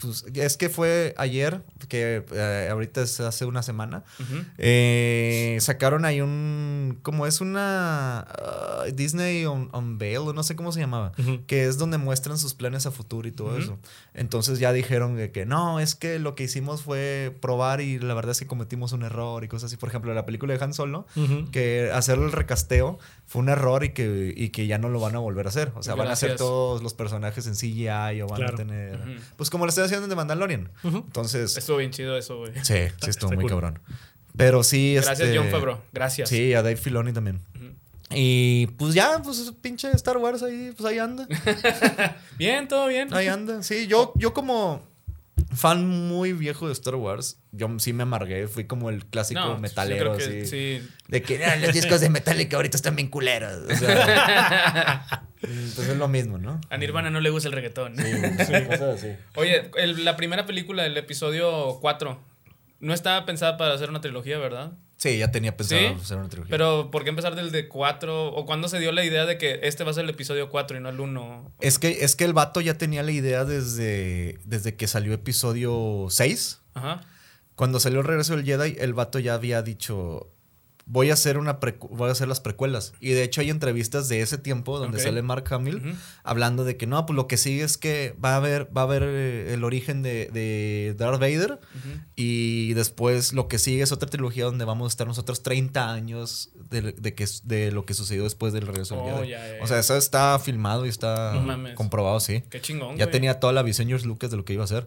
Speaker 3: Pues es que fue ayer, que eh, ahorita es hace una semana,
Speaker 4: Ujú.
Speaker 3: eh, sacaron ahí un, como es una ah, Disney Un- Unveil, o no sé cómo se llamaba, que es donde muestran sus planes a futuro y todo
Speaker 4: Ujú.
Speaker 3: eso. Entonces ya dijeron de que no, es que lo que hicimos fue probar y la verdad es que cometimos un error y cosas así. Por ejemplo, la película de Han Solo,
Speaker 5: Ujú.
Speaker 3: que hacer el recasteo fue un error y que, y que ya no lo van a volver a hacer. O sea, van a hacer
Speaker 4: Gracias.
Speaker 3: todos los personajes en CGI o van a
Speaker 5: Claro.
Speaker 3: tener.
Speaker 4: Ujú.
Speaker 3: Pues como lo están haciendo en The Mandalorian.
Speaker 5: Ujú.
Speaker 3: Entonces.
Speaker 4: Estuvo bien chido eso, güey.
Speaker 3: Sí, sí, estuvo
Speaker 5: está
Speaker 3: muy
Speaker 5: cool.
Speaker 3: cabrón. Pero sí.
Speaker 4: Gracias,
Speaker 3: este,
Speaker 4: John Favreau. Gracias.
Speaker 3: Sí, a Dave Filoni también.
Speaker 4: Ujú.
Speaker 3: Y pues ya, pues pinche Star Wars ahí, pues ahí anda.
Speaker 4: Bien, todo bien.
Speaker 3: Ahí anda. Sí, yo, yo como fan muy viejo de Star Wars, yo sí me amargué. Fui como el clásico
Speaker 4: No, pues
Speaker 3: metalero.
Speaker 4: yo creo que
Speaker 3: así.
Speaker 4: sí.
Speaker 3: De que "Ah, los discos de Metallica ahorita están bien culeros. O sea, entonces es lo mismo, ¿no?
Speaker 4: A Nirvana no le gusta el reggaetón. Oye, el- la primera película, el episodio 4, no estaba pensada para hacer una trilogía, ¿verdad?
Speaker 3: Sí, ya tenía pensado
Speaker 4: ¿Sí?
Speaker 3: hacer una trilogía.
Speaker 4: Pero ¿por qué empezar del de 4? ¿O cuándo se dio la idea de que este va a ser el episodio 4 y no el 1?
Speaker 3: es, que, es que el vato ya tenía la idea desde, desde que salió episodio 6.
Speaker 4: Ajá.
Speaker 3: Cuando salió el regreso del Jedi, el vato ya había dicho. Voy a, hacer una precu- voy a hacer las precuelas. Y de hecho hay entrevistas de ese tiempo donde
Speaker 4: Ok.
Speaker 3: sale Mark Hamill
Speaker 4: Ujú.
Speaker 3: hablando de que no, pues lo que sigue es que va a haber, va a haber eh, el origen de, de Darth Vader.
Speaker 4: Ujú.
Speaker 3: Y después lo que sigue es otra trilogía donde vamos a estar nosotros 30 años de, de que, de lo que sucedió después del regreso del
Speaker 4: Oh,
Speaker 3: Jedi.
Speaker 4: ya, ya,
Speaker 3: O sea,
Speaker 4: ya.
Speaker 3: eso está filmado y está
Speaker 4: No mames.
Speaker 3: comprobado, sí.
Speaker 4: Qué chingón.
Speaker 3: Ya
Speaker 4: güey.
Speaker 3: tenía toda la visión George Lucas de lo que iba a hacer.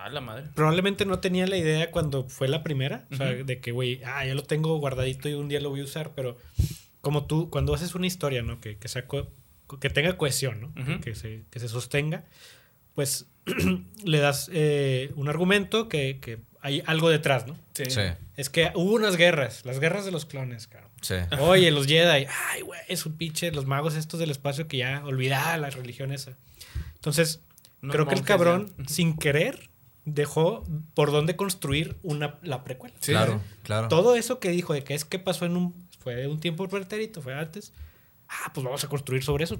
Speaker 4: Ah, la madre.
Speaker 5: Probablemente no tenía la idea cuando fue la primera, o sea,
Speaker 4: Ujú.
Speaker 5: de que, güey, ah, ya lo tengo guardadito y un día lo voy a usar, pero como tú, cuando haces una historia, ¿no? Que, que, sea co- que tenga cohesión, ¿no?
Speaker 4: Ujú.
Speaker 5: que, se, que se sostenga, pues le das eh, un argumento que, que hay algo detrás, ¿no?
Speaker 4: Sí.
Speaker 5: Es que hubo unas guerras, las guerras de los clones, cabrón.
Speaker 3: sí.
Speaker 5: Oye, los Jedi. Ay, güey, es un pinche. Los magos estos del espacio que ya olvidaba la religión esa. Entonces,
Speaker 4: Unos
Speaker 5: creo que el
Speaker 4: monjes,
Speaker 5: cabrón,
Speaker 4: ya.
Speaker 5: sin querer, dejó por dónde construir una, la precuela.
Speaker 4: Sí.
Speaker 3: claro, claro.
Speaker 5: Todo eso que dijo de que es que pasó en un. Fue un tiempo pretérito, fue antes. Ah, pues vamos a construir sobre eso.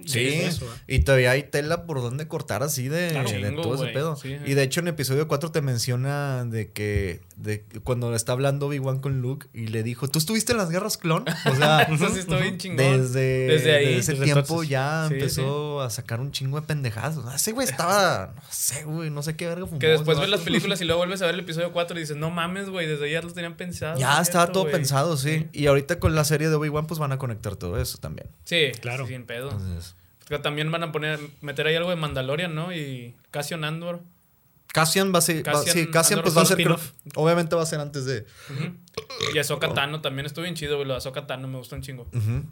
Speaker 5: Y
Speaker 3: Sí,
Speaker 5: es eso, ¿va?
Speaker 3: ¿eh? y todavía hay tela por donde cortar así de,
Speaker 5: Claro.
Speaker 3: de
Speaker 4: Chingo,
Speaker 3: todo ese
Speaker 4: güey.
Speaker 3: pedo.
Speaker 4: Sí, ajá.
Speaker 3: y de hecho en episodio 4 te menciona de que de, que cuando está hablando Obi-Wan con Luke y le dijo, ¿tú estuviste en las guerras clon? O sea,
Speaker 4: Eso sí está bien chingón.
Speaker 3: Desde,
Speaker 4: Desde ahí,
Speaker 3: desde ese
Speaker 5: desde
Speaker 3: tiempo
Speaker 5: entonces.
Speaker 3: ya
Speaker 4: Sí,
Speaker 3: empezó a sacar un chingo de pendejazos. Ah, Ese güey estaba, no sé, güey, no sé qué verga fumó.
Speaker 4: Que después
Speaker 3: ese
Speaker 4: ves las
Speaker 3: vato.
Speaker 4: películas y luego vuelves a ver el episodio 4 y dices, no mames, güey, desde ya lo tenían pensado.
Speaker 3: Ya
Speaker 4: ¿no es
Speaker 3: estaba
Speaker 4: Ah, cierto,
Speaker 3: todo
Speaker 4: güey?"
Speaker 3: pensado, sí. Y ahorita con la serie de Obi-Wan pues van a conectar todo eso también.
Speaker 4: Sí, claro.
Speaker 5: Claro.
Speaker 4: Sin pedo.
Speaker 3: Entonces,
Speaker 4: Que También van a poner, meter ahí algo de Mandalorian, ¿no? Y Cassian Andor.
Speaker 3: Cassian va a ser, va-
Speaker 4: Cassian
Speaker 3: sí, Cassian
Speaker 4: Andor
Speaker 3: pues
Speaker 4: es
Speaker 3: va a
Speaker 4: un
Speaker 3: ser, creo- obviamente va a ser antes de...
Speaker 4: Ujú. Y Ahsoka Tano también estuvo bien chido, güey. Lo de Ahsoka Tano me gustó un chingo.
Speaker 3: Ujú.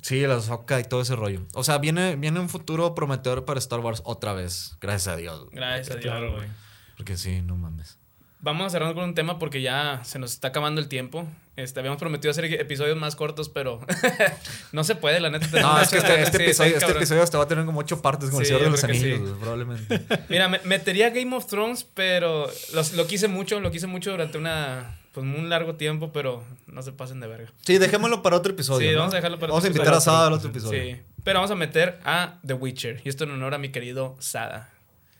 Speaker 3: Sí, la Ahsoka y todo ese rollo. O sea, viene, viene un futuro prometedor para Star Wars otra vez. Gracias a Dios. güey.
Speaker 4: Gracias a Dios,
Speaker 5: Claro,
Speaker 4: güey.
Speaker 5: güey.
Speaker 3: Porque sí, no mames.
Speaker 4: Vamos a cerrar con un tema porque ya se nos está acabando el tiempo. Este, habíamos prometido hacer episodios más cortos, pero no se puede, la neta.
Speaker 3: No,
Speaker 4: tenemos
Speaker 3: es que este, este
Speaker 4: Sí, está
Speaker 3: episodio,
Speaker 4: bien
Speaker 3: este
Speaker 4: cabrón.
Speaker 3: episodio hasta va a tener como ocho partes con el
Speaker 4: Sí,
Speaker 3: Señor de
Speaker 4: yo
Speaker 3: los
Speaker 4: creo que
Speaker 3: Anillos,
Speaker 4: sí.
Speaker 3: güey, probablemente.
Speaker 4: Mira, me- metería Game of Thrones, pero los- lo quise mucho, lo quise mucho durante una, pues, un largo tiempo, pero no se pasen de verga.
Speaker 3: Sí, dejémoslo para otro episodio.
Speaker 4: Sí,
Speaker 3: ¿no?
Speaker 4: vamos a dejarlo para
Speaker 3: Vamos a
Speaker 4: otro
Speaker 3: invitar a
Speaker 4: episodio.
Speaker 3: Sada al otro episodio.
Speaker 4: Sí, pero vamos a meter a The Witcher. Y esto en honor a mi querido Sada.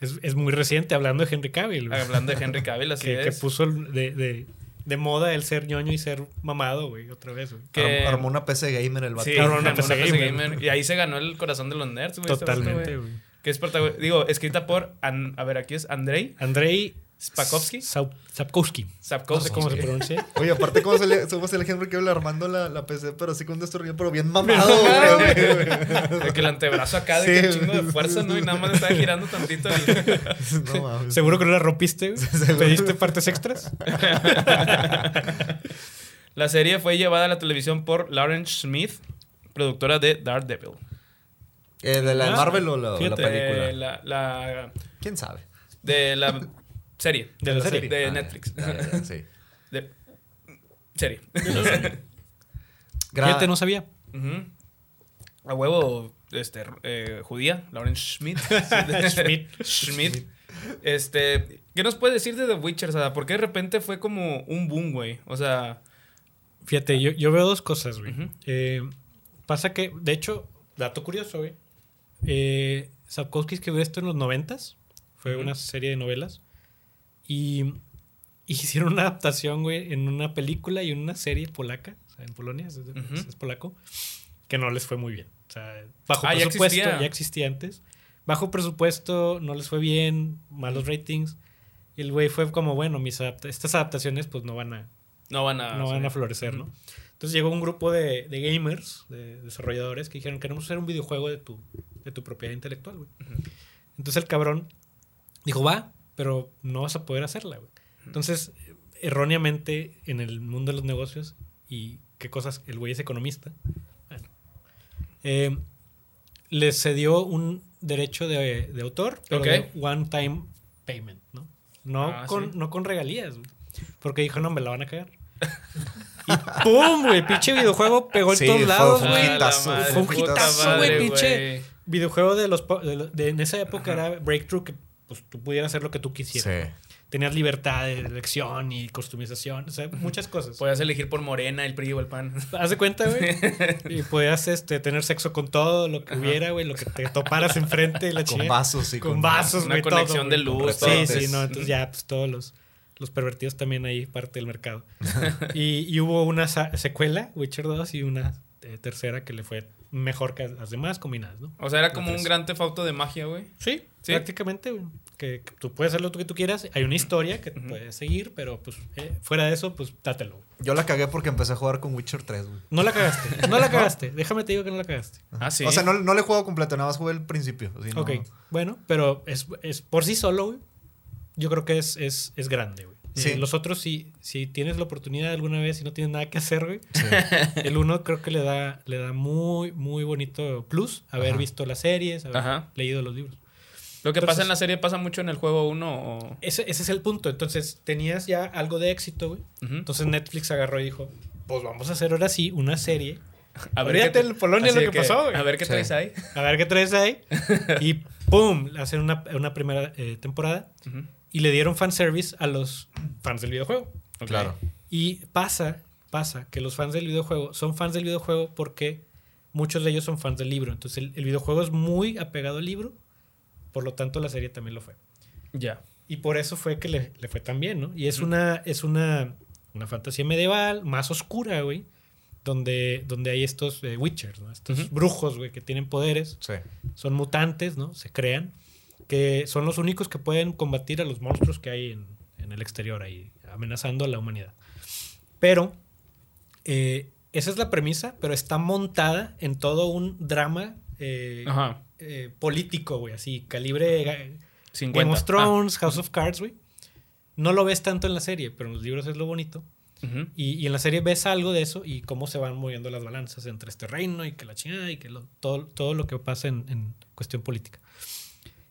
Speaker 5: Es, es muy reciente hablando de Henry Cavill. güey.
Speaker 4: Hablando de Henry Cavill, Ah, así
Speaker 5: que, que
Speaker 4: es.
Speaker 5: puso el- de, de- de moda el ser ñoño y ser mamado, güey, otra vez, güey.
Speaker 4: que-
Speaker 3: Arm- Armó una PC gamer el vato.
Speaker 4: Sí,
Speaker 5: Cabrón,
Speaker 4: una
Speaker 5: una PC
Speaker 4: PC
Speaker 5: gamer.
Speaker 4: gamer. Y ahí se ganó el corazón de los nerds, güey. este vato,
Speaker 5: Totalmente,
Speaker 4: güey.
Speaker 5: güey.
Speaker 4: Que es protagoni- Digo, escrita por. An- a ver, aquí es Andrei
Speaker 5: Andrei
Speaker 4: Spakovsky.
Speaker 5: Sau- Sapkowski. No sé
Speaker 4: Sapkowski.
Speaker 5: cómo se pronuncia.
Speaker 3: Oye, aparte, ¿cómo se le, cómo se le Henry Cavill armando la, la PC? Pero así con un destornillador, pero bien mamado, güey.
Speaker 4: De que el antebrazo acá de
Speaker 3: Sí,
Speaker 4: que un chingo de
Speaker 3: güey.
Speaker 4: fuerza, ¿no? Y nada más estaba girando tantito. el-
Speaker 3: No mames.
Speaker 5: Seguro que no la rompiste. güey? ¿Pediste partes extras?
Speaker 4: La serie fue llevada a la televisión por Lauren Smith, productora de Daredevil.
Speaker 3: Eh, ¿De la de
Speaker 5: Ah,
Speaker 3: Marvel o Oh, la, o la
Speaker 5: fíjate,
Speaker 3: película?
Speaker 4: Eh, la- la-
Speaker 3: ¿Quién sabe?
Speaker 4: de la serie.
Speaker 5: De la serie.
Speaker 4: De
Speaker 3: Ah,
Speaker 4: Netflix.
Speaker 3: ya, ya, ya, sí.
Speaker 4: De serie.
Speaker 3: Gra-
Speaker 5: Fíjate, no sabía.
Speaker 4: Ujú. A huevo, este, eh, judía, Lauren Schmidt.
Speaker 5: Schmidt.
Speaker 4: Schmidt. Este, ¿qué nos puede decir de The Witcher, Sada? Porque de repente fue como un boom, güey. O sea,
Speaker 5: Fíjate, yo, yo veo dos cosas, güey.
Speaker 4: Ujú.
Speaker 5: Eh, pasa que, de hecho, dato curioso, güey. Eh, Sapkowski escribió esto en los noventas. Fue
Speaker 4: Ujú.
Speaker 5: una serie de novelas. Y hicieron una adaptación, güey, en una película y en una serie polaca. O sea, en Polonia, es, es-
Speaker 4: Ujú.
Speaker 5: es polaco. Que no les fue muy bien. O sea, bajo
Speaker 4: Ah, ya
Speaker 5: presupuesto, ya
Speaker 4: existía.
Speaker 5: existía. antes. Bajo presupuesto, no les fue bien, malos ratings. Y el güey fue como, bueno, mis adapta- estas adaptaciones pues no van a,
Speaker 4: no van a.
Speaker 5: no van a
Speaker 4: salir.
Speaker 5: florecer, ¿no?
Speaker 4: Ujú.
Speaker 5: Entonces llegó un grupo de, de gamers, de desarrolladores, que dijeron, queremos hacer un videojuego de tu, de tu propiedad intelectual, güey.
Speaker 4: Ujú.
Speaker 5: Entonces el cabrón dijo, va, pero no vas a poder hacerla, güey. Entonces, erróneamente, en el mundo de los negocios, y qué cosas, el güey es economista, bueno, eh, les cedió un derecho de, de autor, pero
Speaker 4: Ok.
Speaker 5: de one-time payment, ¿no? No,
Speaker 4: Ah,
Speaker 5: con,
Speaker 4: sí.
Speaker 5: no con regalías, güey. Porque dijo, no, me la van a cagar. Y ¡pum! Güey, pinche videojuego pegó en
Speaker 3: Sí,
Speaker 5: todos
Speaker 3: fue-
Speaker 5: lados,
Speaker 3: fue
Speaker 4: Ah,
Speaker 5: güey.
Speaker 4: la
Speaker 3: hitazo,
Speaker 4: madre,
Speaker 5: fue un
Speaker 4: puta
Speaker 5: hitazo,
Speaker 4: madre,
Speaker 5: güey, pinche. Videojuego de los... po- de lo- de- en esa época
Speaker 4: Ajá.
Speaker 5: era Breakthrough que pues, tú pudieras hacer lo que tú
Speaker 3: Sí.
Speaker 5: quisieras. Tenías libertad de elección y customización. O sea, muchas cosas.
Speaker 4: Podías elegir por Morena, el PRI o el PAN.
Speaker 5: Haz de cuenta, güey. Y podías este, tener sexo con todo lo que hubiera, güey. Lo que te toparas enfrente y la
Speaker 3: Con
Speaker 5: chingada.
Speaker 3: vasos y
Speaker 5: Con vasos,
Speaker 4: Una
Speaker 5: güey, todo,
Speaker 4: conexión
Speaker 5: güey.
Speaker 4: de luz.
Speaker 3: Con
Speaker 5: Sí,
Speaker 4: todo.
Speaker 5: sí,
Speaker 3: Entonces-
Speaker 5: no, entonces ya, pues todos los, los pervertidos también ahí parte del mercado. y, y hubo una sa- secuela, Witcher 2, y una eh, tercera que le fue mejor que las demás combinadas, ¿no?
Speaker 4: O sea, era como un
Speaker 5: Entonces-
Speaker 4: gran tefauto de magia, güey.
Speaker 5: Sí,
Speaker 4: Sí.
Speaker 5: prácticamente, güey, que, que tú puedes hacer lo que tú quieras, hay una historia que
Speaker 4: Ujú.
Speaker 5: puedes seguir, pero pues eh, fuera de eso, pues dátelo. güey.
Speaker 3: Yo la cagué porque empecé a jugar con Witcher 3, güey.
Speaker 5: No la cagaste, no la cagaste, déjame te digo que no la cagaste.
Speaker 4: Ah, sí.
Speaker 3: O sea, no, no le he jugado completo, nada más jugué el principio. así, no-
Speaker 5: Ok, bueno, pero es, es por sí solo, güey. Yo creo que es, es, es grande, güey.
Speaker 3: Sí.
Speaker 5: Eh, los otros, si, si tienes la oportunidad alguna vez y no tienes nada que hacer, güey,
Speaker 3: sí.
Speaker 5: el uno creo que le da, le da muy, muy bonito plus haber
Speaker 3: Ajá.
Speaker 5: visto las series, haber
Speaker 4: Ajá.
Speaker 5: leído los libros.
Speaker 4: Lo que pasa
Speaker 5: entonces-
Speaker 4: en la serie pasa mucho en el juego uno o...
Speaker 5: Ese, ese es el punto. Entonces, tenías ya algo de éxito, güey.
Speaker 4: Ujú.
Speaker 5: Entonces Netflix agarró y dijo, pues vamos a hacer ahora sí una serie.
Speaker 4: A
Speaker 5: Olvídate
Speaker 4: qué-
Speaker 5: el Polonia,
Speaker 4: así
Speaker 5: lo
Speaker 4: de
Speaker 5: que pasó, güey.
Speaker 4: A ver qué
Speaker 3: Sí.
Speaker 4: traes ahí.
Speaker 5: A ver qué traes ahí. y ¡pum! Hacen una, una primera eh, temporada.
Speaker 4: Ujú.
Speaker 5: Y le dieron fanservice a los fans del videojuego.
Speaker 4: Ok.
Speaker 3: Claro.
Speaker 5: Y pasa, pasa que los fans del videojuego son fans del videojuego porque muchos de ellos son fans del libro. Entonces el, el videojuego es muy apegado al libro, por lo tanto la serie también lo fue.
Speaker 4: Ya.
Speaker 5: Y por eso fue que le, le fue tan bien, ¿no? Y es una, es una, una fantasía medieval, más oscura, güey, donde, donde hay estos eh, witchers, ¿no? Estos
Speaker 4: Ujú.
Speaker 5: brujos, güey, que tienen poderes,
Speaker 3: Sí.
Speaker 5: son mutantes, ¿no? Se crean, que son los únicos que pueden combatir a los monstruos que hay en, en el exterior, ahí, amenazando a la humanidad. Pero, eh, esa es la premisa, pero está montada en todo un drama eh,
Speaker 4: Ajá.
Speaker 5: eh, político, güey, así, calibre... ga-
Speaker 4: 50.
Speaker 5: Game of Thrones, House of Cards, güey. No lo ves tanto en la serie, pero en los libros es lo bonito.
Speaker 4: Ah, ujú.
Speaker 5: Y, y en la serie ves algo de eso y cómo se van moviendo las balanzas entre este reino y que la chingada y que lo- todo, todo lo que pasa en, en cuestión política.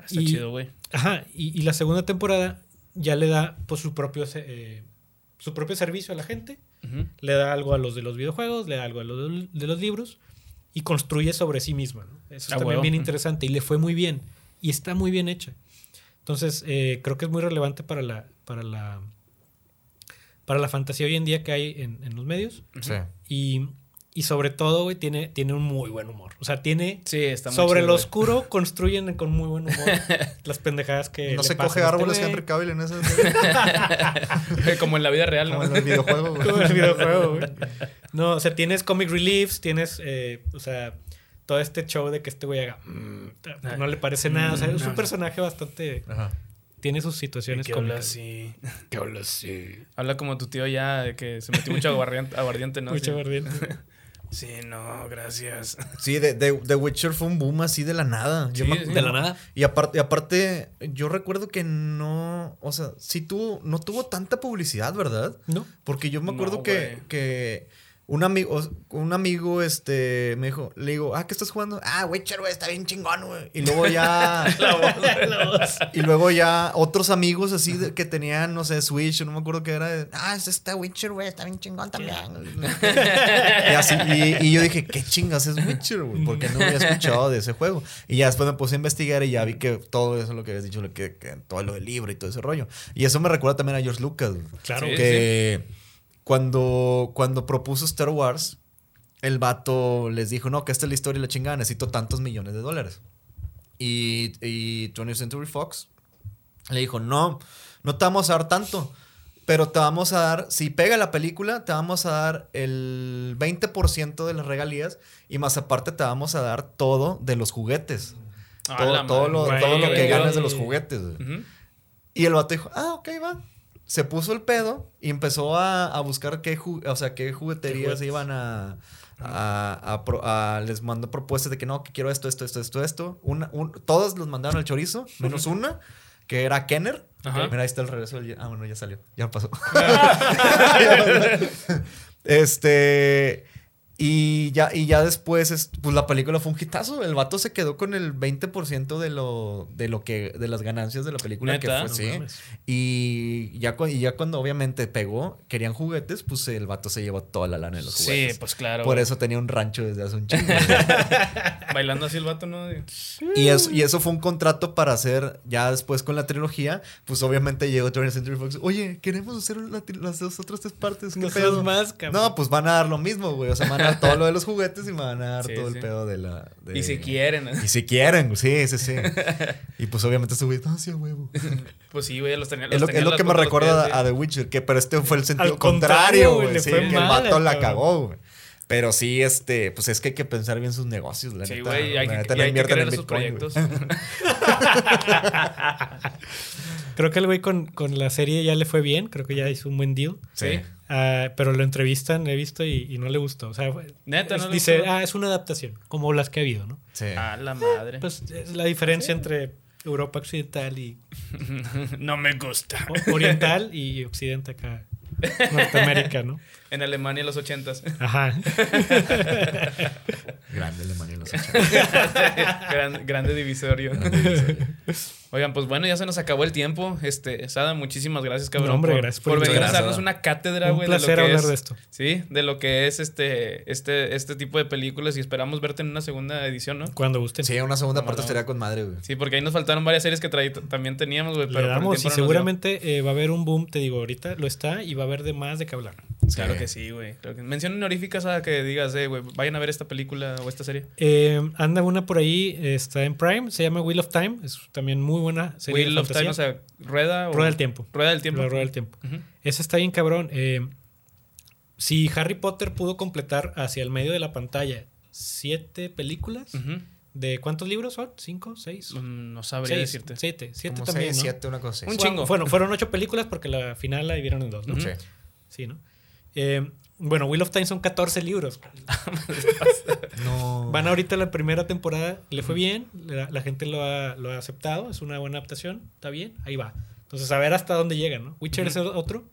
Speaker 4: Está
Speaker 5: Y-
Speaker 4: chido, güey.
Speaker 5: Ajá, y, y la segunda temporada ya le da pues, su, propio, se- eh, su propio servicio a la gente,
Speaker 4: Ujú.
Speaker 5: le da algo a los de los videojuegos, le da algo a los del- de los libros y construye sobre sí misma. ¿no? Eso es
Speaker 4: Ah,
Speaker 5: también
Speaker 4: huevo.
Speaker 5: bien
Speaker 4: Ujú.
Speaker 5: interesante y le fue muy bien y está muy bien hecha. Entonces, eh, creo que es muy relevante para la, para la, para la fantasía hoy en día que hay en, en los medios
Speaker 3: Sí.
Speaker 5: Eh, y, y sobre todo, güey, tiene, tiene un muy buen humor. O sea, tiene...
Speaker 4: Sí, está muy
Speaker 5: sobre
Speaker 4: chido,
Speaker 5: lo
Speaker 4: güey.
Speaker 5: oscuro construyen con muy buen humor las pendejadas que
Speaker 3: No
Speaker 5: le
Speaker 3: se
Speaker 5: pasan
Speaker 3: coge
Speaker 5: a este
Speaker 3: árboles
Speaker 5: güey.
Speaker 3: Henry Cavill en ese
Speaker 4: Como en la vida real, ¿no?
Speaker 3: como en los videojuegos. güey.
Speaker 5: Como el videojuego, güey. No, o sea, tienes comic reliefs, tienes, eh, o sea, todo este show de que este güey haga. mm, No le parece nada. O sea, es
Speaker 4: No,
Speaker 5: un
Speaker 4: Ah, mm, no.
Speaker 5: personaje bastante.
Speaker 3: Ajá.
Speaker 5: Tiene sus situaciones
Speaker 4: Que habla
Speaker 5: cómicas.
Speaker 4: así. Que habla así. Habla como tu tío ya, de que se metió mucho aguardiente, aguardiente ¿no?
Speaker 5: Mucho
Speaker 4: Sí.
Speaker 5: aguardiente.
Speaker 4: Sí, no, gracias.
Speaker 3: Sí, de, de- The Witcher fue un boom así de la nada. Yo
Speaker 4: Sí,
Speaker 3: me-
Speaker 4: sí.
Speaker 5: De la nada.
Speaker 3: Y aparte, y aparte, yo recuerdo que no, o sea, sí tuvo, no tuvo tanta publicidad, ¿verdad?
Speaker 5: ¿No?
Speaker 3: Porque yo me acuerdo
Speaker 4: No,
Speaker 3: que,
Speaker 4: güey.
Speaker 3: que un amigo, un amigo, este, me dijo, le digo, ah, ¿qué estás jugando? Ah, Witcher, güey, está bien chingón, güey. Y luego ya, y luego ya otros amigos así de- que tenían, no sé, Switch, no me acuerdo qué era. de, Ah, es esta Witcher, güey, está bien chingón también. y así, y, y yo dije, ¿qué chingas es Witcher, güey? Porque no había escuchado de ese juego. Y ya después me puse a investigar y ya vi que todo eso lo que habías dicho, lo que, que todo lo del libro y todo ese rollo. Y eso me recuerda también a George Lucas, güey
Speaker 5: Claro.
Speaker 4: Sí.
Speaker 3: que cuando, cuando propuso Star Wars, el vato les dijo, no, que esta es la historia y la chingada, necesito tantos millones de dólares. Y, y 20th Century Fox le dijo, no, no te vamos a dar tanto, pero te vamos a dar, si pega la película, te vamos a dar el 20% de las regalías y más aparte te vamos a dar todo de los juguetes.
Speaker 4: A
Speaker 3: Todo,
Speaker 4: Ah, la
Speaker 3: todo
Speaker 4: madre,
Speaker 3: lo,
Speaker 5: güey,
Speaker 3: todo lo que
Speaker 5: güey.
Speaker 3: ganas de los juguetes. güey.
Speaker 4: Ujú.
Speaker 3: Y el vato dijo, ah, ok, va. Se puso el pedo y empezó a, a buscar qué, ju- o sea, qué jugueterías
Speaker 5: juguetes?
Speaker 3: iban a, a- a pro- a- Les mandó propuestas de que no, que quiero esto, esto, esto, esto, esto. Una, un- todas los mandaron al chorizo, menos una, que era Kenner.
Speaker 4: Ajá.
Speaker 3: Mira, ahí está el regreso. del- Ah, bueno, ya salió. Ya pasó. Ya pasó. este... Y ya, y ya después, es- pues la película fue un hitazo. El vato se quedó con el 20% de lo, de lo que, de las ganancias de la película que
Speaker 4: ¿Neta?
Speaker 3: fue.
Speaker 5: No
Speaker 3: sí.
Speaker 5: mames.
Speaker 3: Y ya, cu- y ya cuando obviamente pegó, querían juguetes, pues el vato se llevó toda la lana de los
Speaker 4: Sí,
Speaker 3: juguetes.
Speaker 4: pues claro.
Speaker 3: Por
Speaker 4: güey.
Speaker 3: eso tenía un rancho desde hace un chingo.
Speaker 4: Bailando así el vato, ¿no?
Speaker 3: y, eso, y eso fue un contrato para hacer ya después con la trilogía. Pues obviamente llegó 20th Century Fox. Oye, queremos hacer la tri- las dos otras tres partes. ¿qué
Speaker 5: No
Speaker 3: pedo?"
Speaker 5: seas más, cabrón.
Speaker 3: No, pues van a dar lo mismo, güey. O sea, van a dar todo lo de los juguetes y me van a dar
Speaker 4: Sí,
Speaker 3: todo
Speaker 4: sí.
Speaker 3: el pedo de la. de-
Speaker 4: Y si quieren. ¿eh?
Speaker 3: Y si quieren, sí, sí, sí. y pues obviamente su güey, "Ah, sí, a huevo.
Speaker 4: Pues sí, güey, los tenía.
Speaker 3: Es
Speaker 4: los
Speaker 3: lo,
Speaker 4: tenía
Speaker 3: es lo
Speaker 4: la
Speaker 3: que me
Speaker 4: punta de los
Speaker 3: recuerda
Speaker 4: pies,
Speaker 3: a, a
Speaker 4: sí.
Speaker 3: The Witcher, que pero este fue el sentido
Speaker 5: Al contrario,
Speaker 3: contrario,
Speaker 5: güey,
Speaker 3: güey.
Speaker 5: le
Speaker 3: sí,
Speaker 5: fue
Speaker 3: que el
Speaker 5: mal al
Speaker 3: vato la
Speaker 5: cabrón.
Speaker 3: cagó, güey. Pero sí, este, pues es que hay que pensar bien sus negocios, la
Speaker 4: Sí,
Speaker 3: neta.
Speaker 4: güey,
Speaker 3: la
Speaker 4: hay que,
Speaker 3: neta,
Speaker 4: y
Speaker 3: no
Speaker 4: hay que
Speaker 3: inviertan
Speaker 4: querer
Speaker 3: en
Speaker 4: sus
Speaker 3: Bitcoin, güey.
Speaker 4: proyectos. pues-
Speaker 5: Creo que el güey con, con la serie ya le fue bien. Creo que ya hizo un buen deal.
Speaker 3: Sí.
Speaker 4: Sí.
Speaker 5: Ah, pero lo entrevistan, he visto, y, y no le gustó. O sea, fue-
Speaker 4: Neta, no le
Speaker 5: dice,
Speaker 4: gustó.
Speaker 5: ah, es una adaptación, como las que ha habido, ¿no?
Speaker 3: Sí.
Speaker 4: A la madre.
Speaker 5: Pues es la diferencia entre Europa occidental y
Speaker 4: no me gusta.
Speaker 5: o- oriental y occidente acá, Norteamérica, ¿no?
Speaker 4: En Alemania en los ochentas.
Speaker 5: Ajá.
Speaker 3: Grande Alemania en los
Speaker 4: Gran- grande divisorio.
Speaker 3: 80.
Speaker 4: Oigan, pues bueno, ya se nos acabó el tiempo. Este, Sada, muchísimas gracias, cabrón.
Speaker 5: No, hombre,
Speaker 4: por,
Speaker 5: gracias por
Speaker 4: por, venir a
Speaker 3: invitarme.
Speaker 4: darnos una cátedra,
Speaker 5: Un
Speaker 4: güey. de
Speaker 5: placer
Speaker 4: lo que
Speaker 5: hablar
Speaker 4: es,
Speaker 5: de esto.
Speaker 4: Sí, de lo que es este, este, este tipo de películas y esperamos verte en una segunda edición, ¿no?
Speaker 5: Cuando gusten.
Speaker 3: sí, una segunda
Speaker 4: Cómo
Speaker 3: parte
Speaker 4: no.
Speaker 3: estaría con madre, güey.
Speaker 4: Sí, porque ahí nos faltaron varias series que traí- también teníamos, güey.
Speaker 5: Le
Speaker 4: Pero por el tiempo
Speaker 5: damos y
Speaker 4: no nos dio.
Speaker 5: seguramente eh, va a haber un boom, te digo, ahorita lo está y va a haber de más de qué hablar.
Speaker 4: Claro que sí, güey. Claro que- Mención honorífica, Sada, que digas, eh, güey, vayan a ver esta película o esta serie.
Speaker 5: Eh, anda una por ahí, eh, está en Prime, se llama Wheel of Time, es también muy buena serie.
Speaker 4: Wheel
Speaker 5: de
Speaker 4: of Time, o
Speaker 5: fantasía.
Speaker 4: sea, rueda o.
Speaker 5: Rueda del tiempo.
Speaker 4: Rueda del tiempo.
Speaker 5: La rueda del tiempo.
Speaker 4: Ujú.
Speaker 5: Esa está bien cabrón. Eh, si Harry Potter pudo completar hacia el medio de la pantalla siete películas,
Speaker 4: Ujú.
Speaker 5: ¿de cuántos libros son? ¿Cinco? ¿Seis?
Speaker 4: Mm, No sabría
Speaker 5: Seis,
Speaker 4: decirte.
Speaker 5: Siete. Siete
Speaker 3: Como
Speaker 5: también,
Speaker 3: seis,
Speaker 5: ¿no?
Speaker 3: siete, una cosa así.
Speaker 4: Un
Speaker 5: Bueno,
Speaker 4: chingo.
Speaker 5: Bueno, fueron ocho películas porque la final la dividieron en dos, ¿no?
Speaker 4: Ujú.
Speaker 3: Sí.
Speaker 5: Sí, ¿no? Eh, bueno, Wheel of Time son 14 libros.
Speaker 3: No.
Speaker 4: Oh.
Speaker 5: Van ahorita a la primera temporada, le fue bien, la, la gente lo ha, lo ha aceptado, es una buena adaptación, está bien, ahí va. Entonces, a ver hasta dónde llegan, ¿no? Witcher
Speaker 4: Ujú.
Speaker 5: es el otro,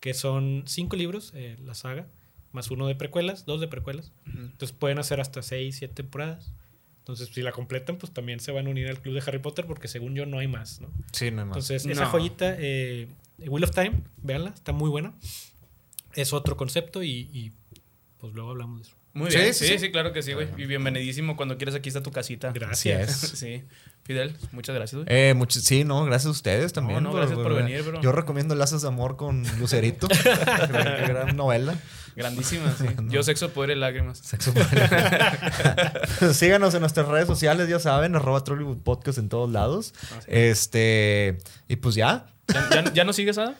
Speaker 5: que son cinco libros, eh, la saga, más uno de precuelas, dos de precuelas.
Speaker 4: Ujú.
Speaker 5: Entonces, pueden hacer hasta seis, siete temporadas. Entonces, si la completan, pues también se van a unir al club de Harry Potter, porque según yo no hay más, ¿no?
Speaker 3: Sí, no hay más.
Speaker 5: Entonces, esa
Speaker 4: No.
Speaker 5: joyita, eh, Wheel of Time, véanla, está muy buena. Es otro concepto y, y, pues luego hablamos de eso.
Speaker 4: Muy
Speaker 3: Sí,
Speaker 4: bien.
Speaker 3: sí,
Speaker 4: Sí, sí,
Speaker 3: sí.
Speaker 4: claro que sí, güey. Y bienvenidísimo. Cuando quieras, aquí está tu casita.
Speaker 3: Así es.
Speaker 4: Sí. Fidel, muchas gracias, güey.
Speaker 3: Eh, mucho- sí, no, gracias a ustedes también.
Speaker 4: no, gracias por venir, bro.
Speaker 3: Yo recomiendo Lazos de Amor con Lucerito. gran, gran novela.
Speaker 5: Eh,
Speaker 4: Grandísima, sí.
Speaker 3: No.
Speaker 4: Yo, sexo, poder y lágrimas.
Speaker 3: Sexo malo. Síganos en nuestras redes sociales, ya saben, arroba Trollywood Podcast en todos lados.
Speaker 4: Ah, sí.
Speaker 3: Este, y pues ya.
Speaker 4: ¿Ya, ya, ya nos sigues, Ada?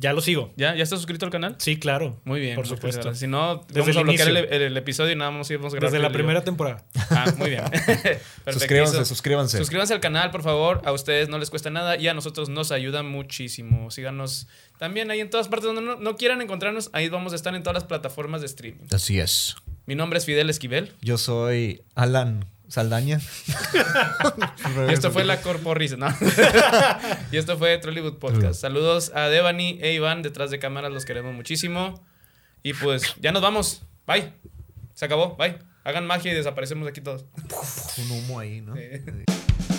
Speaker 5: Ya lo sigo.
Speaker 4: ¿Ya, ¿Ya estás suscrito al canal?
Speaker 5: Sí, claro.
Speaker 4: Muy bien,
Speaker 5: Por
Speaker 4: muchas
Speaker 5: supuesto.
Speaker 4: gracias. Si no,
Speaker 5: Desde
Speaker 4: vamos a
Speaker 5: el
Speaker 4: bloquear el,
Speaker 5: inicio.
Speaker 4: el- el episodio y nada más íbamos a grabar.
Speaker 5: Desde la
Speaker 4: el-
Speaker 5: primera temporada.
Speaker 4: Ah, muy bien.
Speaker 3: Suscríbanse,
Speaker 4: Perfectísimo.
Speaker 3: suscríbanse.
Speaker 4: Suscríbanse al canal, por favor. A ustedes no les cuesta nada y a nosotros nos ayuda muchísimo. Síganos también ahí en todas partes donde no, no quieran encontrarnos. Ahí vamos a estar en todas las plataformas de streaming.
Speaker 3: Así es.
Speaker 4: Mi nombre es Fidel Esquivel.
Speaker 3: Yo soy Alan Saldaña.
Speaker 4: Y esto fue la corporrisa, ¿no? y esto fue Trollywood Podcast. Saludos a Devani e Iván detrás de cámaras, los queremos muchísimo. Y pues ya nos vamos. Bye. Se acabó. Bye. Hagan magia y desaparecemos aquí todos.
Speaker 3: Un humo ahí, ¿no?
Speaker 4: Sí.